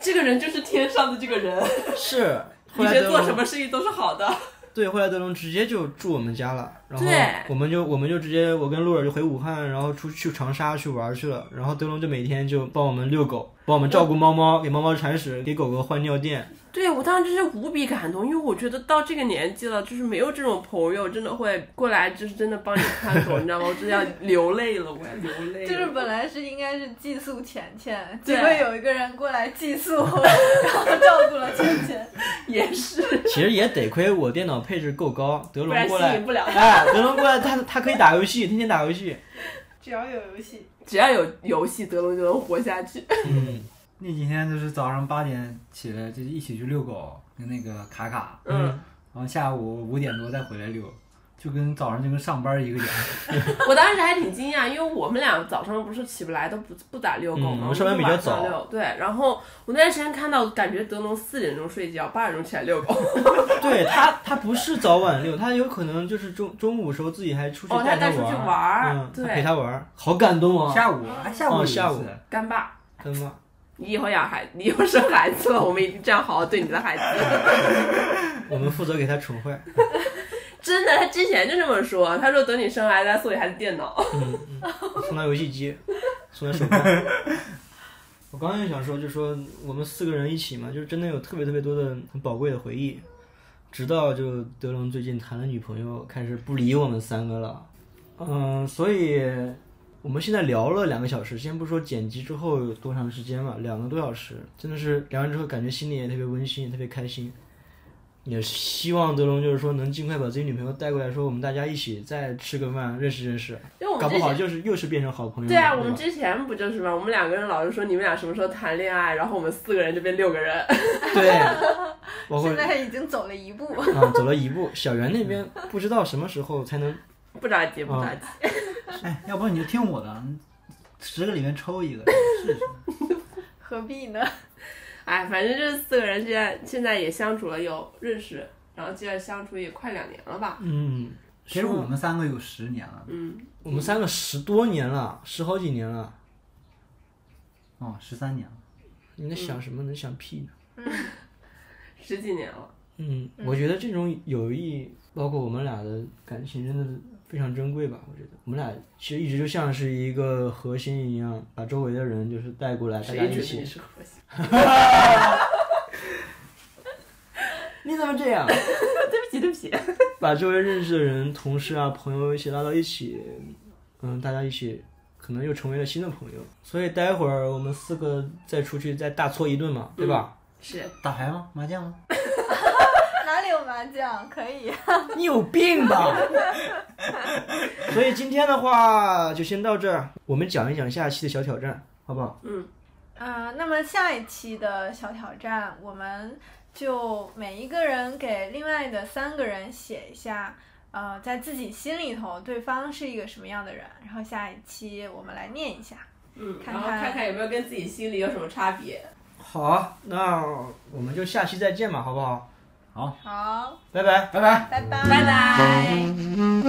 这个人就是天上的这个人，
是。后
以
来
前
德
做
龙
什么事情都是好的。
对，后来德龙直接就住我们家了，然后
对
我们就我们就直接我跟露尔就回武汉，然后出去长沙去玩去了，然后德龙就每天就帮我们遛狗，帮我们照顾猫猫，给猫猫铲屎，给狗狗换尿垫。
*laughs* 对我当时真是无比感动，因为我觉得到这个年纪了，就是没有这种朋友真的会过来，就是真的帮你看狗，你知道吗？我真的要流泪了，我要流泪了。
就是本来是应该是寄宿浅浅，
哎对
结果有一个人过来寄宿， *laughs* 然后照顾了浅浅。
也是，
其实也得亏我电脑配置够高，德
不
龙
然吸
过来
引，不了。
哎，德龙过来他他可以打游戏，天天打游戏。
只要有游戏，
只要有游戏，德龙就能活下去。
嗯
那几天就是早上八点起来，就一起去遛狗，跟那个卡卡，
嗯，
然后下午五点多再回来遛，就跟早上就跟上班一个点。
我当时还挺惊讶，因为我们俩早上不是起不来，都不不咋遛
嗯
狗嘛，
我
们
们上班比较早
都晚上遛。对，然后我那段时间看到，感觉德龙四点钟睡觉，八点钟起来遛狗。
对他他不是早晚遛，他有可能就是中中午时候自己还出去
哦，他
带
带出去
玩
玩
儿。
儿，
嗯，他陪
对，
他玩儿，好感动啊！
下午啊，下午
哦
有一
下
次
午
干爸，
真吗？
你以后养孩，你以后生孩子了，我们一定这样好好对你的孩子。
我们负责给他宠坏。
*laughs* 真的，他之前就这么说，他说等你生孩子，他送你孩子电脑。
嗯，嗯， *laughs* 送他游戏机，送他手办。我刚刚想说，就说我们四个人一起嘛，就是真的有特别特别多的很宝贵的回忆。直到就德龙最近谈了女朋友，开始不理我们三个了。嗯，所以我们现在聊了两个小时，先不说剪辑之后有多长时间嘛，两个多小时，真的是聊完之后感觉心里也特别温馨，也特别开心。也希望德龙就是说能尽快把自己女朋友带过来，说我们大家一起再吃个饭，认识认识。
就我们
搞
之
不
前
好就是嗯又是变成好朋友了。
对啊，我
吧
们之前不就是嘛，我们两个人老是说你们俩什么时候谈恋爱，然后我们四个人就变六个人。
对，包括 *laughs*
现在已经走了一步。
啊走了一步，小袁那边不知道什么时候才能
不着急，不
嗯
着急，
哎，要不你就听我的，十个里面抽一个试试。
何必呢？
哎，反正这四个人现在现在也相处了有认识，然后接着相处也快两年了吧？
嗯。
其实我们三个有十年了，
嗯，
我们三个十多年了，十好几年了，
哦，十三年了。
你在想什么？能想屁呢？
十几年了，
嗯，我觉得这种友谊，包括我们俩的感情，真的是非常珍贵吧。我觉得我们俩其实一直就像是一个核心一样，把周围的人就是带过来，大家
谁
一
准
起
你。是核心？
你怎么这样？
*laughs* 对不起，对不起。
把周围认识的人、同事啊、朋友一起拉到一起，嗯，大家一起可能又成为了新的朋友。所以待会儿我们四个再出去再大搓一顿嘛，对吧？
是，
打牌吗？麻将吗？
*laughs* 哪里有麻将？可以，
*laughs* 你有病吧？ *laughs* 所以今天的话就先到这儿，我们讲一讲下期的小挑战，好不好？
啊、那么下一期的小挑战，我们就每一个人给另外的三个人写一下，呃，在自己心里头对方是一个什么样的人，然后下一期我们来念一下。
嗯，
看
然后
看
看看有没有跟自己心里有什么差别。
好啊，那我们就下期再见吧，好不好？
好，
拜拜。
拜拜。
拜拜，
拜拜。